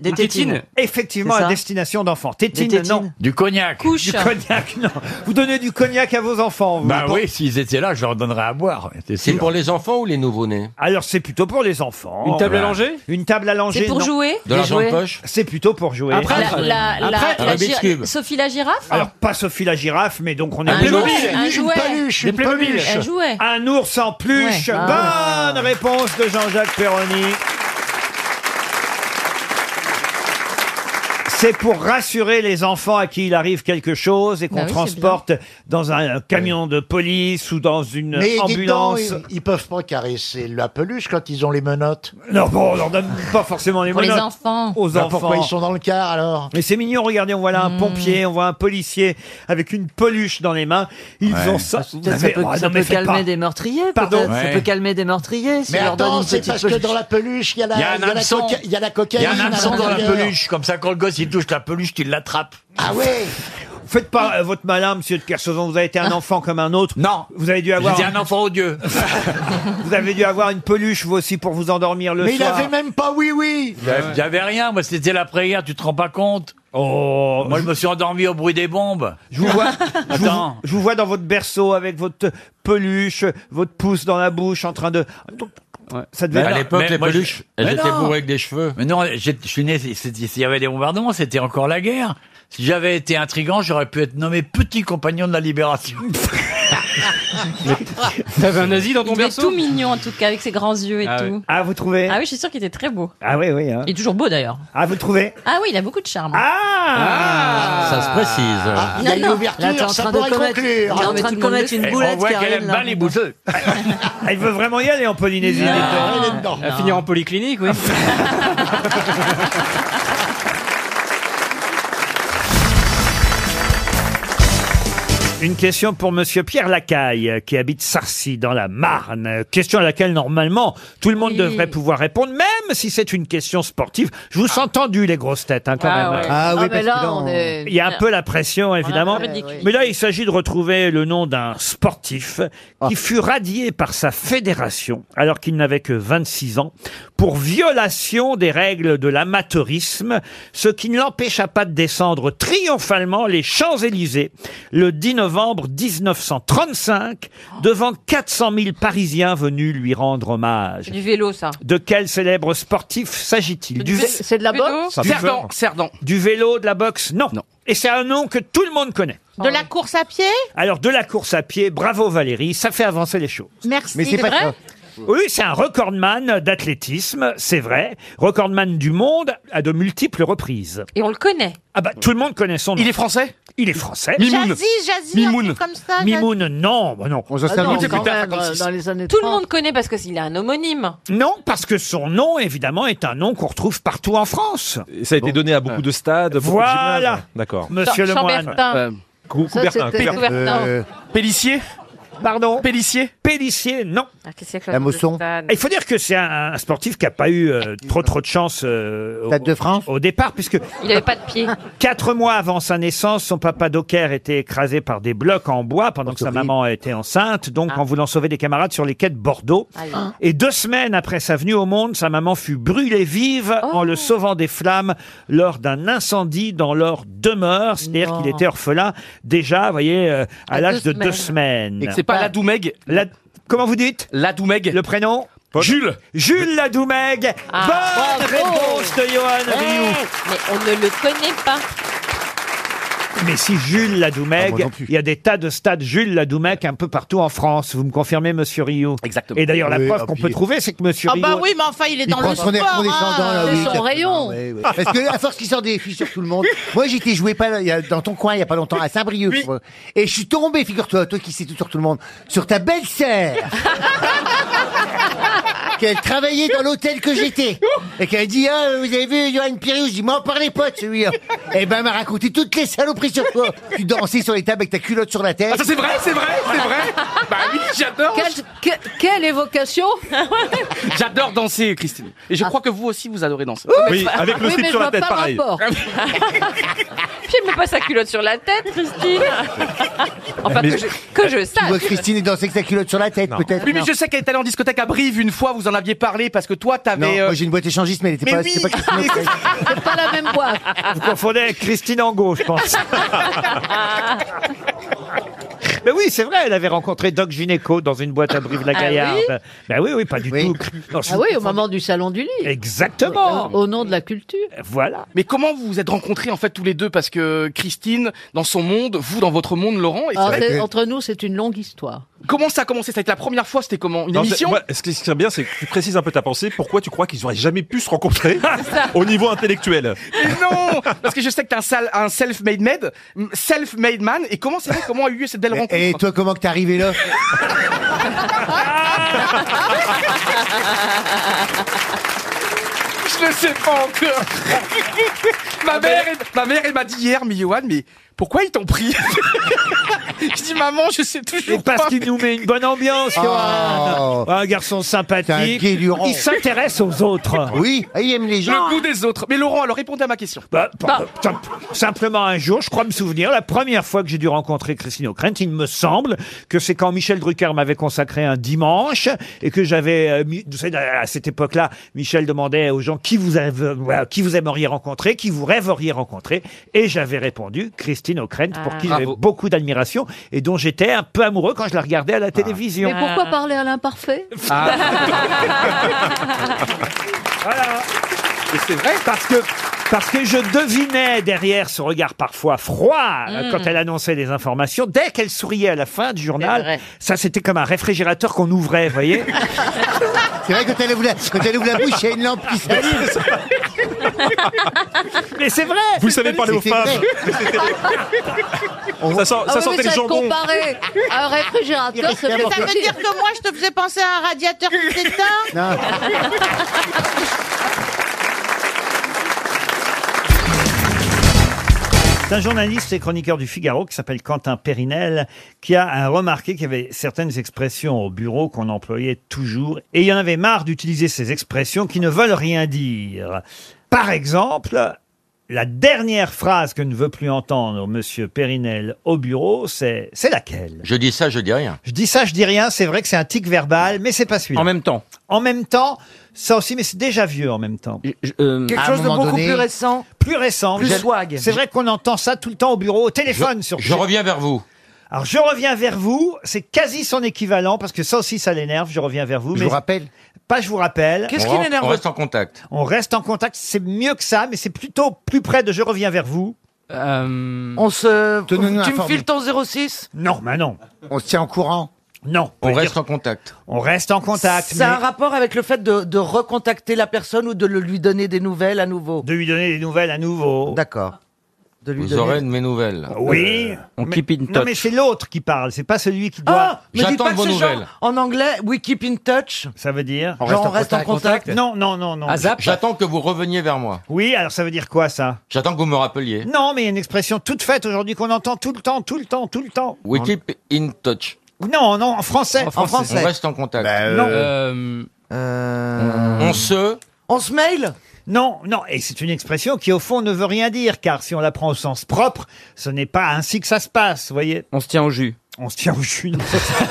Speaker 1: Effectivement,
Speaker 26: C'est ça
Speaker 1: à destination d'enfants. Tétine,
Speaker 26: Des tétines.
Speaker 1: non.
Speaker 3: Du cognac.
Speaker 1: Du cognac, non. Vous donnez du cognac à vos enfants. vous.
Speaker 3: Bah oui, s'ils étaient là, je leur donnerais à boire.
Speaker 25: C'est pour les enfants ou les nouveau-nés
Speaker 1: Alors, c'est plutôt pour les enfants.
Speaker 3: Une table à
Speaker 1: Voilà.
Speaker 3: langer
Speaker 1: Une table à langer.
Speaker 26: C'est pour
Speaker 1: non.
Speaker 26: jouer De Des l'argent de jouets poche
Speaker 1: C'est plutôt pour jouer.
Speaker 26: La- la- la- la gir- Sophie la girafe
Speaker 1: Ah. Alors, pas Sophie la girafe, mais donc on est
Speaker 26: Un
Speaker 1: plutôt-
Speaker 26: jouet, un Une jouet. peluche,
Speaker 1: Des
Speaker 26: une
Speaker 1: Playmobil.
Speaker 26: peluche. Un jouet.
Speaker 1: Un ours en peluche.
Speaker 26: Ouais. Ah.
Speaker 1: Bonne réponse de Jean-Jacques Perroni. C'est pour rassurer les enfants à qui il arrive quelque chose et qu'on
Speaker 5: Bah oui, c'est
Speaker 1: transporte dans un camion de police ou dans une
Speaker 5: Mais dites donc,
Speaker 1: ambulance.
Speaker 5: ils, ils peuvent pas caresser la peluche quand ils ont les menottes.
Speaker 1: Non, bon, on leur donne pas forcément les
Speaker 26: Pour les
Speaker 1: menottes
Speaker 26: enfants.
Speaker 1: Aux
Speaker 5: Bah,
Speaker 1: enfants.
Speaker 5: Pourquoi ils sont dans le car alors
Speaker 1: Mais c'est mignon, regardez, on voit là un pompier, on voit un policier avec une peluche dans les mains. Ils
Speaker 3: Ouais.
Speaker 1: ont ça. oh,
Speaker 28: Ça, ça peut, ça peut calmer des meurtriers,
Speaker 1: Pardon
Speaker 28: Eh, peut-être. Ça
Speaker 1: Ouais.
Speaker 28: peut calmer des meurtriers. si
Speaker 5: Ah, Mais
Speaker 28: on leur donne
Speaker 5: attends,
Speaker 28: une
Speaker 5: c'est
Speaker 28: petite
Speaker 5: parce que
Speaker 28: peluche.
Speaker 5: dans la peluche, il y a la,
Speaker 3: Il y a un
Speaker 5: il y a la
Speaker 3: hameçon.
Speaker 5: coca- il y a la
Speaker 3: Il
Speaker 5: cocaïne.
Speaker 3: y a un hameçon
Speaker 5: à
Speaker 3: dans la
Speaker 5: l'intérieur.
Speaker 3: peluche. Comme ça, quand le gosse, il touche la peluche, tu l'attrapes.
Speaker 5: Ah ouais Ah.
Speaker 1: Faites pas euh, votre malin, monsieur de Kersauzon. Vous avez été un enfant comme un autre. Non. Vous avez dû
Speaker 3: J'ai
Speaker 1: avoir,
Speaker 3: dit un enfant odieux.
Speaker 1: vous avez dû avoir une peluche, vous aussi, pour vous endormir le
Speaker 5: Mais il
Speaker 1: soir.
Speaker 5: avait même pas oui oui.
Speaker 3: Il y avait- il y avait rien, moi c'était la prière, tu te rends pas compte
Speaker 1: Oh,
Speaker 3: Moi je me suis endormi au bruit des bombes.
Speaker 1: Je vous vois, je vous,
Speaker 3: Attends.
Speaker 1: je vous vois dans votre berceau avec votre peluche, votre pouce dans la bouche en train de. Ça devait
Speaker 6: à
Speaker 1: être-
Speaker 6: l'époque,
Speaker 1: Mais
Speaker 6: les
Speaker 1: moi,
Speaker 6: peluches,
Speaker 1: je-
Speaker 6: elles
Speaker 1: Mais
Speaker 6: étaient
Speaker 1: non.
Speaker 6: bourrées avec des cheveux. Mais non, j'ai- je suis né, c'est- c'est- s'il y avait des
Speaker 3: ben
Speaker 6: bombardements, c'était encore la guerre. Si j'avais été intrigant, j'aurais pu être nommé petit compagnon de la libération.
Speaker 26: T'avais un
Speaker 6: nazi dans
Speaker 26: Il est tout mignon en tout cas avec ses grands yeux et
Speaker 6: Ah
Speaker 26: tout.
Speaker 6: oui.
Speaker 1: Ah vous trouvez
Speaker 26: Ah oui, je suis sûre qu'il était très beau.
Speaker 1: Ah oui, oui. hein.
Speaker 26: Il est toujours beau d'ailleurs.
Speaker 1: Ah vous trouvez
Speaker 26: Ah oui, il a beaucoup de charme.
Speaker 1: Ah,
Speaker 6: Ça se précise.
Speaker 3: Ah,
Speaker 5: Ah,
Speaker 26: il y a une ouverture, ça pourrait conclure.
Speaker 28: t'es en
Speaker 26: Mais
Speaker 28: train
Speaker 26: tout
Speaker 28: de
Speaker 26: le monde
Speaker 28: commettre
Speaker 26: le
Speaker 28: une
Speaker 26: sait.
Speaker 28: boulette,
Speaker 26: On voit qu'elle
Speaker 28: Karine,
Speaker 6: aime
Speaker 28: là.
Speaker 6: pas les bouteux.
Speaker 1: Elle veut vraiment y aller en Polynésie.
Speaker 6: Non.
Speaker 1: dis donc.
Speaker 6: Elle est dedans. Elle va finir en
Speaker 1: polyclinique, oui. Une question pour Monsieur Pierre Lacaille, euh, qui habite Sarcy, dans la Marne. Euh, Question à laquelle, normalement, tout le monde
Speaker 6: Oui.
Speaker 1: devrait pouvoir répondre, même si c'est une question sportive. Je vous sens tendu, les grosses têtes, hein, quand
Speaker 6: Ah
Speaker 1: même.
Speaker 6: ouais. Ah oui, Ah, mais parce que là, là, on on- est-
Speaker 1: Il y
Speaker 26: Ah.
Speaker 1: a un peu la pression, évidemment. Mais là, il s'agit de retrouver le nom d'un sportif qui fut radié par sa fédération, alors qu'il n'avait que 26 ans, pour violation des règles de l'amateurisme, ce qui ne l'empêcha pas de descendre triomphalement les Champs-Élysées le 10 novembre 1935, devant 400 000 Parisiens venus lui rendre hommage.
Speaker 15: Du vélo, ça.
Speaker 1: De quel célèbre sportif s'agit-il
Speaker 15: Du vé- c'est de la boxe
Speaker 1: Du
Speaker 15: Cerdan,
Speaker 1: vé- Du vélo, de la boxe Non. Et c'est un nom que tout le monde connaît. Ah.
Speaker 15: De la course à pied
Speaker 1: Alors, de la course à pied, bravo Valérie, ça fait avancer les choses.
Speaker 15: Merci. Mais c'est C'est pas vrai ça.
Speaker 1: Oui, c'est un recordman d'athlétisme, c'est vrai. Recordman du monde à de multiples reprises.
Speaker 26: Et on le connaît.
Speaker 1: Ah bah, tout le monde connaît son nom. Il est français Il est français.
Speaker 26: Mimoun. Jazzy, Jazzy, un truc comme ça, Jazzy.
Speaker 1: Mimoun, non, bah non.
Speaker 26: Ah non, quand même, euh, dans les années Tout le monde connaît parce que qu'il a un homonyme.
Speaker 1: Non, parce que son nom, évidemment, est un nom qu'on retrouve partout en France.
Speaker 10: Ça a été donné à beaucoup de stades. beaucoup de
Speaker 1: Voilà.
Speaker 10: gymnases. D'accord.
Speaker 1: Monsieur
Speaker 10: le
Speaker 1: Chambertin. Lemoine.
Speaker 10: Euh, Cou-
Speaker 1: Ça,
Speaker 10: Coubertin.
Speaker 1: c'était-
Speaker 10: Euh,
Speaker 1: Coubertin.
Speaker 10: Pélissier
Speaker 1: Pardon Pélissier Pélissier, non.
Speaker 26: Ah,
Speaker 1: Il faut dire que c'est un, un sportif qui n'a pas eu euh, trop trop de chance euh, au, de France. au départ, puisque
Speaker 26: Il n'avait pas de pied.
Speaker 1: quatre mois avant sa naissance, son papa Docker était écrasé par des blocs en bois pendant que sa maman était enceinte, donc
Speaker 26: Ah.
Speaker 1: en voulant sauver des camarades sur les quais de Bordeaux.
Speaker 26: Aïe.
Speaker 1: Et deux semaines après sa venue au monde, sa maman fut brûlée vive en
Speaker 26: Oh.
Speaker 1: le sauvant des flammes lors d'un incendie dans leur demeure, c'est-à-dire
Speaker 10: Non.
Speaker 1: qu'il était orphelin déjà, vous voyez, euh, à,
Speaker 10: À
Speaker 1: l'âge
Speaker 10: deux
Speaker 1: de deux
Speaker 10: semaines.
Speaker 1: semaines. Ah.
Speaker 10: Et que c'est pas la Doumeg
Speaker 1: Comment vous dites
Speaker 10: La Doumeg.
Speaker 1: Le prénom
Speaker 10: Jules.
Speaker 1: Jules Ladoumeg.
Speaker 26: Ah.
Speaker 1: Bonne
Speaker 26: Bravo.
Speaker 1: réponse de Johan
Speaker 10: Eh.
Speaker 26: Ouais.
Speaker 1: Rioux.
Speaker 26: Mais on ne le connaît pas.
Speaker 1: Mais si Jules
Speaker 10: Ah,
Speaker 1: Ladoumeg, il y a des tas de stades Jules Ladoumeg un peu partout en France. Vous me confirmez, Monsieur Rio Exactement. Et d'ailleurs, la
Speaker 4: Oui,
Speaker 1: preuve
Speaker 4: ah,
Speaker 1: qu'on
Speaker 4: puis-
Speaker 1: peut trouver, c'est que Monsieur
Speaker 15: Ah
Speaker 1: Rio.
Speaker 15: bah oui, mais enfin, il est
Speaker 4: Il
Speaker 15: dans
Speaker 4: prend
Speaker 15: le
Speaker 4: son air
Speaker 15: sport.
Speaker 4: condescendant, là, oui,
Speaker 15: hein. C'est son
Speaker 4: exactement,
Speaker 15: rayon.
Speaker 4: oui, oui. Parce que à force qu'il sort des fiches sur tout le monde, moi j'étais joué pas il y a- dans ton coin il y a pas longtemps à Saint-Brieuc je crois. et je suis tombé figure-toi toi qui sais tout sur tout le monde sur ta belle-sœur qu'elle travaillait dans l'hôtel que j'étais et qu'elle dit ah vous avez vu Johan Piriou je dis m'en parlais pas de celui-là et ben elle m'a raconté toutes les saloperies sur toi tu dansais sur les tables avec ta culotte sur la tête
Speaker 10: Ah, ça, c'est vrai, c'est vrai, c'est vrai. Bah oui, j'adore. Ah
Speaker 2: quelle évocation
Speaker 10: J'adore danser, Christine. Et je crois que vous aussi, vous adorez danser.
Speaker 2: Ah. Oui, avec le Oui, slip mais sur je la vois tête, pas le pareil. rapport.
Speaker 26: Puis elle met pas sa culotte sur la tête, Christine. enfin, que je, que je
Speaker 4: tu vois
Speaker 26: sache.
Speaker 4: Christine est dansée avec sa culotte sur la tête peut-être
Speaker 10: Oui, mais
Speaker 4: Non.
Speaker 10: je sais qu'elle est allée en discothèque à Brive une fois, vous en aviez parlé parce que toi,
Speaker 4: non,
Speaker 10: t'avais. euh,
Speaker 4: moi j'ai une boîte échangiste, mais elle était
Speaker 10: Mais
Speaker 4: pas,
Speaker 10: oui.
Speaker 4: c'était pas Christine O'Crane.
Speaker 2: C'est pas la même boîte.
Speaker 1: Vous confondez avec Christine Angot, je pense. Mais oui, c'est vrai, elle avait rencontré Doc Gynéco dans une boîte à Brive-la-Gaillarde.
Speaker 2: Ah
Speaker 5: Bah
Speaker 1: Ben oui, oui, pas du tout. Non, je-
Speaker 2: Ah oui, au moment du salon du livre. Euh,
Speaker 1: Exactement.
Speaker 2: Au nom de la culture.
Speaker 1: Voilà.
Speaker 10: Mais comment vous vous êtes rencontrés en fait tous les deux Parce que Christine, dans son monde, vous dans votre monde, Laurent. et
Speaker 2: Alors,
Speaker 10: c'est-
Speaker 2: c'est- entre nous, c'est une longue histoire.
Speaker 10: Comment ça a commencé Ça a été la première fois, c'était comment Une
Speaker 2: Non,
Speaker 10: émission
Speaker 2: c'est- moi,
Speaker 10: Ce qui est bien, c'est que tu précises un peu ta pensée. Pourquoi tu crois qu'ils auraient jamais pu se rencontrer au niveau intellectuel Mais non Parce que je sais que t'es un, sal- un self-made man, self-made man. Et comment c'est vrai Comment a eu lieu cette belle rencontre
Speaker 4: Et toi, comment que t'es arrivé là
Speaker 10: Je ne sais pas encore.
Speaker 1: Ah,
Speaker 10: ma mère, elle, ma mère, elle m'a dit hier, mais Johan, mais pourquoi ils t'ont pris Je dis maman, je sais toujours pas. Ah.
Speaker 1: Parce qu'il nous met une bonne ambiance,
Speaker 4: Oh.
Speaker 1: Johan. hein. Un garçon sympathique.
Speaker 4: C'est un guéluron.
Speaker 1: Il s'intéresse aux autres.
Speaker 4: Oui, il aime les
Speaker 10: Le goût des autres. Mais Laurent, alors répondez à ma question.
Speaker 1: Bah, par- sim- Simplement un jour, je crois me souvenir, la première fois que j'ai dû rencontrer Christine O'Krent, il me semble que c'est quand Michel Drucker m'avait consacré un dimanche et que j'avais, euh, mis- vous savez, à cette époque-là, Michel demandait aux gens qui vous, avez- voilà, qui vous aimeriez rencontrer, qui vous rêveriez rencontrer, et j'avais répondu Christine O'Krent,
Speaker 10: Ah.
Speaker 1: pour qui j'avais
Speaker 10: Bravo.
Speaker 1: beaucoup d'admiration, et dont j'étais un peu amoureux quand je la regardais
Speaker 4: Ah.
Speaker 1: à la télévision.
Speaker 2: Mais pourquoi parler à l'imparfait
Speaker 6: Ah.
Speaker 1: c'est vrai parce que parce que je devinais derrière ce regard parfois froid euh,
Speaker 17: Mm.
Speaker 1: quand elle annonçait les informations, dès qu'elle souriait à la fin du journal, ça c'était comme un réfrigérateur qu'on ouvrait, vous voyez.
Speaker 4: C'est vrai que quand elle ouvre la, quand elle ouvre la bouche, il y a une lampe qui s'allume.
Speaker 1: Mais c'est vrai
Speaker 4: Vous savez parler aux femmes.
Speaker 2: Ah
Speaker 18: Ça, sent,
Speaker 4: Ah
Speaker 18: ça
Speaker 4: oui,
Speaker 18: sentait
Speaker 4: mais
Speaker 18: le
Speaker 4: ça
Speaker 18: jambon.
Speaker 2: Comparé à un réfrigérateur, ça
Speaker 11: Mais
Speaker 2: fait
Speaker 11: ça veut
Speaker 2: chier.
Speaker 11: dire que moi, je te faisais penser à un radiateur qui s'éteint
Speaker 1: C'est un journaliste et chroniqueur du Figaro qui s'appelle Quentin Périnel qui a euh, remarqué qu'il y avait certaines expressions au bureau qu'on employait toujours et il y en avait marre d'utiliser ces expressions qui ne veulent rien dire. Par exemple, la dernière phrase que ne veut plus entendre monsieur Périnel au bureau, c'est c'est laquelle
Speaker 3: Je dis ça, je dis rien.
Speaker 1: Je dis ça, je dis rien, c'est vrai que c'est un tic verbal, mais c'est pas celui-là. En même temps. En même temps, ça aussi, mais c'est déjà vieux en même temps. euh,
Speaker 9: Quelque chose de beaucoup plus récent.
Speaker 1: Plus récent.
Speaker 9: Plus
Speaker 1: Je-
Speaker 9: swag.
Speaker 1: C'est vrai qu'on entend ça tout le temps au bureau, au téléphone surtout.
Speaker 25: Je reviens vers vous.
Speaker 1: Alors, je reviens vers vous, c'est quasi son équivalent, parce que ça aussi, ça l'énerve, je reviens vers vous. Je vous rappelle Pas je vous rappelle.
Speaker 25: On rentre- On reste en contact.
Speaker 1: On reste en contact, c'est mieux que ça, mais c'est plutôt plus près de je reviens vers vous.
Speaker 9: On
Speaker 17: Euh,
Speaker 9: se. Tu
Speaker 1: Tenez-nous
Speaker 9: me
Speaker 1: informés.
Speaker 9: files ton 06
Speaker 1: Non, mais non.
Speaker 4: On se tient au courant.
Speaker 1: Non.
Speaker 25: On reste en contact.
Speaker 1: On reste en contact.
Speaker 9: Ça a un
Speaker 1: mais
Speaker 9: rapport avec le fait de, de recontacter la personne ou de le- lui donner des nouvelles à nouveau
Speaker 1: De lui donner des nouvelles à nouveau.
Speaker 9: D'accord. De lui
Speaker 25: Vous
Speaker 9: donner-
Speaker 25: aurez de mes nouvelles.
Speaker 1: Ah Oui.
Speaker 25: Euh, On
Speaker 1: keep in Non, Euh, mais c'est l'autre qui parle, c'est pas celui qui doit.
Speaker 9: Ah Mais dites pas que c'est genre, En anglais, we keep in touch.
Speaker 1: Ça veut dire
Speaker 9: Genre, on reste en contact.
Speaker 1: Non, non, non, non.
Speaker 25: J'attends que vous reveniez vers moi.
Speaker 1: Oui, alors ça veut dire quoi ça
Speaker 25: J'attends que vous me rappeliez.
Speaker 1: Non, mais il y a une expression toute faite aujourd'hui qu'on entend tout le temps, tout le temps, tout le temps.
Speaker 25: We keep in touch.
Speaker 1: Non, non, en français.
Speaker 25: On reste en contact.
Speaker 1: Non.
Speaker 25: euh,
Speaker 9: Euh.
Speaker 25: On se.
Speaker 1: On se mail non, non, et c'est une expression qui au fond ne veut rien dire, car si on la prend au sens propre, ce n'est pas ainsi que ça se passe, vous voyez. On se tient au jus. On se tient au jus. non, ça, c'est-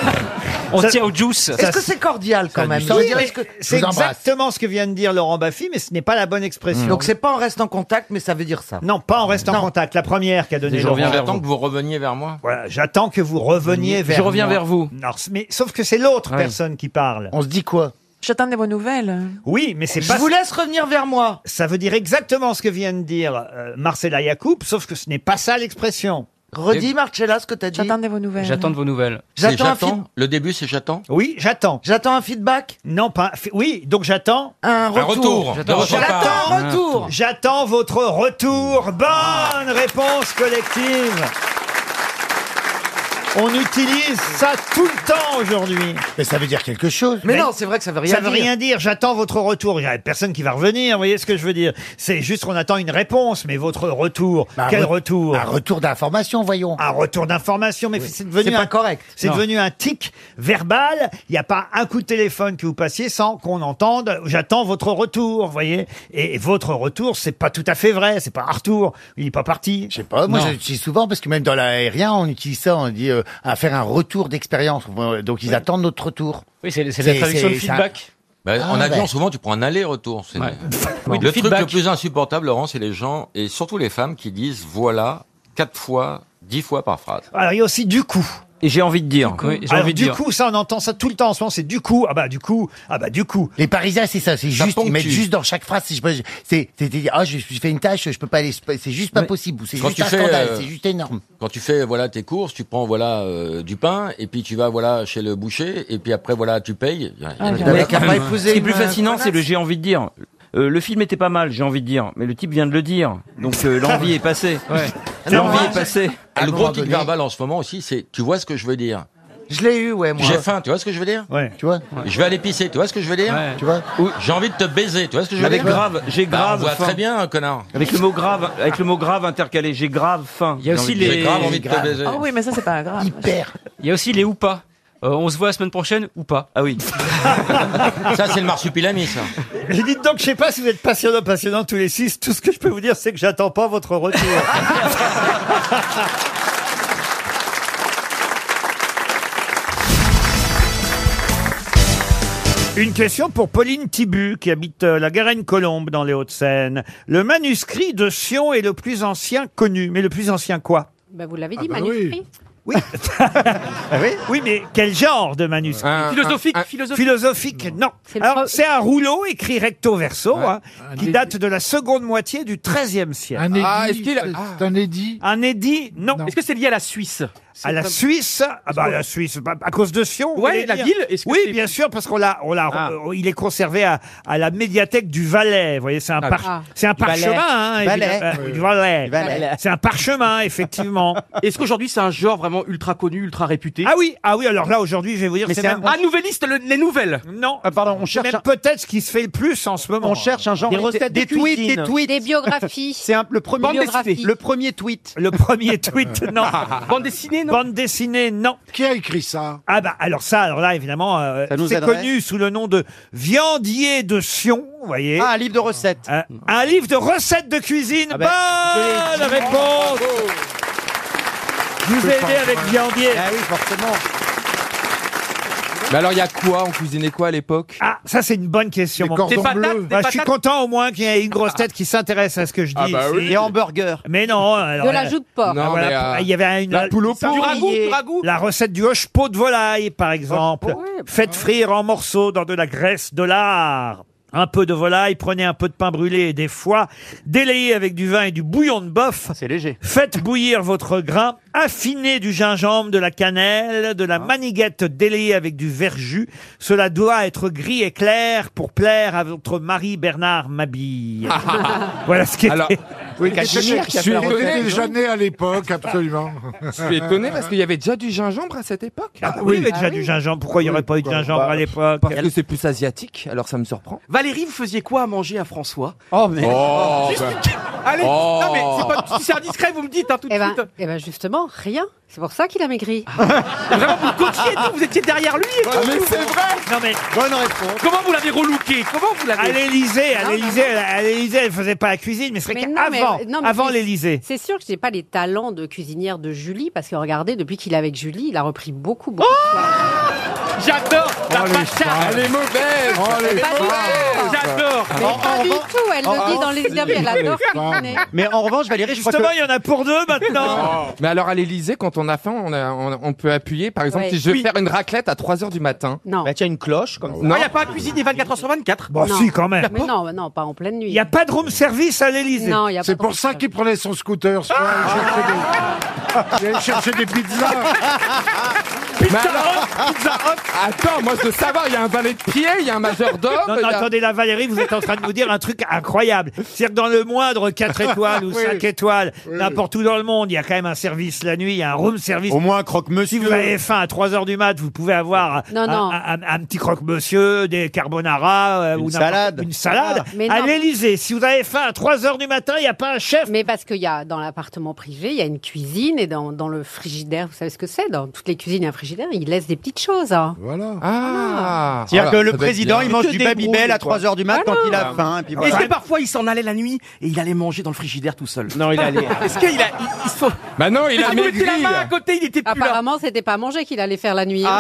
Speaker 10: On
Speaker 1: Ça-
Speaker 10: tient au juice.
Speaker 1: Ça,
Speaker 9: Est-ce que c'est cordial
Speaker 1: ça a
Speaker 9: quand
Speaker 1: du
Speaker 9: même
Speaker 1: sens.
Speaker 9: Ça veut
Speaker 1: Oui,
Speaker 9: dire,
Speaker 1: mais
Speaker 9: est-ce que-
Speaker 1: C'est
Speaker 9: Je vous embrasse.
Speaker 1: exactement ce que vient de dire Laurent Baffy, mais ce n'est pas la bonne expression.
Speaker 9: Donc c'est pas on reste en contact, mais ça veut dire ça.
Speaker 1: Non, pas on reste en contact. La première qu'a donnée Laurent.
Speaker 25: J'attends que vous reveniez vers moi.
Speaker 1: Voilà, j'attends que vous reveniez
Speaker 25: Je
Speaker 1: vers
Speaker 25: reviens
Speaker 1: moi.
Speaker 25: vers
Speaker 1: vous. Non, mais sauf que c'est l'autre
Speaker 25: Ouais.
Speaker 1: personne qui parle. On se dit quoi
Speaker 2: J'attends des bonnes nouvelles.
Speaker 1: Oui, mais c'est
Speaker 9: Je
Speaker 1: pas.
Speaker 9: vous laisse revenir vers moi.
Speaker 1: Ça veut dire exactement ce que vient de dire euh, Marcella Yacoub, sauf que ce n'est pas ça l'expression.
Speaker 9: Redis, Marcella, ce que t'as dit. J'attends
Speaker 2: des vos nouvelles.
Speaker 25: de vos nouvelles.
Speaker 1: J'attends un
Speaker 25: J'attends.
Speaker 1: feed-
Speaker 25: Le début, c'est j'attends.
Speaker 1: Oui, j'attends.
Speaker 9: J'attends un feedback
Speaker 1: Non, pas. fi- Oui, donc j'attends.
Speaker 9: Un
Speaker 25: retour. retour de votre part.
Speaker 1: J'attends
Speaker 25: Un
Speaker 1: un
Speaker 25: retour.
Speaker 1: retour. J'attends votre retour. Bonne réponse collective. On utilise ça tout le temps aujourd'hui.
Speaker 4: Mais ça veut dire quelque chose.
Speaker 9: Mais non, c'est vrai que ça veut rien
Speaker 1: Ben, Ça veut
Speaker 9: dire.
Speaker 1: rien dire. J'attends votre retour. Il n'y a personne qui va revenir. Vous voyez ce que je veux dire C'est juste qu'on attend une réponse, mais votre retour.
Speaker 4: Bah, un
Speaker 1: quel
Speaker 4: re-
Speaker 1: retour
Speaker 4: Un retour d'information, voyons.
Speaker 1: Un retour d'information, mais c'est
Speaker 4: C'est
Speaker 1: devenu
Speaker 4: pas
Speaker 1: un-
Speaker 4: correct.
Speaker 1: C'est
Speaker 4: Non.
Speaker 1: devenu un tic verbal. Il n'y a pas un coup de téléphone que vous passiez sans qu'on entende. J'attends votre retour, vous voyez. Et, et votre retour, c'est pas tout à fait vrai. C'est pas un retour. Il n'est pas parti. Je sais
Speaker 4: Ah, moi, je l'utilise souvent parce que même dans l'aérien, on utilise ça. On dit euh, à faire un retour d'expérience. Euh, Donc, ils attendent notre retour.
Speaker 25: Oui, c'est
Speaker 4: c'est la C'est- traduction de c'est- feedback.
Speaker 25: Bah,
Speaker 4: Ah,
Speaker 25: en avion,
Speaker 4: ouais.
Speaker 25: souvent, tu prends un aller-retour. c'est-
Speaker 4: Oui,
Speaker 25: le
Speaker 4: le
Speaker 25: truc
Speaker 4: feedback.
Speaker 25: le plus insupportable, Laurent, c'est les gens, et surtout les femmes, qui disent voilà, quatre fois, dix fois par phrase.
Speaker 1: Alors, il y a aussi du coup.
Speaker 25: Et j'ai envie de dire.
Speaker 1: Alors, du coup, ça, on entend ça tout le temps en ce moment. C'est du coup. Ah bah, du coup. Ah bah, du coup.
Speaker 4: Les Parisiens, c'est ça. C'est juste,
Speaker 1: ponctue.
Speaker 4: ils mettent juste dans chaque phrase. si je peux- C'est, c'est, c'est- ah, je, je fais une tâche, je peux pas aller. C'est juste pas possible. C'est
Speaker 25: Quand
Speaker 4: juste
Speaker 25: tu
Speaker 4: un
Speaker 25: fais,
Speaker 4: scandale.
Speaker 25: euh,
Speaker 4: C'est juste énorme.
Speaker 25: Quand tu fais voilà tes courses, tu prends voilà euh, du pain et puis tu vas voilà chez le boucher et puis après voilà tu payes. Il y a- il y a-
Speaker 20: Ah, Mais
Speaker 25: il y a-
Speaker 20: Ce qui est plus
Speaker 25: euh,
Speaker 20: fascinant, c'est le j'ai envie de dire. Euh, le film était pas mal, j'ai envie de dire, mais le type vient de le dire, donc euh, l'envie est passée. L'envie est passée.
Speaker 25: Ah, le gros tic verbal en ce moment aussi, c'est tu vois ce que je veux dire.
Speaker 9: Je l'ai eu, ouais, moi.
Speaker 25: J'ai faim, tu vois ce que je veux dire
Speaker 1: Ouais.
Speaker 4: Tu vois
Speaker 25: Je vais aller pisser, tu vois ce que je veux dire
Speaker 20: Ouais.
Speaker 4: Tu vois
Speaker 25: J'ai envie de te baiser, tu vois ce que je veux
Speaker 20: Avec
Speaker 25: dire
Speaker 20: grave, j'ai
Speaker 25: Bah,
Speaker 20: grave
Speaker 25: On voit
Speaker 20: faim.
Speaker 25: très bien, connard.
Speaker 20: Avec le mot grave, avec le mot grave intercalé, j'ai grave faim. Il y a J'ai aussi envie de dire.
Speaker 25: J'ai grave envie de te baiser.
Speaker 20: Ah
Speaker 26: oui, mais ça, c'est pas grave.
Speaker 20: Il y a aussi les ou pas. Euh, on se voit la semaine prochaine ou pas Ah oui.
Speaker 25: Ça, c'est le marsupilami, ça.
Speaker 1: Et dites donc, je sais pas si vous êtes passionnant, passionnant tous les six. Tout ce que je peux vous dire, c'est que j'attends pas votre retour. Une question pour Pauline Tibu, qui habite euh, la Garenne-Colombe dans les Hauts-de-Seine. Le manuscrit de Sion est le plus ancien connu. Mais le plus ancien quoi
Speaker 17: Ah
Speaker 26: Bah, vous l'avez dit,
Speaker 20: bah
Speaker 26: manuscrit.
Speaker 1: Oui. oui. mais quel genre de manuscrit
Speaker 6: Ah Un- Philosophique, un- philosophique.
Speaker 1: Philosophique, non. Alors, c'est un rouleau écrit recto verso, hein, qui date de la seconde moitié du XIIIe siècle. Un
Speaker 6: édit, Ah, est-ce qu'il a- c'est-
Speaker 1: un édit Un édit, non. Est-ce que c'est lié à la Suisse à la
Speaker 6: comme-
Speaker 1: Suisse, ah bah la Suisse, pas- à cause de Sion. vous
Speaker 6: Ouais,
Speaker 1: voulez
Speaker 6: la
Speaker 1: dire
Speaker 6: ville, est-ce que
Speaker 1: Oui,
Speaker 6: c'est-
Speaker 1: bien sûr, parce qu'on l'a, on l'a, euh, il est conservé à, à la médiathèque du Valais. Vous voyez, c'est un,
Speaker 6: Ah,
Speaker 1: par-
Speaker 6: ah.
Speaker 1: c'est un
Speaker 6: Du Valais.
Speaker 1: parchemin. hein,
Speaker 6: Du Valais.
Speaker 1: évidemment.
Speaker 6: Oui,
Speaker 1: Euh,
Speaker 6: oui.
Speaker 1: du Valais.
Speaker 6: Du Valais.
Speaker 1: C'est un parchemin, effectivement.
Speaker 10: Est-ce qu'aujourd'hui c'est un genre vraiment ultra connu, ultra réputé
Speaker 1: Ah oui, ah oui. Alors là aujourd'hui, je vais vous dire,
Speaker 10: Mais
Speaker 1: c'est
Speaker 10: c'est un-
Speaker 1: même-
Speaker 10: Ah, nouvelliste, le- les nouvelles.
Speaker 1: Non.
Speaker 29: Ah,
Speaker 1: pardon, on cherche peut-être ce qui se fait le plus en ce moment.
Speaker 29: On cherche un genre
Speaker 1: Des recettes
Speaker 29: des,
Speaker 1: de
Speaker 29: tweets,
Speaker 1: cuisine.
Speaker 29: des tweets,
Speaker 1: Des biographies.
Speaker 29: C'est un- le premier,
Speaker 1: Bande dessinée.
Speaker 29: le premier tweet.
Speaker 1: Le premier tweet, non. Bande dessinée, non. Bande dessinée, non.
Speaker 29: Qui a écrit ça
Speaker 1: Ah bah alors ça, alors là évidemment, euh,
Speaker 29: Ça nous
Speaker 1: c'est
Speaker 29: aiderait.
Speaker 1: connu sous le nom de Viandier de Sion, vous voyez. Ah, un livre de recettes. Ah bah, un livre de recettes de cuisine.
Speaker 29: ben, je l'ai
Speaker 1: Bonne
Speaker 29: dit.
Speaker 1: réponse. Je vous ai
Speaker 25: Je
Speaker 1: aidé
Speaker 25: pense,
Speaker 1: avec
Speaker 25: ouais.
Speaker 1: Viandier.
Speaker 25: Ah
Speaker 1: oui, forcément.
Speaker 25: Mais alors, il y a quoi On cuisinait quoi à l'époque
Speaker 1: Ah, ça c'est une bonne question. mon petit. Bah, je suis content au moins qu'il y ait une grosse tête qui s'intéresse à ce que je dis.
Speaker 25: Ah bah oui. Des
Speaker 1: hamburgers. Mais non. alors,
Speaker 25: De
Speaker 1: la-
Speaker 25: l'ajout de porc. Non,
Speaker 1: Ah, voilà,
Speaker 25: mais, euh,
Speaker 1: il y avait une
Speaker 25: la poule au porc. Du ragoût, du
Speaker 10: ragoût.
Speaker 1: La recette du hoche pot de volaille, par exemple. Faites frire en morceaux dans de la graisse de lard. Un peu de volaille, prenez un peu de pain brûlé et des foies, délayez avec du vin et du bouillon de bœuf. C'est léger. Faites bouillir votre grain, affinez du gingembre, de la cannelle, de
Speaker 25: Ah.
Speaker 1: la maniguette délayée avec du verjus. Cela doit être gris et clair pour plaire à votre mari Bernard Mabille. voilà ce qui est.
Speaker 12: Alors,
Speaker 1: oui,
Speaker 12: Je suis étonné déjeuner à l'époque, absolument.
Speaker 1: Je
Speaker 12: Je suis étonné parce qu'il y avait déjà du gingembre à cette époque.
Speaker 1: Ah, oui, il y avait déjà du gingembre. Pourquoi il n'y aurait pas eu de gingembre à l'époque
Speaker 25: Parce que c'est plus asiatique, alors ça me surprend.
Speaker 10: Valérie, vous faisiez quoi à manger à François
Speaker 25: Oh, mais- Oh,
Speaker 10: Juste-
Speaker 25: bah.
Speaker 10: Allez,
Speaker 25: Oh.
Speaker 10: non, mais c'est pas- si c'est indiscret, vous me dites hein, tout de
Speaker 17: Eh
Speaker 10: suite. Ah.
Speaker 17: ben, eh ben justement, rien. C'est pour ça qu'il a maigri.
Speaker 10: Vraiment, vous le coachiez et tout, vous étiez derrière lui. et
Speaker 17: Ah,
Speaker 10: tout.
Speaker 17: mais c'est vrai.
Speaker 1: Non, mais...
Speaker 12: Bonne réponse.
Speaker 10: Comment vous l'avez relooké Comment vous l'avez
Speaker 1: À l'Élysée, à
Speaker 17: Non,
Speaker 1: l'Élysée, elle- à l'Élysée, elle faisait pas la cuisine, mais c'est
Speaker 17: Mais
Speaker 1: vrai
Speaker 17: non, mais-
Speaker 1: qu'avant,
Speaker 17: non, mais
Speaker 1: avant
Speaker 17: c'est-
Speaker 1: l'Élysée.
Speaker 17: C'est sûr que j'ai pas les talents de cuisinière de Julie, parce que regardez, depuis qu'il est avec Julie, il a repris beaucoup, beaucoup.
Speaker 1: Oh
Speaker 17: de poids.
Speaker 10: J'adore
Speaker 17: la pacha.
Speaker 12: Elle est mauvaise.
Speaker 1: Oh,
Speaker 17: elle est Pas du mauvaise. tout.
Speaker 10: J'adore.
Speaker 17: Mais pas du tout, elle
Speaker 12: en-
Speaker 1: oh
Speaker 17: le dit
Speaker 12: en-
Speaker 17: dans les interviews, elle adore cuisiner.
Speaker 29: Mais en revanche, Valérie, je crois
Speaker 1: Justement,
Speaker 29: que-
Speaker 1: il y en a pour deux maintenant.
Speaker 12: Mais alors à l'Elysée, quand on a faim, on, a- on- on peut appuyer. Par exemple,
Speaker 17: Ouais.
Speaker 12: si je veux
Speaker 17: Oui.
Speaker 12: faire une raclette à 3 h du matin.
Speaker 17: Non.
Speaker 12: Bah, tu as une cloche comme
Speaker 10: Non, il n'y a pas à cuisiner 24 h sur 24.
Speaker 12: Bah,
Speaker 1: Bon,
Speaker 17: Non.
Speaker 1: bah, si, quand même.
Speaker 17: Mais non, mais non, pas en pleine nuit.
Speaker 1: Il n'y a pas de room service à l'Élysée.
Speaker 17: Non, il y a pas
Speaker 12: C'est
Speaker 17: de
Speaker 12: pour
Speaker 17: room
Speaker 12: ça
Speaker 17: service.
Speaker 12: qu'il prenait son scooter. ce soir,
Speaker 1: Ah.
Speaker 12: il cherchait des- il allait chercher des pizzas. Mais alors- Attends, moi je veux savoir, il y a un valet de pied, il y a un majordome.
Speaker 1: Non,
Speaker 12: il y
Speaker 1: non,
Speaker 12: a-
Speaker 1: attendez, là, Valérie, vous êtes en train de nous dire un truc incroyable. C'est-à-dire que dans le moindre 4 étoiles ou
Speaker 12: Oui.
Speaker 1: 5 étoiles,
Speaker 12: Oui.
Speaker 1: n'importe où dans le monde, il y a quand même un service la nuit, il y a un room service.
Speaker 19: Au moins un croque-monsieur.
Speaker 1: Si vous avez faim à 3 heures du mat, vous pouvez avoir
Speaker 17: Non,
Speaker 1: un,
Speaker 17: non.
Speaker 1: un- un- un petit croque-monsieur, des carbonara euh, ou n'importe-
Speaker 17: salade.
Speaker 1: Une salade.
Speaker 17: Ah, mais
Speaker 1: à
Speaker 17: non.
Speaker 1: l'Élysée, si vous avez faim à 3 heures du matin, il n'y a pas un chef.
Speaker 17: Mais parce qu'il y a dans l'appartement privé, il y a une cuisine et dans, dans le frigidaire, vous savez ce que c'est Dans toutes les cuisines, il y a un frigidaire, il laisse des petites choses. hein.
Speaker 12: Voilà. Ah.
Speaker 29: C'est-à-dire
Speaker 12: Voilà,
Speaker 29: que le
Speaker 12: ça doit être
Speaker 29: président,
Speaker 12: bien.
Speaker 29: il mange du Babybel à 3 heures du mat quand il a faim. Et puis
Speaker 10: Est-ce
Speaker 29: voilà.
Speaker 10: que parfois il s'en allait la nuit et il allait manger dans le frigidaire tout seul
Speaker 29: Non, il allait-
Speaker 10: Est-ce qu'il a. Il, il se...
Speaker 12: Bah non, il a
Speaker 10: vous mettez la
Speaker 12: maigri.
Speaker 10: main à côté, il était plus là.
Speaker 17: Apparemment, c'était pas à manger qu'il allait faire la nuit.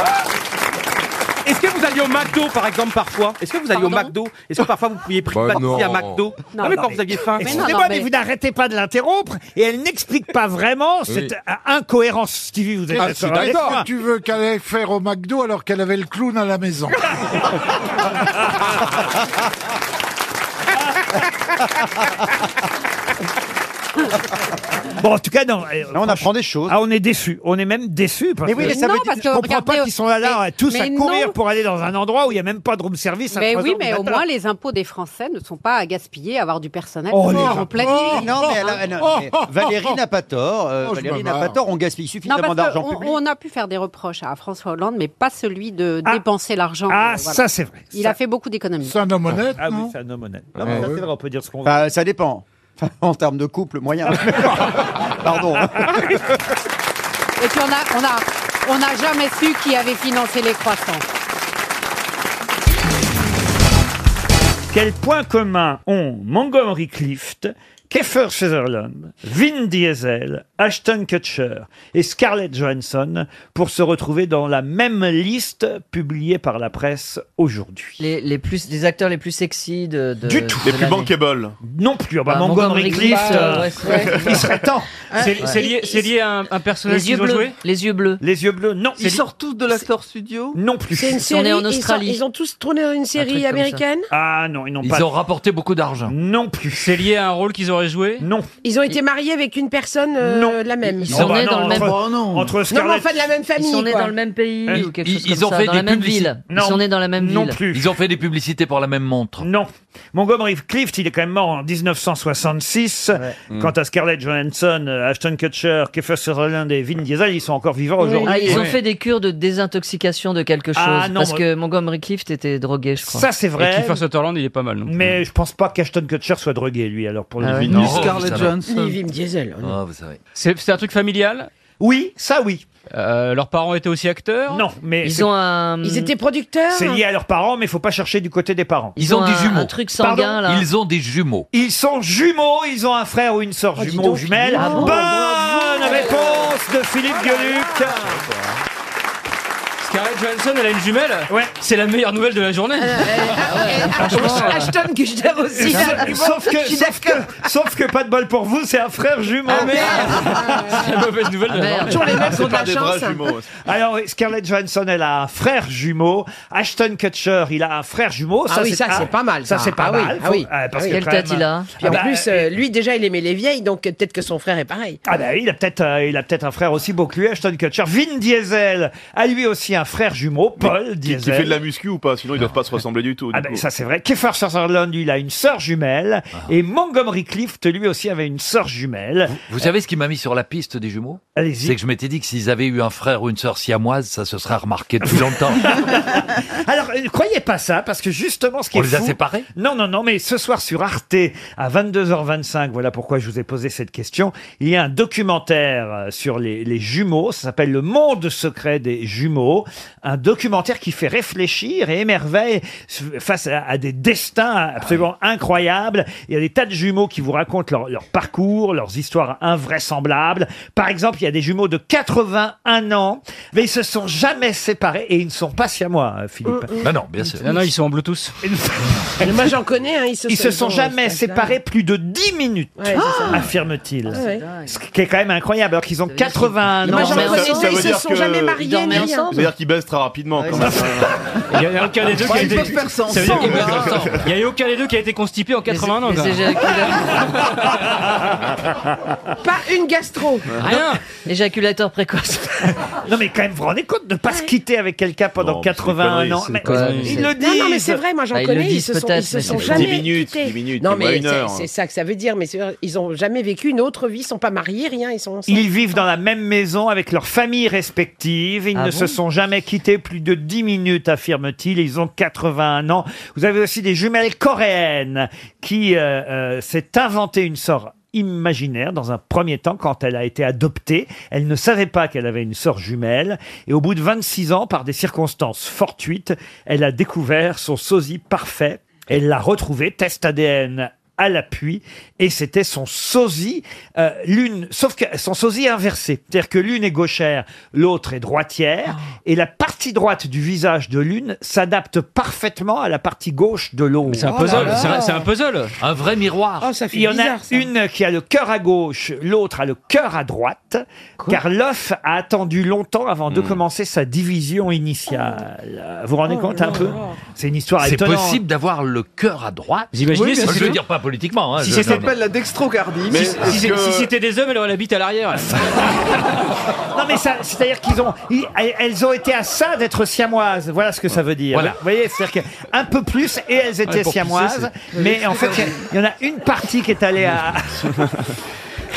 Speaker 1: euh,
Speaker 10: Est-ce que vous alliez au McDo par exemple parfois Est-ce que vous alliez au
Speaker 17: Pardon
Speaker 10: McDo Est-ce que parfois vous pouviez
Speaker 25: Bah
Speaker 10: privatiser
Speaker 25: non.
Speaker 10: à McDo
Speaker 17: Non,
Speaker 1: Ah
Speaker 10: mais
Speaker 17: non,
Speaker 10: quand
Speaker 17: mais-
Speaker 10: vous aviez faim.
Speaker 17: Mais non,
Speaker 1: Excusez-moi,
Speaker 17: non,
Speaker 1: mais...
Speaker 17: mais-
Speaker 1: vous n'arrêtez pas de l'interrompre et elle n'explique pas vraiment cette euh, incohérence. Stevie, vous êtes
Speaker 12: suis Ah, d'accord.
Speaker 1: Excusez-moi.
Speaker 12: Tu veux qu'elle aille faire au McDo alors qu'elle avait le clown à la maison.
Speaker 1: Bon, en tout cas, non. on apprend des choses. Ah, on est déçu. On est même déçu parce
Speaker 17: Mais oui,
Speaker 1: que
Speaker 17: mais ça veut Non, dire- parce que
Speaker 1: je comprends
Speaker 17: regardez- euh,
Speaker 1: pas qu'ils sont là, là
Speaker 17: mais-
Speaker 1: tous à
Speaker 17: mais
Speaker 1: courir
Speaker 17: non.
Speaker 1: pour aller dans un endroit où il n'y a même pas de room service. à
Speaker 17: Mais
Speaker 1: trois
Speaker 17: oui,
Speaker 1: heures du
Speaker 17: mais au
Speaker 1: matin.
Speaker 17: moins les impôts des Français ne sont pas à gaspiller, à avoir du personnel
Speaker 1: Oh, les
Speaker 17: en
Speaker 1: impôts.
Speaker 17: pleine
Speaker 29: Oh,
Speaker 17: nuit.
Speaker 29: non, mais elle a- elle a- mais Valérie n'a pas tort. euh,
Speaker 12: Oh, je
Speaker 29: Valérie
Speaker 12: me
Speaker 29: n'a pas
Speaker 12: marre.
Speaker 29: tort. On gaspille suffisamment d'argent
Speaker 17: on,
Speaker 29: public.
Speaker 17: on a pu faire des reproches à François Hollande, mais pas celui de dépenser l'argent.
Speaker 29: Ah,
Speaker 17: euh,
Speaker 29: ça, c'est vrai.
Speaker 17: Il
Speaker 29: Ça-
Speaker 17: a fait beaucoup d'économies.
Speaker 12: un homme honnête.
Speaker 1: Ah oui, c'est un homme honnête.
Speaker 29: Ah
Speaker 1: Non, mais ça,
Speaker 29: oui.
Speaker 1: c'est vrai, on peut dire ce qu'on veut.
Speaker 29: Enfin, ça dépend. Enfin, en termes de couple moyen. Pardon.
Speaker 17: Et puis on a, on a, on n'a jamais su qui avait financé les croissants.
Speaker 1: Quel point commun ont Montgomery Clift, Kiefer Sutherland, Vin Diesel, Ashton Kutcher et Scarlett Johansson pour se retrouver dans la même liste publiée par la presse aujourd'hui.
Speaker 28: Les, les plus, les acteurs les plus sexy de. de-
Speaker 1: Du tout.
Speaker 28: de
Speaker 1: Les plus
Speaker 28: l'année.
Speaker 1: bankable. Non plus. Ah bah, Montgomery Clift, euh, il serait temps.
Speaker 18: C'est c'est lié, c'est lié à un, un personnage
Speaker 28: Les yeux
Speaker 18: qu'ils ont
Speaker 28: bleus.
Speaker 18: joué
Speaker 28: Les yeux bleus.
Speaker 1: Les yeux bleus, non.
Speaker 18: C'est
Speaker 7: Ils
Speaker 18: li-
Speaker 7: sortent tous de l'Actor Studio
Speaker 1: Non plus.
Speaker 7: C'est une
Speaker 28: Ils sont nés
Speaker 7: série.
Speaker 28: en
Speaker 7: ils sortent-
Speaker 28: Australie.
Speaker 7: Ils ont tous tourné dans une série américaine
Speaker 1: Ah non, ils n'ont
Speaker 6: Ils
Speaker 1: pas.
Speaker 6: ont rapporté beaucoup d'argent.
Speaker 1: Non plus.
Speaker 18: C'est lié à un rôle qu'ils auraient joué
Speaker 1: Non.
Speaker 7: Ils ont été mariés avec une personne euh, la même.
Speaker 1: Ils sont Oh, bah nés non, dans le entre- même-
Speaker 7: Non,
Speaker 1: non. entre
Speaker 7: mais
Speaker 1: Scarlett-
Speaker 7: enfin de la même famille.
Speaker 28: Ils sont nés
Speaker 7: quoi.
Speaker 28: dans le même pays ou quelque chose
Speaker 6: ils
Speaker 28: comme
Speaker 6: ont
Speaker 28: ça,
Speaker 6: fait
Speaker 28: dans
Speaker 6: des
Speaker 28: la même
Speaker 6: publicités.
Speaker 28: ville. Ils sont nés dans la même ville.
Speaker 6: Ils ont fait des publicités pour la même montre.
Speaker 1: Non. Montgomery Clift, il est quand même mort en 1966. Quant à Scarlett Johansson, euh, Ashton Kutcher, Kiefer Sutherland et Vin Diesel, ils sont encore vivants aujourd'hui.
Speaker 28: Ah, ils ont
Speaker 1: Oui.
Speaker 28: fait des cures de désintoxication de quelque chose.
Speaker 1: Ah, non,
Speaker 28: parce
Speaker 1: moi-
Speaker 28: que Montgomery Clift était drogué, je crois.
Speaker 1: Ça, c'est vrai.
Speaker 18: Et Kiefer Sutherland, il est pas mal. non
Speaker 1: Mais je pense pas qu'Ashton Kutcher soit drogué, lui, alors pour le
Speaker 18: Ah ouais.
Speaker 1: Vin
Speaker 18: Ni
Speaker 1: Diesel.
Speaker 18: Scarlett
Speaker 1: Ça va.
Speaker 7: Ni Vin Diesel. oh non.
Speaker 18: vous savez. C'est c'est un truc familial Euh,
Speaker 1: Oui, ça oui.
Speaker 18: leurs parents étaient aussi acteurs
Speaker 1: Non, mais
Speaker 28: Ils
Speaker 1: c'est-
Speaker 28: ont un.
Speaker 7: Ils étaient producteurs
Speaker 1: C'est lié à leurs parents, mais il faut pas chercher du côté des parents.
Speaker 6: Ils ont des jumeaux.
Speaker 1: Pardon
Speaker 6: Ils ont des jumeaux.
Speaker 1: Ils sont jumeaux, ils ont un frère ou une sœur
Speaker 7: Oh,
Speaker 1: jumeau ou jumelle.
Speaker 6: Ah bon
Speaker 1: Bonne réponse de
Speaker 14: Oh
Speaker 1: Philippe Gueluc.
Speaker 18: Scarlett Johansson, elle a une jumelle
Speaker 1: Ouais.
Speaker 18: C'est la meilleure nouvelle de la
Speaker 7: Ah,
Speaker 18: journée.
Speaker 10: euh,
Speaker 18: euh,
Speaker 7: Ashton- Ashton Kutcher aussi. Ah, là, tu vois.
Speaker 1: Sauf, sauf
Speaker 7: Je
Speaker 1: que,
Speaker 7: suis
Speaker 1: sauf, que, sauf que pas de bol pour vous, c'est un frère jumeau.
Speaker 7: Ah, merde.
Speaker 18: C'est la mauvaise nouvelle de la journée.
Speaker 7: Toujours les mecs qui ont de la chance.
Speaker 1: Alors, oui, Scarlett Johansson, elle a un frère jumeau. Ashton Kutcher, il a un frère jumeau.
Speaker 7: Ah oui, ça, c'est pas mal,
Speaker 1: Ça,
Speaker 7: ça.
Speaker 1: c'est pas
Speaker 7: Ah oui,
Speaker 1: mal.
Speaker 7: ah oui.
Speaker 1: euh, parce
Speaker 7: Ah oui.
Speaker 1: que
Speaker 7: Quelle
Speaker 1: quand
Speaker 7: tête
Speaker 1: même,
Speaker 7: il
Speaker 1: euh,
Speaker 7: a Puis en
Speaker 1: ah bah,
Speaker 7: plus, euh, lui, déjà, il aimait les vieilles, donc euh, peut-être que son frère est pareil.
Speaker 1: Ah bah oui, il a peut-être euh, il a peut-être un frère aussi beau que lui, Ashton Kutcher. Vin Diesel a lui aussi un frère jumeau, Paul
Speaker 14: Qui,
Speaker 1: Diesel.
Speaker 14: qui fait de la muscu ou pas Sinon, ils doivent pas se ressembler du tout. du
Speaker 1: Ah ben
Speaker 14: coup. Ah.
Speaker 1: ça c'est vrai. Kiefer Sutherland, lui, il a une sœur jumelle. Et Montgomery Clift, lui aussi, avait une sœur jumelle.
Speaker 6: Vous savez ce qui m'a mis sur la piste des jumeaux
Speaker 1: Allez-y.
Speaker 6: C'est que je m'étais dit que s'ils avaient eu un frère ou une sœur siamoise, ça se serait remarqué depuis longtemps.
Speaker 1: Alors, euh, ne croyez pas ça, parce que justement, ce qui
Speaker 6: On
Speaker 1: est
Speaker 6: les a
Speaker 1: fou-
Speaker 6: séparés
Speaker 1: Non, non, non, mais ce soir sur Arte, à 22h25, voilà pourquoi je vous ai posé cette question, il y a un documentaire euh, sur les, les jumeaux, ça s'appelle Le monde secret des jumeaux, un documentaire qui fait réfléchir et émerveille s- face à, à des destins absolument
Speaker 6: Ah
Speaker 1: incroyables. Il y a des tas de jumeaux qui vous racontent leur, leur parcours, leurs histoires invraisemblables. Par exemple, il y a des jumeaux de 81 ans, mais ils se sont jamais séparés et ils ne sont pas siamois, euh, Philippe.
Speaker 6: Bah Non, non, bien sûr.
Speaker 18: Non, non, ils sont en Bluetooth.
Speaker 7: Mais moi, j'en connais. hein, ils se,
Speaker 1: Ils se sont
Speaker 7: ont-
Speaker 1: jamais séparés plus de 10 minutes,
Speaker 7: Ouais, c'est ça.
Speaker 1: affirme-t-il.
Speaker 7: Ah ouais.
Speaker 1: Ce qui est quand même incroyable, alors qu'ils ont 81
Speaker 7: Mais
Speaker 1: ans.
Speaker 7: Ah, moi, j'en
Speaker 14: Ça-
Speaker 7: connais
Speaker 14: ça
Speaker 7: deux,
Speaker 14: veut
Speaker 7: ils se
Speaker 14: dire
Speaker 7: sont
Speaker 14: que-
Speaker 7: jamais mariés.
Speaker 14: Ça
Speaker 7: ni rien.
Speaker 14: veut dire qu'ils baissent très rapidement quand même.
Speaker 18: Il n'y a aucun des deux qui a été. Ça veut dire qu'il peut faire sans. Il y a eu aucun des deux qui a été constipé en 80 ans.
Speaker 28: Mais
Speaker 18: quoi.
Speaker 28: c'est éjaculateur-
Speaker 7: Pas une gastro.
Speaker 28: Rien. Éjaculateur précoce.
Speaker 1: Non mais quand même, vous vous rendez compte de ne pas se quitter avec quelqu'un
Speaker 14: Non,
Speaker 1: pendant
Speaker 14: mais c'est des
Speaker 1: 81
Speaker 14: conneries,
Speaker 1: ans
Speaker 14: c'est
Speaker 1: Mais
Speaker 14: des conneries.
Speaker 1: Ils le disent
Speaker 7: Non, non, mais c'est vrai, moi j'en
Speaker 28: Bah, ils le
Speaker 7: connais, ils
Speaker 28: disent
Speaker 7: se sont,
Speaker 28: peut-être,
Speaker 7: ils se
Speaker 28: mais
Speaker 7: sont
Speaker 28: c'est
Speaker 7: jamais.
Speaker 14: dix minutes,
Speaker 7: quittés.
Speaker 14: dix minutes,
Speaker 7: Non,
Speaker 14: tu vois,
Speaker 7: mais
Speaker 14: une
Speaker 7: c'est-
Speaker 14: heure.
Speaker 7: c'est ça que ça veut dire, mais c'est- ils ont jamais vécu une autre vie, ils sont pas mariés, rien, ils sont.
Speaker 1: Ils vivent dans la même maison avec leurs familles respectives. Ils
Speaker 7: Ah
Speaker 1: ne
Speaker 7: bon
Speaker 1: se sont jamais quittés plus de 10 minutes, affirme-t-il. Ils ont 81 ans. Vous avez aussi des jumelles coréennes qui euh, euh, s'est inventé une sœur imaginaire dans un premier temps quand elle a été adoptée. Elle ne savait pas qu'elle avait une sœur jumelle et au bout de 26 ans, par des circonstances fortuites, elle a découvert son sosie parfait. Elle l'a retrouvé, test ADN à l'appui et c'était son sosie euh, l'une sauf que son sosie inversé c'est-à-dire que l'une est gauchère l'autre est droitière et la partie droite du visage de l'une s'adapte parfaitement à la partie gauche de l'autre
Speaker 18: C'est un
Speaker 6: Oh
Speaker 18: puzzle. c'est un- C'est un puzzle.
Speaker 6: Un vrai miroir.
Speaker 1: il y en a une qui a le cœur à gauche, l'autre a le cœur à droite, car l'œuf a attendu longtemps avant
Speaker 6: Hmm.
Speaker 1: de commencer sa division initiale. Vous vous
Speaker 18: Oh
Speaker 1: rendez compte un peu C'est une histoire
Speaker 6: C'est
Speaker 1: étonnante.
Speaker 6: possible d'avoir le cœur à droite.
Speaker 18: Vous imaginez Oui, si bien
Speaker 6: Je
Speaker 18: sûr.
Speaker 6: veux dire pas politiquement. Hein,
Speaker 18: Si
Speaker 6: je-
Speaker 18: c'est-
Speaker 6: non,
Speaker 18: c'est
Speaker 6: non.
Speaker 18: pas-
Speaker 7: la dextrocardie.
Speaker 18: Si- Si c'est- si c'était des hommes, elle aurait la bite à l'arrière.
Speaker 1: Non mais ça, c'est-à-dire qu'ils ont, ils- elles ont été à ça d'être siamoises. Voilà ce que ça veut dire.
Speaker 6: Voilà.
Speaker 1: Vous voyez, c'est-à-dire qu'un peu plus et elles étaient
Speaker 6: Ouais, pour pousser,
Speaker 1: siamoises,
Speaker 6: c'est-
Speaker 1: mais en fait, il y en a une partie qui est allée à.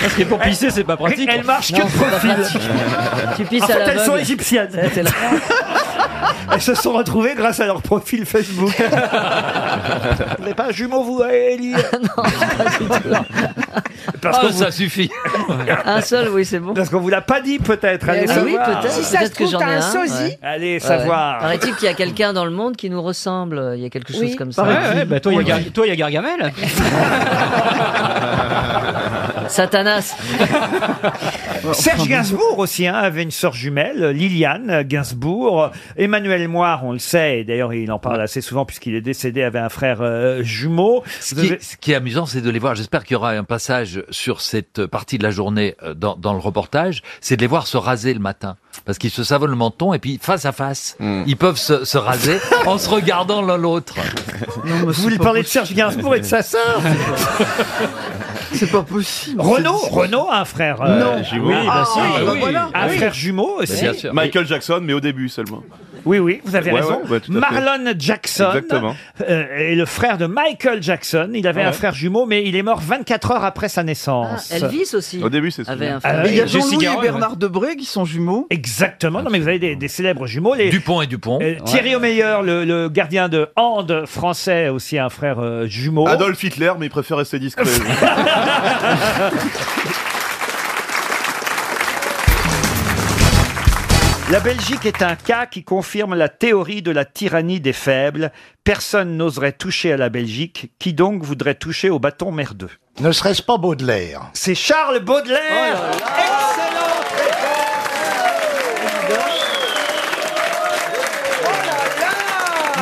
Speaker 18: Parce que pour pisser, c'est pas pratique.
Speaker 1: Elle marche que de profil.
Speaker 28: Tu pisses
Speaker 1: en
Speaker 28: à
Speaker 1: fait, elles sont
Speaker 28: l'aveugle.
Speaker 1: égyptiennes. Elles se sont retrouvées grâce à leur profil Facebook. vous n'êtes pas un jumeau, vous, Ellie Parce
Speaker 6: Ah,
Speaker 1: que vous-
Speaker 6: ça suffit.
Speaker 28: Oh, Un seul, oui, c'est bon.
Speaker 1: Parce qu'on vous l'a pas dit, peut-être. Allez
Speaker 28: Ah oui,
Speaker 1: savoir.
Speaker 28: peut-être.
Speaker 7: Si ça se
Speaker 28: peut-être que
Speaker 7: trouve,
Speaker 28: j'en
Speaker 7: t'as
Speaker 28: ai
Speaker 7: un
Speaker 28: un,
Speaker 7: sosie.
Speaker 28: ouais.
Speaker 1: Allez
Speaker 28: Ouais,
Speaker 1: savoir.
Speaker 28: ouais. Paraît-il qu'il y a quelqu'un dans le monde qui nous ressemble.
Speaker 10: bah,
Speaker 28: Il y a quelque chose comme ça.
Speaker 18: Ouais, ouais, bah toi, il y a Gar- toi, il y a Gargamel.
Speaker 5: Satanas.
Speaker 1: Serge Gainsbourg aussi hein, avait une sœur jumelle, Liliane Gainsbourg. Emmanuel Moir, on le sait, et d'ailleurs il en parle assez souvent puisqu'il est décédé, avait un frère euh, jumeau.
Speaker 6: Ce qui, est, ce qui est amusant, c'est de les voir. J'espère qu'il y aura un passage sur cette partie de la journée euh, dans, dans le reportage. C'est de les voir se raser le matin. Parce qu'ils se savonnent le menton et puis face à face, ils peuvent se, se raser en se regardant l'un l'autre.
Speaker 1: Vous voulez parler de Serge Gainsbourg et de sa sœur C'est pas possible. Renaud, Renaud a un frère. euh,
Speaker 10: Non. Jumeau. Oui, bah si, bah oui.
Speaker 1: Un
Speaker 10: Oui.
Speaker 1: Ah,
Speaker 10: Bah,
Speaker 1: frère jumeau aussi.
Speaker 10: Bien sûr. Michael Jackson, mais au début seulement.
Speaker 1: Oui, oui, vous avez
Speaker 10: Ouais,
Speaker 1: raison.
Speaker 10: ouais, ouais, tout à fait.
Speaker 1: Marlon Jackson
Speaker 10: Exactement. Ah
Speaker 1: euh, est le frère de Michael Jackson. Il avait
Speaker 10: Ouais.
Speaker 1: un frère jumeau, mais il est mort 24 heures après sa naissance.
Speaker 5: Ah, Elvis aussi.
Speaker 10: Au début, c'est ça.
Speaker 5: Avait un
Speaker 1: Ah,
Speaker 5: frère.
Speaker 1: oui, Jessica Roy, ouais.
Speaker 5: Debré qui sont jumeaux.
Speaker 1: Exactement. Non, mais vous avez des, des célèbres jumeaux. Les...
Speaker 6: Dupont et Dupont.
Speaker 1: Euh, Thierry Omeyer, le, le gardien de Hand français, aussi un frère euh, jumeau.
Speaker 10: Adolf Hitler, mais il préfère rester discret.
Speaker 1: La Belgique est un cas qui confirme la théorie de la tyrannie des faibles. Personne n'oserait toucher à la Belgique. Qui donc voudrait toucher au bâton merdeux Ne serait-ce pas Baudelaire C'est Charles Baudelaire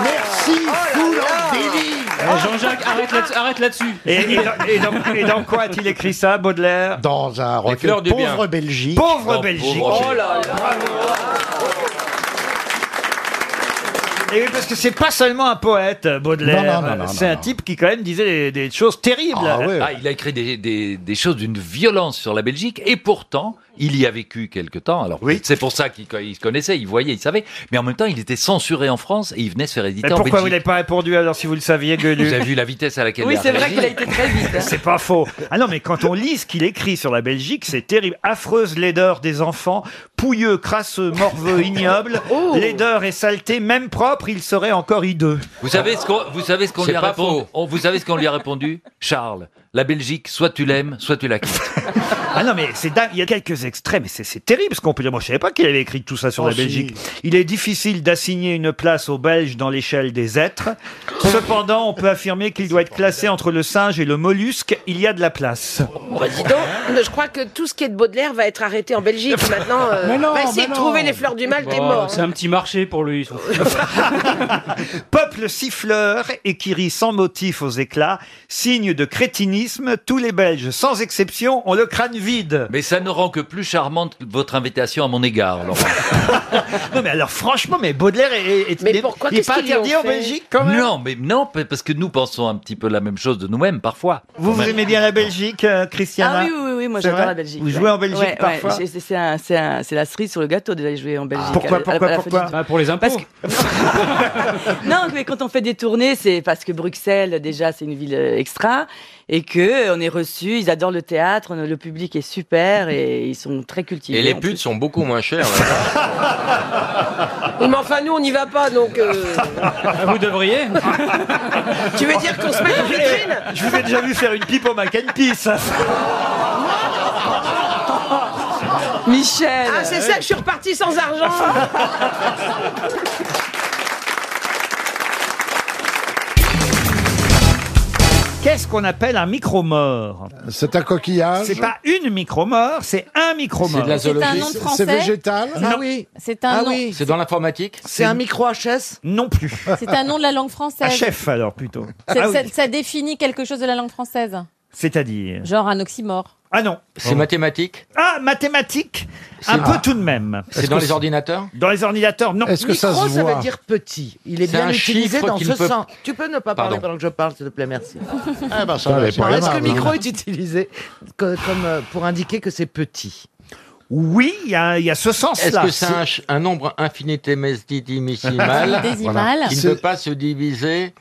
Speaker 14: Merci,
Speaker 1: Oh
Speaker 14: foule en délire.
Speaker 1: Eh,
Speaker 2: Jean-Jacques, arrête là-dessus. Arrête là-dessus.
Speaker 1: Et, et dans, et dans- et dans quoi a-t-il écrit ça, Baudelaire Dans un recueil
Speaker 25: fleurs du bien. Pauvre
Speaker 1: Belgique. Pauvre
Speaker 25: Oh,
Speaker 1: Belgique.
Speaker 25: pauvre Oh là
Speaker 1: Et Eh oui, parce que c'est pas seulement un poète, Baudelaire.
Speaker 6: Non, non, non, non,
Speaker 1: c'est un type qui, quand même, disait des, des choses terribles.
Speaker 6: Ah, il a écrit des, des- des choses d'une violence sur la Belgique et pourtant il y a vécu quelque temps. Alors c'est pour ça qu'il co- il se connaissait, il voyait, il savait. Mais en même temps, il était censuré en France et il venait se faire éditer
Speaker 1: Mais
Speaker 6: Oh, en
Speaker 1: pourquoi vous n'avez
Speaker 6: Belgique.
Speaker 1: pas répondu alors si vous le saviez, Gueulu
Speaker 6: Vous avez vu la vitesse à laquelle il a réagi.
Speaker 1: été très vite. C'est pas faux. Ah non, mais quand on lit ce qu'il écrit sur la Belgique, c'est terrible. Affreuse laideur des enfants, pouilleux, crasseux, morveux, ignoble, laideur et saleté, même propre, il serait encore hideux.
Speaker 6: Vous savez ce qu'on, vous savez ce qu'on
Speaker 1: C'est
Speaker 6: lui a
Speaker 1: pas
Speaker 6: répondu.
Speaker 1: faux.
Speaker 6: on- Vous savez ce qu'on lui a répondu, Charles. La Belgique, soit tu l'aimes, soit tu la quittes.
Speaker 1: Ah non, mais c'est dingue. Il y a quelques extraits, mais c'est- c'est terrible ce qu'on peut dire. Moi, je savais pas qu'il avait écrit tout ça sur
Speaker 6: Oh,
Speaker 1: la
Speaker 6: si.
Speaker 1: Belgique. Il est difficile d'assigner une place aux Belges dans l'échelle des êtres. Cependant, on peut affirmer qu'il doit être classé entre le singe et le mollusque. Il y a de la place.
Speaker 2: Oh,
Speaker 28: bah,
Speaker 7: Donc, je crois que tout ce qui est de Baudelaire va être arrêté en Belgique maintenant. euh,
Speaker 2: Mais non,
Speaker 7: va essayer
Speaker 2: mais
Speaker 7: de
Speaker 2: non.
Speaker 7: trouver les fleurs du mal, t'es
Speaker 2: Bon,
Speaker 7: mort. hein.
Speaker 2: C'est un petit marché pour lui. ils sont fous.
Speaker 1: Peuple siffleur et qui rit sans motif aux éclats, signe de crétinisme, tous les Belges, sans exception, ont le crâne vide.
Speaker 6: Mais ça ne rend que plus charmante votre invitation à mon égard, Laurent.
Speaker 1: non, mais alors franchement, mais Baudelaire est, est- il est- il est pas interdit en Belgique quand même.
Speaker 6: Non, mais non, pa- parce que nous pensons un petit peu la même chose de nous-mêmes parfois.
Speaker 1: Vous, vous aimez bien la Belgique, euh, Christiana
Speaker 21: Ah oui, oui, oui, moi
Speaker 1: C'est
Speaker 21: j'adore
Speaker 1: vrai
Speaker 21: la Belgique.
Speaker 1: Vous
Speaker 21: ouais.
Speaker 1: jouez en Belgique
Speaker 21: Ouais, ouais,
Speaker 1: parfois
Speaker 21: j'ai- C'est c'est un- c'est un- c'est la cerise sur le gâteau d'aller jouer en Belgique.
Speaker 1: Pourquoi,
Speaker 21: à la- à la-
Speaker 10: Ah, bah,
Speaker 1: pourquoi,
Speaker 21: à la fête
Speaker 1: pourquoi
Speaker 21: du-
Speaker 1: Pour les impôts.
Speaker 21: Non, mais quand on fait des tournées, c'est parce que Bruxelles, déjà, c'est une ville euh, extra et que euh, on est reçu. Ils adorent le théâtre, le public est super et ils sont très cultivés.
Speaker 25: Et les
Speaker 21: en
Speaker 25: putes sont beaucoup moins chères. là.
Speaker 7: Oui, mais enfin, nous, on n'y va pas, donc. euh,
Speaker 1: Ah, Vous devriez.
Speaker 7: tu veux dire qu'on se met en vitrine
Speaker 1: Eh, Je vous ai déjà vu faire une pipe au mac and Peace.
Speaker 21: Michel
Speaker 7: Ah, c'est ça, je suis reparti sans argent
Speaker 1: Qu'est-ce qu'on appelle un micro-mort C'est un coquillage. C'est pas une micro-mort, c'est un micro-mort.
Speaker 25: C'est de la C'est un zoologie. nom de français
Speaker 1: Non.
Speaker 26: Ah oui. C'est un nom.
Speaker 25: C'est dans l'informatique
Speaker 26: C'est un micro HS
Speaker 1: Non plus.
Speaker 26: C'est un nom de la langue française.
Speaker 1: chef alors plutôt.
Speaker 26: C'est-
Speaker 1: Ah oui,
Speaker 26: ça, ça définit quelque chose de la langue française.
Speaker 1: C'est-à-dire
Speaker 26: Genre un oxymore.
Speaker 1: Ah non.
Speaker 25: C'est mathématique
Speaker 1: Ah, mathématiques Un peu tout de même.
Speaker 25: C'est dans les ordinateurs
Speaker 1: Dans les ordinateurs, non.
Speaker 25: Est-ce que ça
Speaker 26: Micro, se
Speaker 25: ça veut voit
Speaker 26: dire
Speaker 9: petit. Il est
Speaker 25: C'est
Speaker 9: bien
Speaker 25: un
Speaker 9: utilisé
Speaker 25: chiffre
Speaker 9: dans
Speaker 25: qui
Speaker 9: ce
Speaker 25: ne peut-
Speaker 9: sens. Tu peux ne pas parler
Speaker 25: Pardon. ben,
Speaker 9: pendant que je parle, s'il te plaît, merci.
Speaker 26: Ah,
Speaker 9: bah,
Speaker 26: ça va,
Speaker 9: Est-ce
Speaker 26: c'est pas
Speaker 9: que
Speaker 26: grave,
Speaker 9: micro
Speaker 26: hein.
Speaker 9: est utilisé que- comme euh, pour indiquer que c'est petit
Speaker 1: Oui, il y, a- il y a ce
Speaker 9: Oh,
Speaker 25: Est-ce
Speaker 1: sens-là.
Speaker 25: que c'est un, ch- un nombre infinitésimale
Speaker 1: Décimal.
Speaker 25: qui
Speaker 1: C'est-
Speaker 25: ne peut pas se diviser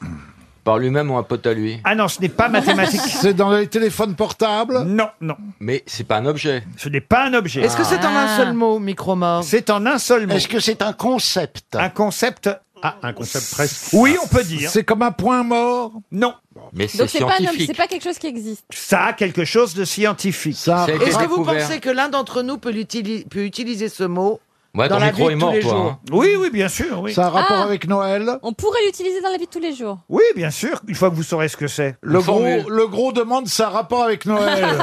Speaker 25: par lui-même ou un pote à lui
Speaker 1: Ah non, ce n'est pas mathématique.
Speaker 25: C'est dans les téléphones portables
Speaker 1: Non, non.
Speaker 25: Mais c'est pas un objet.
Speaker 1: Ce n'est pas un objet.
Speaker 9: Est-ce que c'est en
Speaker 26: Ah.
Speaker 9: un seul mot, micro-mort
Speaker 1: C'est en un seul mot.
Speaker 9: Est-ce que c'est un concept
Speaker 1: Un concept.
Speaker 25: Ah, un
Speaker 26: Oh.
Speaker 25: concept presque.
Speaker 1: Oui, on peut dire. C'est
Speaker 25: comme un point mort
Speaker 1: Non.
Speaker 25: Mais
Speaker 26: Donc c'est pas, un homme, c'est pas quelque chose qui existe.
Speaker 1: Ça a quelque chose de scientifique.
Speaker 25: Ça a été
Speaker 9: Ah. Est-ce que vous
Speaker 25: découvert.
Speaker 9: pensez que l'un d'entre nous peut, l'utili- peut utiliser ce mot
Speaker 25: Ouais, ton micro est mort, toi. hein.
Speaker 1: Oui, oui, bien sûr. Oui.
Speaker 25: Ça a un rapport Ah. avec
Speaker 1: Noël
Speaker 22: On pourrait l'utiliser dans la vie de tous les jours.
Speaker 1: Oui, bien sûr, une fois que vous saurez ce que c'est.
Speaker 15: Le gros, le gros demande ça rapport avec Noël.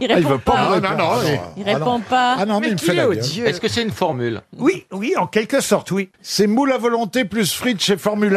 Speaker 22: Il
Speaker 15: Ah, il veut pas me
Speaker 22: Ah,
Speaker 15: répondre. Ah, non.
Speaker 22: Il
Speaker 15: Ah,
Speaker 22: répond
Speaker 15: non.
Speaker 22: pas.
Speaker 15: Ah non, mais, il me fait la gueule.
Speaker 25: Est-ce que c'est une formule
Speaker 1: Oui, oui, en quelque sorte, oui.
Speaker 15: C'est moule à volonté plus frites chez Formule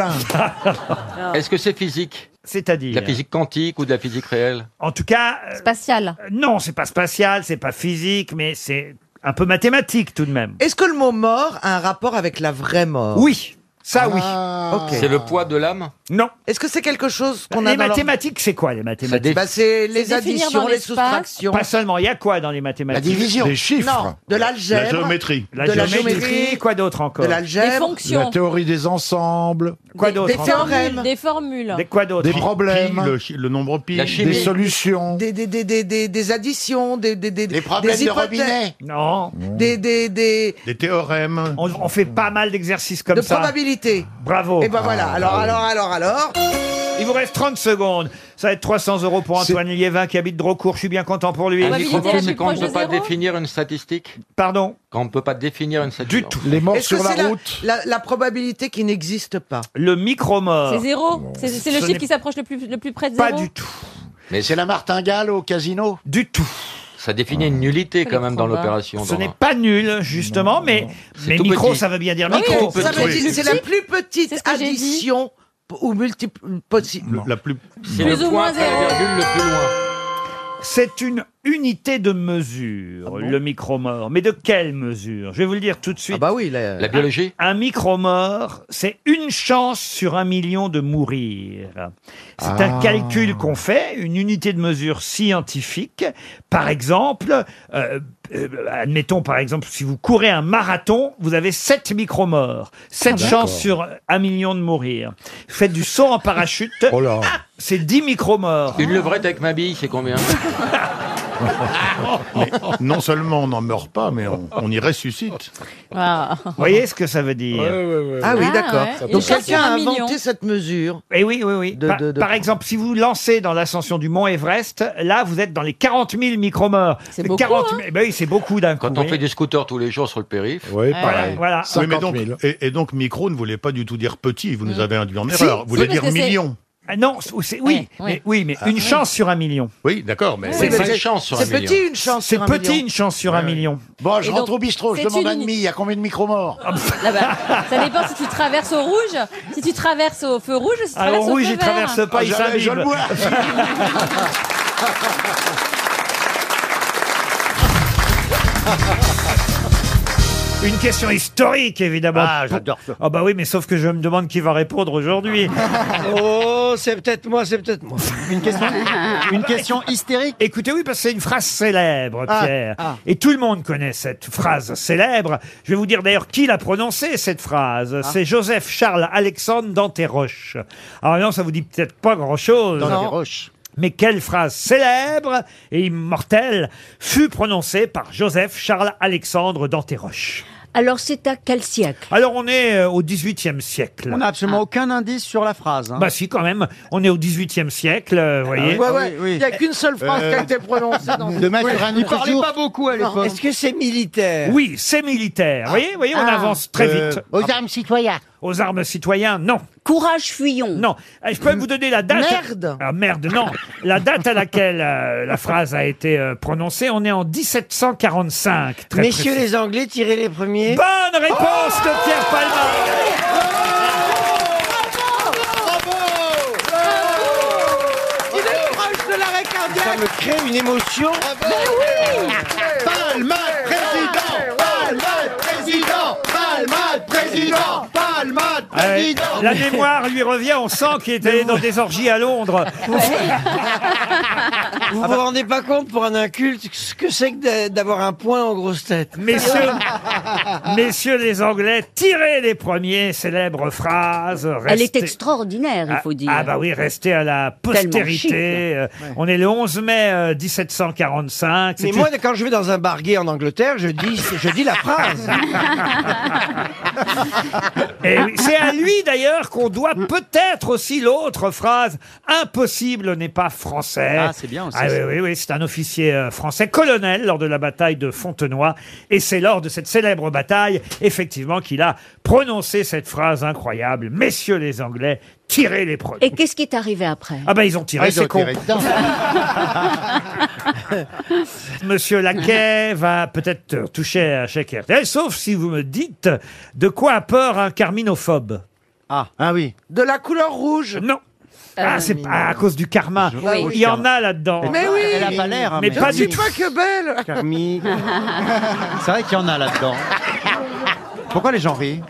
Speaker 15: 1.
Speaker 25: Est-ce que c'est physique
Speaker 1: C'est-à-dire
Speaker 25: De la physique quantique ou de la physique réelle
Speaker 1: En tout cas. Spatial. Non, c'est pas spatial, c'est pas physique, mais c'est un peu mathématique tout de même.
Speaker 9: Est-ce que le mot mort a un rapport avec la vraie mort
Speaker 1: Oui, ça oui.
Speaker 9: Ah Ok.
Speaker 25: C'est le poids de l'âme
Speaker 1: Non.
Speaker 9: Est-ce que c'est quelque chose qu'on a
Speaker 1: Les
Speaker 9: dans l'or-
Speaker 1: mathématiques, c'est quoi les mathématiques
Speaker 9: Bah, c'est les
Speaker 1: C'est définir
Speaker 9: additions,
Speaker 1: dans
Speaker 9: les
Speaker 1: l'espace.
Speaker 9: soustractions.
Speaker 1: Pas seulement, il y a quoi dans les mathématiques
Speaker 9: La division. Des chiffres. Non, de l'algèbre.
Speaker 15: La géométrie.
Speaker 1: La
Speaker 15: De la
Speaker 1: géométrie,
Speaker 15: géométrie.
Speaker 1: quoi d'autre encore
Speaker 15: De l'algèbre. Des fonctions. La théorie des ensembles.
Speaker 1: Quoi d'autre
Speaker 15: des
Speaker 1: encore
Speaker 15: théorèmes.
Speaker 22: Des formules.
Speaker 1: Des quoi d'autre
Speaker 15: Des problèmes.
Speaker 19: le, chi- le nombre pi,
Speaker 15: Des solutions.
Speaker 9: Des, des, des, des, des, des additions, des, des, des, des
Speaker 15: problèmes de
Speaker 9: hypothèses.
Speaker 15: robinet.
Speaker 1: Non.
Speaker 9: Des, des, des,
Speaker 1: Des théorèmes. On, on fait pas mal d'exercices comme
Speaker 9: de
Speaker 1: ça.
Speaker 9: probabilités.
Speaker 1: Bravo.
Speaker 9: Et ben voilà, alors, alors, alors, alors.
Speaker 1: Il vous reste 30 secondes. Ça va être 300 euros pour Antoine Liévin qui habite Drocourt. Je suis bien content pour lui.
Speaker 25: Un micro c'est quand on ne peut pas définir une statistique
Speaker 1: Pardon
Speaker 25: Quand on ne peut pas définir une statistique. Du tout.
Speaker 15: Les
Speaker 9: Est-ce que c'est la, la, la probabilité qui n'existe pas
Speaker 1: Le micro-mort.
Speaker 22: C'est zéro. C'est c'est le
Speaker 25: Ce
Speaker 22: chiffre
Speaker 25: n'est
Speaker 22: qui s'approche le plus, le plus près de
Speaker 1: Oh. Pas
Speaker 22: zéro.
Speaker 1: du tout.
Speaker 25: Mais c'est la martingale au casino
Speaker 1: Du tout.
Speaker 25: Ça définit une nullité quand même dans l'opération.
Speaker 1: Ce
Speaker 25: dans-
Speaker 1: n'est pas nul, justement, mais, mais
Speaker 25: tout
Speaker 1: micro,
Speaker 25: petit.
Speaker 1: ça veut bien dire
Speaker 9: Oui,
Speaker 1: micro.
Speaker 9: ça veut dire- c'est la plus petite addition p- ou multiple possible.
Speaker 19: La plus.
Speaker 25: C'est le point de la virgule le plus loin.
Speaker 1: C'est une unité de mesure, le micro-mort. Mais de quelle mesure Je vais vous le dire tout de suite. Ah bah
Speaker 9: oui, la,
Speaker 25: biologie
Speaker 1: Un, micro-mort, c'est une chance sur un million de mourir. C'est un
Speaker 15: Ah.
Speaker 1: calcul qu'on fait, une unité de mesure scientifique. Par exemple, euh, euh, admettons par exemple, si vous courez un marathon, vous avez 7 micro-morts. 7
Speaker 15: Ah,
Speaker 1: chances sur
Speaker 15: d'accord.
Speaker 1: un million de mourir. Vous faites du saut en parachute,
Speaker 15: Oh
Speaker 1: Ah, c'est 10 micro-morts.
Speaker 25: Une levrette avec ma bille, c'est combien
Speaker 15: Mais non seulement on n'en meurt pas, mais on, on y ressuscite.
Speaker 22: Ah.
Speaker 1: Vous voyez ce que ça veut dire
Speaker 9: Ah oui, d'accord. Donc quelqu'un a
Speaker 1: million.
Speaker 9: inventé cette mesure.
Speaker 1: Et Eh oui, oui, oui.
Speaker 9: De-
Speaker 1: par,
Speaker 9: de- de-
Speaker 1: par exemple, si vous lancez dans l'ascension du mont Everest, là, vous êtes dans les 40 000 micro-morts. C'est
Speaker 25: beaucoup,
Speaker 1: 40 000 ben oui, c'est beaucoup d'un coup.
Speaker 25: Quand on
Speaker 1: oui.
Speaker 25: fait des scooters tous les jours sur le périph.
Speaker 15: Oui,
Speaker 1: pareil. Voilà.
Speaker 15: Oui, mais
Speaker 1: 50 000.
Speaker 15: donc, et, et donc micro ne voulait pas du tout dire petit, vous nous avez induit en
Speaker 1: Mm. Si,
Speaker 15: erreur.
Speaker 1: si,
Speaker 15: Vous voulez
Speaker 1: parce
Speaker 15: dire
Speaker 1: que c'est-
Speaker 15: million.
Speaker 1: Ah non, c'est- c'est- oui,
Speaker 15: Eh,
Speaker 1: mais,
Speaker 15: ouais.
Speaker 1: oui, mais
Speaker 15: Ah,
Speaker 1: une
Speaker 15: oui.
Speaker 1: chance sur un million.
Speaker 15: Oui, d'accord, mais
Speaker 1: Oui, mais c'est- c'est petit, une
Speaker 9: chance
Speaker 1: C'est petit une chance sur un million.
Speaker 15: Bon, je
Speaker 22: Et
Speaker 15: rentre
Speaker 22: donc,
Speaker 15: au bistrot, je
Speaker 22: c'est
Speaker 15: demande
Speaker 22: une
Speaker 15: un
Speaker 22: uni-
Speaker 15: demi, il y a combien de micro-morts
Speaker 1: Ah,
Speaker 22: Là-bas. bah, Ça dépend si tu traverses au rouge, si tu traverses au feu rouge
Speaker 1: Ah,
Speaker 22: ou si tu
Speaker 15: Alors,
Speaker 22: traverses au
Speaker 15: rouge,
Speaker 22: feu
Speaker 15: il
Speaker 22: vert.
Speaker 15: traverse pas, Ah, il j'allais- je s'imbibe. le vois.
Speaker 1: Une question historique, évidemment. Ah, j'adore ça. Ah bah oui, mais sauf que je me demande qui va répondre aujourd'hui.
Speaker 11: Oh, c'est peut-être moi, c'est peut-être moi.
Speaker 1: Une question, une question hystérique. Écoutez, oui, parce que c'est une phrase célèbre,
Speaker 11: Ah,
Speaker 1: Pierre.
Speaker 11: ah.
Speaker 1: Et tout le monde connaît cette phrase célèbre. Je vais vous dire d'ailleurs qui l'a prononcée, cette phrase.
Speaker 11: Ah.
Speaker 1: C'est Joseph Charles Alexandre Danteroche. Alors non, ça vous dit peut-être pas grand-chose.
Speaker 11: Danteroche.
Speaker 1: Mais quelle phrase célèbre et immortelle fut prononcée par Joseph Charles Alexandre Danteroche
Speaker 3: Alors c'est à quel siècle
Speaker 1: Alors on est euh, au XVIIIe siècle.
Speaker 11: On n'a absolument aucun indice sur la phrase. hein.
Speaker 1: Bah si quand même, on est au XVIIIe siècle, euh, vous
Speaker 5: Ah
Speaker 1: voyez.
Speaker 11: ouais, ouais.
Speaker 9: Il n'y a qu'une seule phrase qui a été prononcée dans
Speaker 11: de Maturana
Speaker 9: Il parlait
Speaker 11: toujours.
Speaker 9: pas beaucoup à
Speaker 11: Non,
Speaker 9: l'époque.
Speaker 11: est-ce
Speaker 9: que c'est militaire
Speaker 1: Oui, c'est militaire. Vous voyez, vous voyez, on
Speaker 3: Ah.
Speaker 1: avance très
Speaker 3: Euh,
Speaker 1: vite.
Speaker 3: aux armes
Speaker 1: citoyennes. Aux armes citoyennes, non.
Speaker 3: Courage, fuyons.
Speaker 1: Non. Euh, Je peux vous donner la date.
Speaker 3: Merde.
Speaker 1: Ah, merde, non. La date à laquelle euh, la phrase a été euh, prononcée, on est en 1745. Très
Speaker 11: Messieurs
Speaker 1: précis.
Speaker 11: les Anglais, tirez les premiers.
Speaker 1: Bonne réponse de Pierre Palma.
Speaker 9: Il est proche de l'arrêt cardiaque.
Speaker 11: Ça me crée une émotion.
Speaker 9: Palma, président Palma, président Palma, président Palma,
Speaker 1: Ah ouais. La mémoire lui revient, on sent qu'il était dans des orgies à Londres.
Speaker 11: Vous
Speaker 1: Ah, bah.
Speaker 11: vous rendez pas compte pour un inculte ce que c'est que d'a- d'avoir un point en grosse tête.
Speaker 1: Messieurs, messieurs les Anglais, tirez les premiers, célèbre phrase.
Speaker 3: Elle est
Speaker 1: restez-
Speaker 3: extraordinaire, il faut dire.
Speaker 1: Ah bah oui, rester à la
Speaker 3: Tellement chic.
Speaker 1: postérité. Euh, On est le 11 mai euh, 1745.
Speaker 11: Mais
Speaker 1: C'est
Speaker 11: moi,
Speaker 1: une-
Speaker 11: quand je vais dans un bar gay en Angleterre, je dis, je dis la phrase.
Speaker 1: Eh oui, c'est à lui d'ailleurs qu'on doit peut-être aussi l'autre phrase Impossible n'est pas français.
Speaker 11: Ah, c'est bien aussi.
Speaker 1: Ah, Ah oui, oui, oui, c'est un officier euh, français, colonel, lors de la bataille de Fontenoy. Et c'est lors de cette célèbre bataille, effectivement, qu'il a prononcé cette phrase incroyable. Messieurs les Anglais, tirez les produits.
Speaker 3: Et qu'est-ce qui est arrivé après
Speaker 1: Ah ben ils ont tiré,
Speaker 3: Ah, ils
Speaker 1: c'est
Speaker 3: ont
Speaker 1: con.
Speaker 3: tiré
Speaker 1: Monsieur Laquet va peut-être toucher à chèque RTL, sauf si vous me dites de quoi a peur un carminophobe. Ah, ah oui.
Speaker 9: De la couleur rouge
Speaker 1: Non. Ah, c'est pas à cause du karma.
Speaker 9: Oui.
Speaker 1: Il y en a là-dedans.
Speaker 9: Mais oui hein,
Speaker 1: Mais pas du tout.
Speaker 9: toi que belle
Speaker 5: Carmine. C'est vrai qu'il y en a là-dedans. Pourquoi les gens rient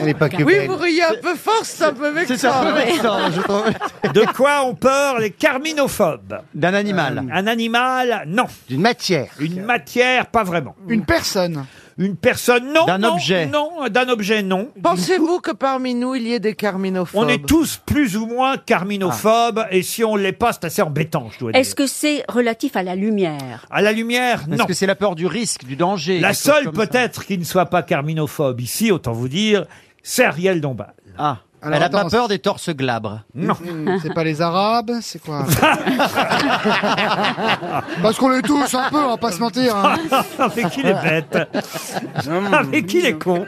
Speaker 5: Elle n'est pas
Speaker 9: Oui, vous riez un peu fort, c'est un peu vexant.
Speaker 1: De quoi ont peur les carminophobes Euh,
Speaker 5: D'un animal.
Speaker 1: Un animal, non.
Speaker 4: D'une matière.
Speaker 1: Une matière, pas vraiment.
Speaker 4: Une personne.
Speaker 1: Une personne, non.
Speaker 5: D'un
Speaker 1: non,
Speaker 5: objet.
Speaker 1: Non, d'un objet, non.
Speaker 9: Pensez-vous que parmi nous, il y ait des carminophobes
Speaker 1: On est tous plus ou moins carminophobes,
Speaker 5: Ah.
Speaker 1: et si on l'est pas, c'est assez embêtant, je dois dire.
Speaker 3: Est-ce que c'est relatif à la lumière
Speaker 1: À la lumière, non.
Speaker 5: Parce que c'est la peur du risque, du danger.
Speaker 1: La
Speaker 5: quelque chose
Speaker 1: seule
Speaker 5: comme
Speaker 1: peut-être qui ne soit pas carminophobe ici, autant vous dire, c'est Ariel Dombal.
Speaker 5: Ah, elle n'a pas peur des torses glabres.
Speaker 1: Non.
Speaker 11: C'est pas les Arabes, c'est quoi Parce qu'on les touche un peu, on va pas se mentir. hein.
Speaker 1: Avec qui il est bête Avec qui il est con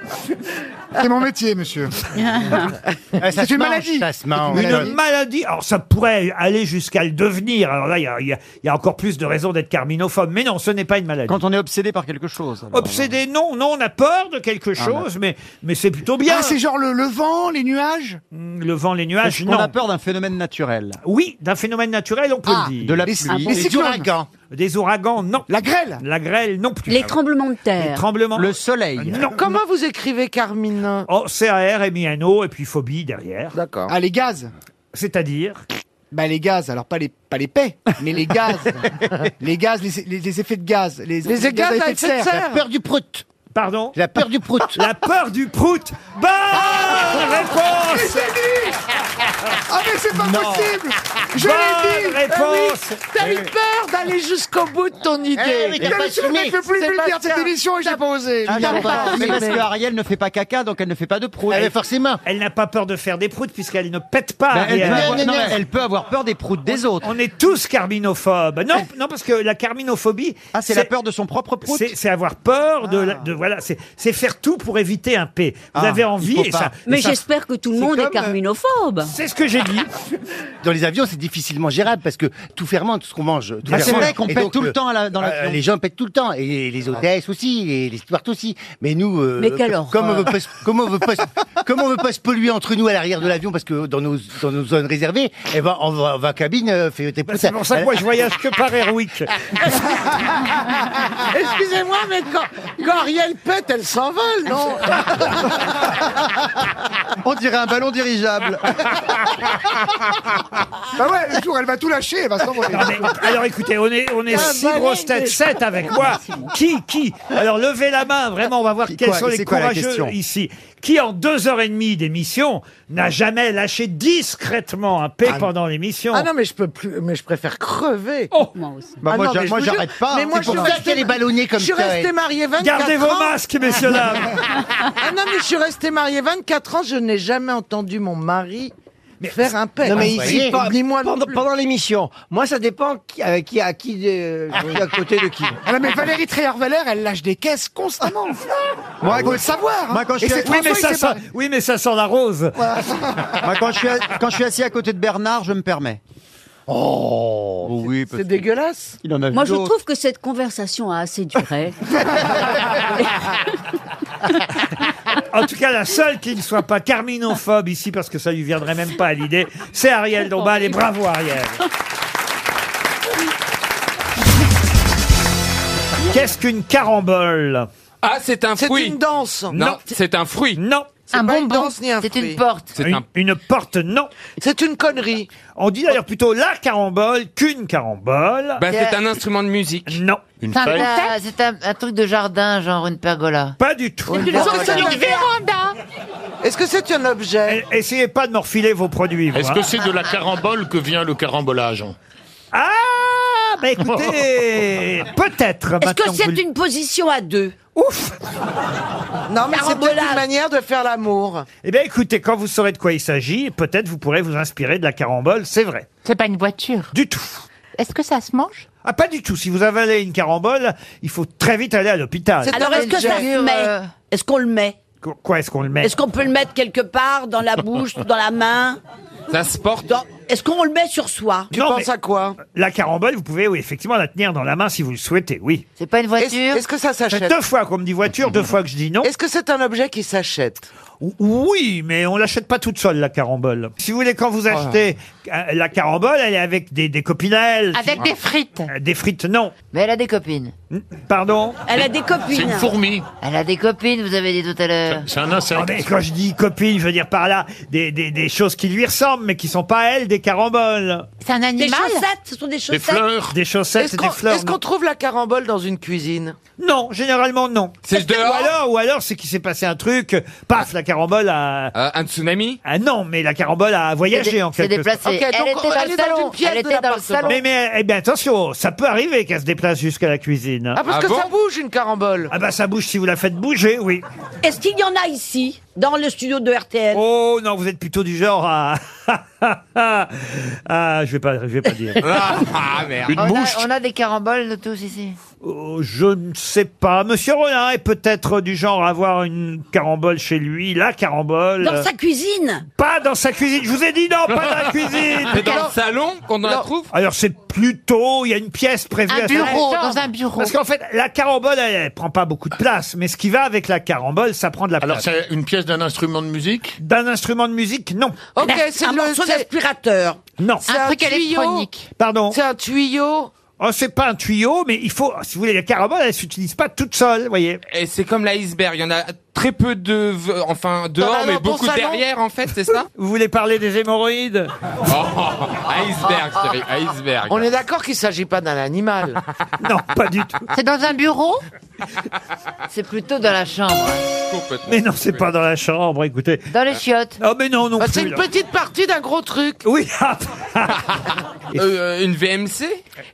Speaker 11: C'est mon métier, monsieur.
Speaker 1: Eh, ça
Speaker 11: C'est
Speaker 1: se
Speaker 11: une
Speaker 1: mange,
Speaker 11: maladie.
Speaker 1: ça
Speaker 11: C'est une maladie.
Speaker 1: Une maladie. Alors ça pourrait aller jusqu'à le devenir. Alors là, il y a- il y, a- il y a encore plus de raisons d'être carminophobe. Mais non, ce n'est pas une maladie.
Speaker 5: Quand on est obsédé par quelque chose. alors. Ah, bah.
Speaker 1: Obsédé, non, non, on a peur de quelque chose, mais, mais c'est plutôt bien.
Speaker 11: Ah, c'est genre le, le vent, les nuages
Speaker 1: Le vent, les
Speaker 5: Est-ce
Speaker 1: nuages,
Speaker 5: qu'on
Speaker 1: non.
Speaker 5: a peur d'un phénomène naturel.
Speaker 1: Oui, d'un phénomène naturel, on peut
Speaker 5: Ah,
Speaker 1: le dire.
Speaker 5: de la Les- pluie.
Speaker 11: les Des cyclones. ouragans.
Speaker 1: Des ouragans, non. La grêle La grêle, non plus.
Speaker 3: Les tremblements de terre.
Speaker 1: Les tremblements.
Speaker 5: Le soleil.
Speaker 1: Non.
Speaker 9: Comment vous écrivez Carmine
Speaker 1: Oh, CAR, MINO, et puis phobie derrière.
Speaker 9: D'accord.
Speaker 11: Ah, les gaz
Speaker 1: C'est-à-dire
Speaker 11: Bah, les gaz, alors pas les, pas les paix, mais les gaz. les gaz, les, les- les effets de gaz. Les,
Speaker 9: Les gaz à effet de serre.
Speaker 4: La peur du prout.
Speaker 1: Pardon
Speaker 4: La peur du prout.
Speaker 1: La peur du prout. Bonne réponse
Speaker 11: Ah, mais c'est pas possible
Speaker 9: Je l'ai dit
Speaker 1: Bonne réponse.
Speaker 9: Ah
Speaker 1: Eh
Speaker 9: oui, T'as eu peur d'aller jusqu'au bout de ton idée
Speaker 11: Eh, mais t'as pas
Speaker 9: C'est le mec
Speaker 11: assumé.
Speaker 9: le plus
Speaker 11: C'est
Speaker 9: vulgaire de
Speaker 11: Bastien.
Speaker 9: cette émission et j'ai pas osé
Speaker 5: Ah,
Speaker 9: T'as
Speaker 5: non,
Speaker 9: pas
Speaker 5: pas- mais
Speaker 9: osé.
Speaker 5: parce que Ariel ne fait pas caca, donc elle ne fait pas de prout.
Speaker 4: Eh, mais forcément.
Speaker 1: Elle n'a pas peur de faire des proutes puisqu'elle ne pète pas.
Speaker 5: Ben, elle, peut
Speaker 1: Ariel.
Speaker 5: avoir, non, mais elle peut avoir peur des proutes des autres.
Speaker 1: On est tous carminophobes. Non, non, parce que la carminophobie.
Speaker 5: Ah, c'est la peur de son propre prout
Speaker 1: C'est c'est avoir peur de, la- de- voilà, c'est c'est faire tout pour éviter un P. Vous
Speaker 5: Ah,
Speaker 1: avez envie
Speaker 5: il faut
Speaker 1: et
Speaker 5: pas.
Speaker 1: ça. et
Speaker 3: Mais
Speaker 1: ça-
Speaker 3: j'espère que tout le monde est
Speaker 5: euh,
Speaker 3: carminophobe.
Speaker 1: euh, C'est ce que j'ai dit.
Speaker 4: Dans les avions, c'est difficilement gérable parce que tout fermente, tout ce qu'on mange. tout
Speaker 1: Bah,
Speaker 5: Ah, c'est
Speaker 4: fermente.
Speaker 5: vrai qu'on
Speaker 4: Et
Speaker 5: pète
Speaker 4: donc,
Speaker 5: tout le
Speaker 4: euh,
Speaker 5: temps à la- dans
Speaker 4: euh,
Speaker 5: l'avion.
Speaker 4: Les gens pètent tout le temps et les hôtesses aussi, et les stewards aussi. Mais nous, euh,
Speaker 3: Mais quelle
Speaker 4: comme-
Speaker 3: horreur.
Speaker 4: comme on veut pas, se- comme on veut pas, se- comme on veut pas se polluer entre nous à l'arrière de l'avion parce que dans nos dans nos zones réservées, eh ben on va, on va en cabine, euh, fait tes
Speaker 1: Bah, c'est pour ça que moi je voyage que par Airwick.
Speaker 9: Excusez-moi, mais quand, quand Ariel pète, elle s'envole, non
Speaker 5: On dirait un ballon dirigeable.
Speaker 11: Bah ouais, le jour, elle va tout lâcher, elle va s'envoler.
Speaker 1: Non, mais, alors écoutez,
Speaker 5: Euh,
Speaker 1: on est, on est
Speaker 11: Ah,
Speaker 1: six
Speaker 11: bah,
Speaker 1: grosses
Speaker 11: allez,
Speaker 1: têtes,
Speaker 11: mais-
Speaker 1: sept
Speaker 9: Ah,
Speaker 1: avec moi. Qui, qui Alors levez la main, vraiment, on va voir
Speaker 5: Qui-
Speaker 1: quels
Speaker 5: quoi,
Speaker 1: sont les
Speaker 5: c'est quoi la
Speaker 1: courageux
Speaker 5: question
Speaker 1: ici. Qui en deux heures et demie d'émission n'a jamais lâché discrètement un P pendant l'émission Oh.
Speaker 9: Ah non, mais je peux plus, mais je préfère crever.
Speaker 3: Moi aussi.
Speaker 5: Bah,
Speaker 9: Ah
Speaker 5: moi,
Speaker 9: non,
Speaker 5: j'a-
Speaker 9: mais je
Speaker 5: moi,
Speaker 9: vous
Speaker 5: j'arrête
Speaker 9: jure,
Speaker 5: pas.
Speaker 9: Mais
Speaker 5: hein,
Speaker 9: moi,
Speaker 5: c'est
Speaker 9: je
Speaker 5: pour
Speaker 9: suis
Speaker 5: ça.
Speaker 9: restée-
Speaker 4: qu'elle est ballonnée comme
Speaker 9: Je suis
Speaker 4: ça,
Speaker 9: restée
Speaker 4: elle.
Speaker 9: mariée 24
Speaker 1: Gardez
Speaker 9: ans.
Speaker 1: vos masques, messieurs dames.
Speaker 9: Ah non, mais je suis restée mariée 24 ans, je n'ai jamais entendu mon mari faire un pet.
Speaker 30: Non, mais
Speaker 9: Ah,
Speaker 30: ici,
Speaker 9: oui.
Speaker 30: pas-
Speaker 9: ni moi non
Speaker 30: pendant,
Speaker 9: plus.
Speaker 30: pendant l'émission, moi, ça dépend qui, avec qui, à qui, euh, je suis à côté de qui.
Speaker 11: Ah non, mais Valérie Treyer-Valère, elle lâche des caisses constamment.
Speaker 5: Moi,
Speaker 11: Faut
Speaker 5: quand-
Speaker 11: le savoir. hein.
Speaker 5: moi, quand je
Speaker 11: Et
Speaker 5: suis-
Speaker 11: c'est
Speaker 5: oui,
Speaker 11: trois
Speaker 1: Oui mais,
Speaker 11: fois, il
Speaker 1: ça
Speaker 11: s'est
Speaker 1: sent, oui, mais ça sent la rose.
Speaker 5: Moi, quand, je suis, a- quand je suis assis à côté de Bernard, je me permets. Oh, oui, parce
Speaker 9: C'est dégueulasse.
Speaker 5: qu'il en a vu
Speaker 3: Moi, je
Speaker 5: d'autres.
Speaker 3: trouve que cette conversation a assez duré.
Speaker 1: En tout cas, la seule qui ne soit pas carminophobe ici, parce que ça lui viendrait même pas à l'idée, c'est Ariel Dombal. Et bravo, Ariel. Qu'est-ce qu'une carambole
Speaker 12: Ah, c'est un
Speaker 9: C'est
Speaker 12: fruit.
Speaker 9: une danse.
Speaker 12: Non, c'est un fruit.
Speaker 1: Non.
Speaker 9: C'est pas une danse ni un
Speaker 18: C'est
Speaker 9: fruit.
Speaker 18: une porte.
Speaker 12: C'est
Speaker 1: Une,
Speaker 12: un-
Speaker 1: une porte, non.
Speaker 9: C'est une connerie.
Speaker 1: On dit d'ailleurs plutôt la carambole qu'une carambole.
Speaker 12: Bah, c'est un instrument de musique.
Speaker 1: Non,
Speaker 12: Une
Speaker 18: C'est un, tas- c'est un- un truc de jardin, genre une pergola.
Speaker 1: pas du tout.
Speaker 9: Est-ce que c'est un-
Speaker 18: véranda
Speaker 9: Est-ce que c'est un objet
Speaker 1: Eh,
Speaker 9: Ah.
Speaker 1: Essayez pas de m'enfiler vos produits. vous,
Speaker 15: Est-ce
Speaker 1: hein.
Speaker 15: que c'est de la carambole que vient le carambolage
Speaker 2: hein
Speaker 1: Ah, bah écoutez, peut-être.
Speaker 31: Est-ce que
Speaker 1: maintenant vous
Speaker 31: c'est
Speaker 1: le-
Speaker 31: une position à deux
Speaker 1: Ouf
Speaker 9: Non, mais c'est peut-être
Speaker 31: Carambolage.
Speaker 9: une manière de faire l'amour.
Speaker 1: Eh bien écoutez, quand vous saurez de quoi il s'agit, peut-être vous pourrez vous inspirer de la carambole, c'est vrai.
Speaker 18: C'est pas une voiture.
Speaker 1: Du tout. Est-ce que ça se mange Ah, pas du tout. Si vous avalez une carambole, il faut très vite aller à l'hôpital.
Speaker 6: Alors est-ce que ça se
Speaker 11: euh,
Speaker 2: euh,
Speaker 6: met Est-ce qu'on le met
Speaker 1: Qu- Quoi est-ce qu'on le met
Speaker 6: Est-ce qu'on peut le mettre quelque part dans la bouche, dans la main
Speaker 1: Ça se porte
Speaker 6: Est-ce qu'on le met sur soi
Speaker 1: quoi La carambole, vous pouvez oui, effectivement la tenir dans la main si vous le souhaitez, oui.
Speaker 10: C'est pas une voiture.
Speaker 1: Est-ce que ça s'achète Deux fois qu'on me dit voiture, deux fois que je dis non. Est-ce que c'est un objet qui s'achète oui, mais on l'achète pas toute seule, la carambole. Si vous voulez, quand vous achetez euh, la carambole, elle est avec des, des copinelles.
Speaker 10: Avec des frites.
Speaker 1: Euh, Des frites, non.
Speaker 10: Mais elle a des copines.
Speaker 1: Pardon
Speaker 10: Elle a des copines.
Speaker 1: C'est une fourmi.
Speaker 10: Elle a des copines, vous avez dit tout à l'heure.
Speaker 1: C'est un insecte. Ah, quand je dis copine, je veux dire par là des, des- des choses qui lui ressemblent, mais qui sont pas elle, des caramboles.
Speaker 10: C'est un
Speaker 6: Des chaussettes, ce sont des chaussettes.
Speaker 1: Des chaussettes
Speaker 9: Est-ce
Speaker 1: et des
Speaker 9: qu'on
Speaker 1: fleurs.
Speaker 9: est-ce qu'on trouve la carambole dans une cuisine
Speaker 1: Non, généralement non.
Speaker 9: C'est
Speaker 1: Ou alors, ou alors c'est qu'il s'est passé un truc, paf, la carambole a... un tsunami Ah non, mais la carambole a voyagé
Speaker 10: C'est dé-
Speaker 1: en
Speaker 10: c'est
Speaker 1: quelque
Speaker 10: déplacé.
Speaker 1: sorte.
Speaker 10: Ok, Elle donc, était dans elle le est dans salon. une pièce Elle de était dans le l'appartement. salon.
Speaker 1: Mais, mais eh bien, attention, ça peut arriver qu'elle se déplace jusqu'à la cuisine.
Speaker 9: Ah, parce que ça bouge une carambole.
Speaker 1: Ah bah ça bouge si vous la faites bouger, oui.
Speaker 6: Est-ce qu'il y en a ici, dans le studio de RTL
Speaker 1: Oh non, vous êtes plutôt du genre à... ah, je vais pas, je vais pas dire.
Speaker 10: on, a, on a des caramboles, nous tous ici.
Speaker 1: Oh, Je ne sais pas. Monsieur Rollin est peut-être du genre à avoir une carambole chez lui, la carambole.
Speaker 6: Dans sa cuisine
Speaker 1: Pas dans sa cuisine. Je vous ai dit non, pas dans la cuisine.
Speaker 12: C'est dans le salon qu'on en trouve
Speaker 1: Alors c'est plutôt, il y a une pièce prévue
Speaker 10: Un
Speaker 1: à ça.
Speaker 10: bureau, dans un bureau.
Speaker 1: Parce qu'en fait, la carambole, elle, elle prend pas beaucoup de place, mais ce qui va avec la carambole, ça prend de la
Speaker 2: Alors,
Speaker 1: place.
Speaker 2: c'est une pièce d'un instrument de musique
Speaker 1: D'un instrument de musique, non.
Speaker 9: Ok, c'est
Speaker 6: un
Speaker 9: le-
Speaker 6: morceau
Speaker 9: c'est-
Speaker 6: d'aspirateur.
Speaker 1: Non.
Speaker 9: C'est un, tuyau.
Speaker 1: Pardon.
Speaker 9: C'est un tuyau.
Speaker 1: Oh, c'est pas un tuyau, mais il faut, si vous voulez, la carambole, elle s'utilise pas toute seule, voyez.
Speaker 12: Et c'est comme l'iceberg, il y en a très peu de, v- enfin dehors,
Speaker 1: Dans la-
Speaker 12: mais
Speaker 1: dans ton
Speaker 12: beaucoup
Speaker 1: salon
Speaker 12: derrière en fait, c'est ça
Speaker 1: Vous voulez parler des hémorroïdes
Speaker 12: Oh, iceberg, Thierry, iceberg.
Speaker 9: On est d'accord qu'il s'agit pas d'un animal.
Speaker 1: non, pas du tout.
Speaker 10: C'est dans un bureau C'est plutôt dans la chambre.
Speaker 1: Mais non, c'est pas dans la chambre, écoutez.
Speaker 10: Dans les chiottes.
Speaker 1: Ah, mais non, non
Speaker 9: Bah, c'est
Speaker 1: plus,
Speaker 9: une
Speaker 1: là.
Speaker 9: petite partie d'un gros truc.
Speaker 1: Oui.
Speaker 12: Euh, une VMC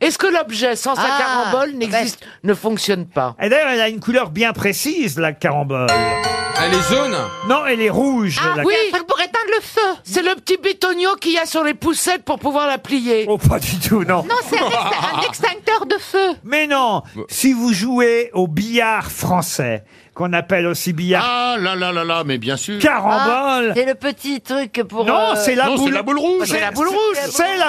Speaker 9: Est-ce que l'objet sans sa
Speaker 12: Ah,
Speaker 9: carambole n'existe, ne fonctionne pas
Speaker 1: Et d'ailleurs, elle a une couleur bien précise, la carambole.
Speaker 12: Elle est jaune
Speaker 1: Non, elle est rouge. la-
Speaker 9: Ah Oui, pour éteindre le feu. C'est le petit bétonio qu'il y a sur les poussettes pour pouvoir la plier.
Speaker 1: Oh, pas du tout, non.
Speaker 9: c'est un, extincteur de feu.
Speaker 1: Ah, Mais non,
Speaker 2: Bah.
Speaker 1: si vous jouez au billard français, qu'on appelle aussi billard,
Speaker 2: Ah là là là là, mais bien sûr.
Speaker 1: carambole.
Speaker 10: Ah, c'est le petit truc pour.
Speaker 1: non,
Speaker 10: euh,
Speaker 1: c'est la, boule...
Speaker 10: C'est la boule rouge.
Speaker 1: C'est la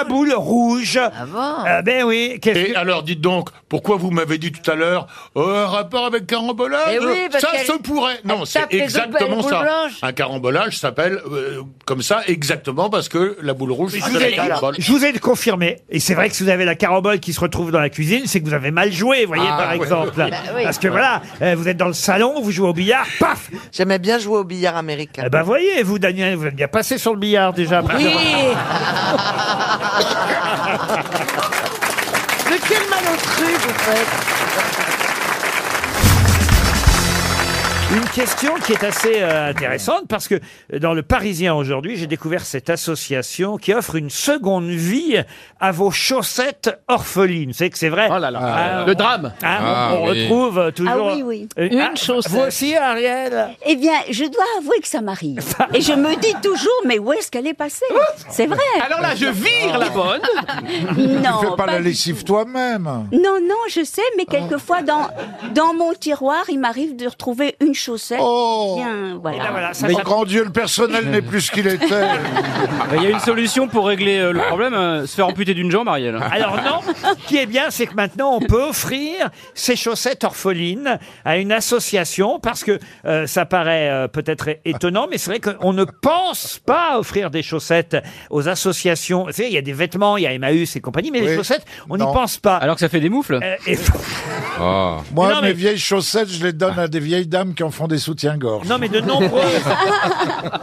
Speaker 1: boule rouge. Euh, ben oui. qu'est-ce
Speaker 2: Et alors, dites donc, pourquoi vous m'avez dit tout à l'heure, euh, rapport avec carambolage
Speaker 10: Eh oui,
Speaker 2: euh,
Speaker 10: parce
Speaker 2: Ça
Speaker 10: qu'elle-
Speaker 2: se pourrait. Non,
Speaker 10: elle
Speaker 2: c'est
Speaker 10: tape les autres
Speaker 2: exactement
Speaker 10: boules
Speaker 2: ça.
Speaker 10: blanches.
Speaker 2: Un carambolage s'appelle euh, comme ça exactement parce que la boule rouge,
Speaker 1: Je
Speaker 2: c'est
Speaker 1: vous,
Speaker 2: la
Speaker 1: ai,
Speaker 2: carambole.
Speaker 1: je vous ai confirmé. Et c'est vrai que si vous avez la carambole qui se retrouve dans la cuisine, c'est que vous avez mal joué, voyez,
Speaker 9: Ah,
Speaker 1: par
Speaker 9: ouais.
Speaker 1: exemple.
Speaker 9: Bah oui.
Speaker 1: Parce que
Speaker 9: Ouais.
Speaker 1: voilà, euh, vous êtes dans le salon, vous jouez au billard, paf
Speaker 9: J'aimais bien jouer au billard américain.
Speaker 1: Eh ben voyez, vous, Daniel, vous êtes bien passé sur le billard déjà.
Speaker 9: Oui. Mais quel malotru vous faites
Speaker 1: Une question qui est assez euh, intéressante parce que euh, dans le Parisien aujourd'hui, j'ai découvert cette association qui offre une seconde vie à vos chaussettes orphelines. C'est que c'est vrai. Ah,
Speaker 18: Oh Le
Speaker 1: on-
Speaker 18: drame.
Speaker 1: hein, on-
Speaker 18: Ah,
Speaker 1: on
Speaker 18: oui.
Speaker 1: retrouve euh, toujours
Speaker 3: Ah oui, oui.
Speaker 1: euh,
Speaker 3: Une
Speaker 1: ah,
Speaker 3: chaussette.
Speaker 1: Vous aussi, Ariel.
Speaker 3: Eh bien, je dois avouer que ça m'arrive. Et je me dis toujours, mais où est-ce qu'elle est passée C'est vrai.
Speaker 12: Alors là, je vire la bonne.
Speaker 3: Non,
Speaker 15: tu fais pas,
Speaker 3: pas
Speaker 15: la
Speaker 3: du
Speaker 15: lessive toi-même.
Speaker 3: Non, non, je sais, mais quelquefois dans, dans mon tiroir, il m'arrive de retrouver une chaussette. Bien, voilà.
Speaker 15: Mais grand Dieu, le personnel n'est plus ce qu'il était.
Speaker 18: Il y a une solution pour régler euh, le problème, euh, se faire amputer d'une jambe, Ariel.
Speaker 1: Alors non, ce qui est bien, c'est que maintenant on peut offrir ces chaussettes orphelines à une association parce que euh, ça paraît euh, peut-être é- étonnant, mais c'est vrai qu'on ne pense pas à offrir des chaussettes aux associations. Vous savez, il y a des vêtements, il y a Emmaüs et compagnie, mais les
Speaker 15: Oui.
Speaker 1: chaussettes, on n'y
Speaker 15: Non.
Speaker 1: pense pas.
Speaker 18: Alors que ça fait des moufles
Speaker 1: Euh, et-
Speaker 15: Moi,
Speaker 1: Mais non,
Speaker 15: mes
Speaker 1: mais-
Speaker 15: vieilles chaussettes, je les donne à des vieilles dames qui en font des soutiens-gorge.
Speaker 1: Non, mais de nombreuses,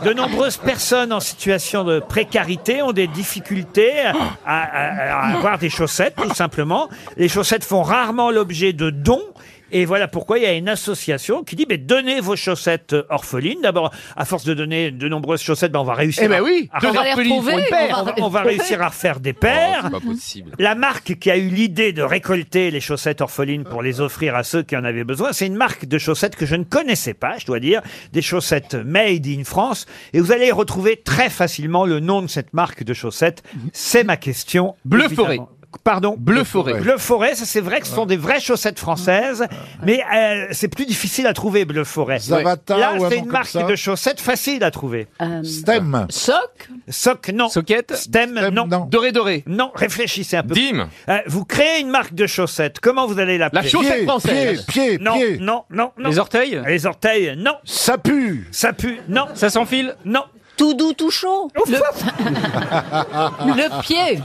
Speaker 1: de nombreuses personnes en situation de précarité ont des difficultés à, à- à avoir des chaussettes, tout simplement. Les chaussettes font rarement l'objet de dons. Et voilà pourquoi il y a une association qui dit mais donnez vos chaussettes orphelines. D'abord, à force de donner de nombreuses chaussettes, ben, on va réussir.
Speaker 9: Eh ben
Speaker 1: à-
Speaker 9: oui,
Speaker 1: à
Speaker 9: deux
Speaker 1: refaire-
Speaker 9: orphelines pour une
Speaker 1: on va-
Speaker 9: paire.
Speaker 1: On va, on va réussir à refaire des paires.
Speaker 12: C'est pas possible.
Speaker 1: La marque qui a eu l'idée de récolter les chaussettes orphelines pour les offrir à ceux qui en avaient besoin, c'est une marque de chaussettes que je ne connaissais pas, je dois dire, des chaussettes made in France. Et vous allez retrouver très facilement le nom de cette marque de chaussettes. C'est ma question.
Speaker 18: Bleu
Speaker 1: évidemment.
Speaker 18: forêt.
Speaker 1: Pardon
Speaker 5: Bleu forêt.
Speaker 1: Bleu forêt, ça c'est vrai que ce sont des vraies chaussettes françaises, mais euh, c'est plus difficile à trouver, bleu forêt.
Speaker 15: Zavata
Speaker 1: Là,
Speaker 15: ou un
Speaker 1: c'est
Speaker 15: nom
Speaker 1: une
Speaker 15: comme
Speaker 1: marque
Speaker 15: ça.
Speaker 1: de chaussettes facile à trouver.
Speaker 3: Euh,
Speaker 15: Stem.
Speaker 1: Soc Soc, non. Soquette Stem, non.
Speaker 5: Doré doré.
Speaker 1: Non, réfléchissez un peu.
Speaker 5: Dim.
Speaker 1: Euh, vous créez une marque de chaussettes, comment vous allez l'appeler
Speaker 5: La chaussette Pied, française. pied, pied,
Speaker 1: Non,
Speaker 5: pied.
Speaker 1: non, non, non.
Speaker 5: Les orteils
Speaker 1: Les orteils, non.
Speaker 15: Ça pue
Speaker 1: Ça pue, non.
Speaker 5: Ça s'enfile
Speaker 1: Non.
Speaker 3: Tout doux, tout chaud.
Speaker 1: Le pied.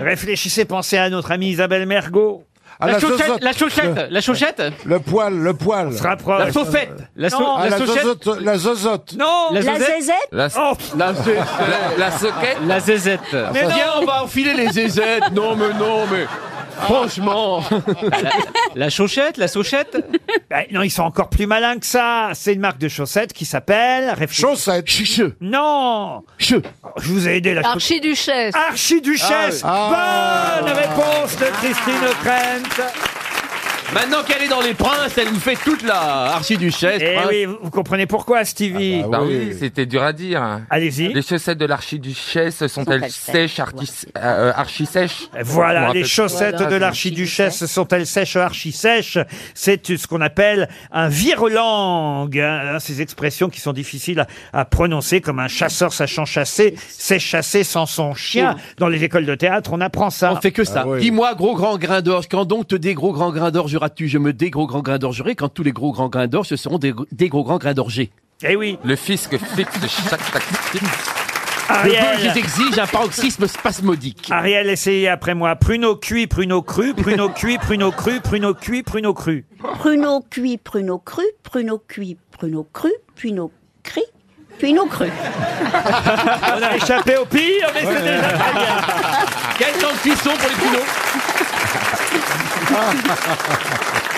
Speaker 1: Réfléchissez, pensez à notre amie Isabelle Mergot.
Speaker 5: Ah, La la chaussette, chaussette. la chaussette, Le- la chaussette.
Speaker 15: Le poil, le poil.
Speaker 1: se rapproche.
Speaker 5: La chauffette. La so-
Speaker 15: Ah,
Speaker 5: la
Speaker 15: la
Speaker 5: sauchette.
Speaker 15: zozote- La zozote.
Speaker 1: Non
Speaker 5: La La zézette zézette La- la
Speaker 10: Ah,
Speaker 5: zé- la- la soquette La zézette. Mais non,
Speaker 10: on va enfiler les zézettes. Non, mais non, mais. Franchement.
Speaker 5: La-
Speaker 1: La chaussette, la sauchette Bah, Non, ils sont encore plus malins que ça. C'est une marque de chaussettes qui s'appelle... Chaussette Non Je vous ai aidé la chaussette.
Speaker 7: Archiduchesse.
Speaker 1: Archiduchesse. Bonne réponse de Christine O'Krent.
Speaker 5: Maintenant qu'elle est dans les princes, elle nous fait toute la archiduchesse.
Speaker 1: Eh
Speaker 5: prince.
Speaker 1: oui, vous vous comprenez pourquoi, Stevie
Speaker 5: Ah bah oui.
Speaker 12: Oui, c'était dur à dire.
Speaker 1: Allez-y.
Speaker 12: Les chaussettes de l'archiduchesse sont-elles
Speaker 1: Sont-elles
Speaker 12: sèches, archi, euh, archi-sèches Je me
Speaker 1: Voilà,
Speaker 12: rappelle
Speaker 1: les
Speaker 12: plus.
Speaker 1: chaussettes
Speaker 12: Voilà.
Speaker 1: de l'archiduchesse sont-elles sèches, archi-sèches C'est ce qu'on appelle un virelangue. hein, ces expressions qui sont difficiles à, à prononcer, comme un chasseur sachant chasser, sait chasser sans son chien. Dans les écoles de théâtre, on apprend ça.
Speaker 6: On fait que ça. Dis-moi, gros grand grain d'orge, quand donc te des gros grands grains d'orge tu Je me des gros grands grains d'orgerai quand tous les gros grands grains d'orge se seront des, gr- des gros grands grains d'orgés.
Speaker 1: Eh oui.
Speaker 12: Le fisc fixe chaque tactique.
Speaker 1: Ariel.
Speaker 6: Le bœuf exige un paroxysme spasmodique.
Speaker 1: Ariel, essayez après moi. Pruneau cuit, pruneau cru, pruneau cuit, pruneau cru, pruneau cuit, pruneau cru.
Speaker 3: Pruneau cuit, pruneau cru, pruneau cuit, pruneau cru, pruneau cri, pruneau cru.
Speaker 1: On a échappé au pire, mais c'est déjà très bien. Ah.
Speaker 6: Quel temps de cuisson pour les pruneaux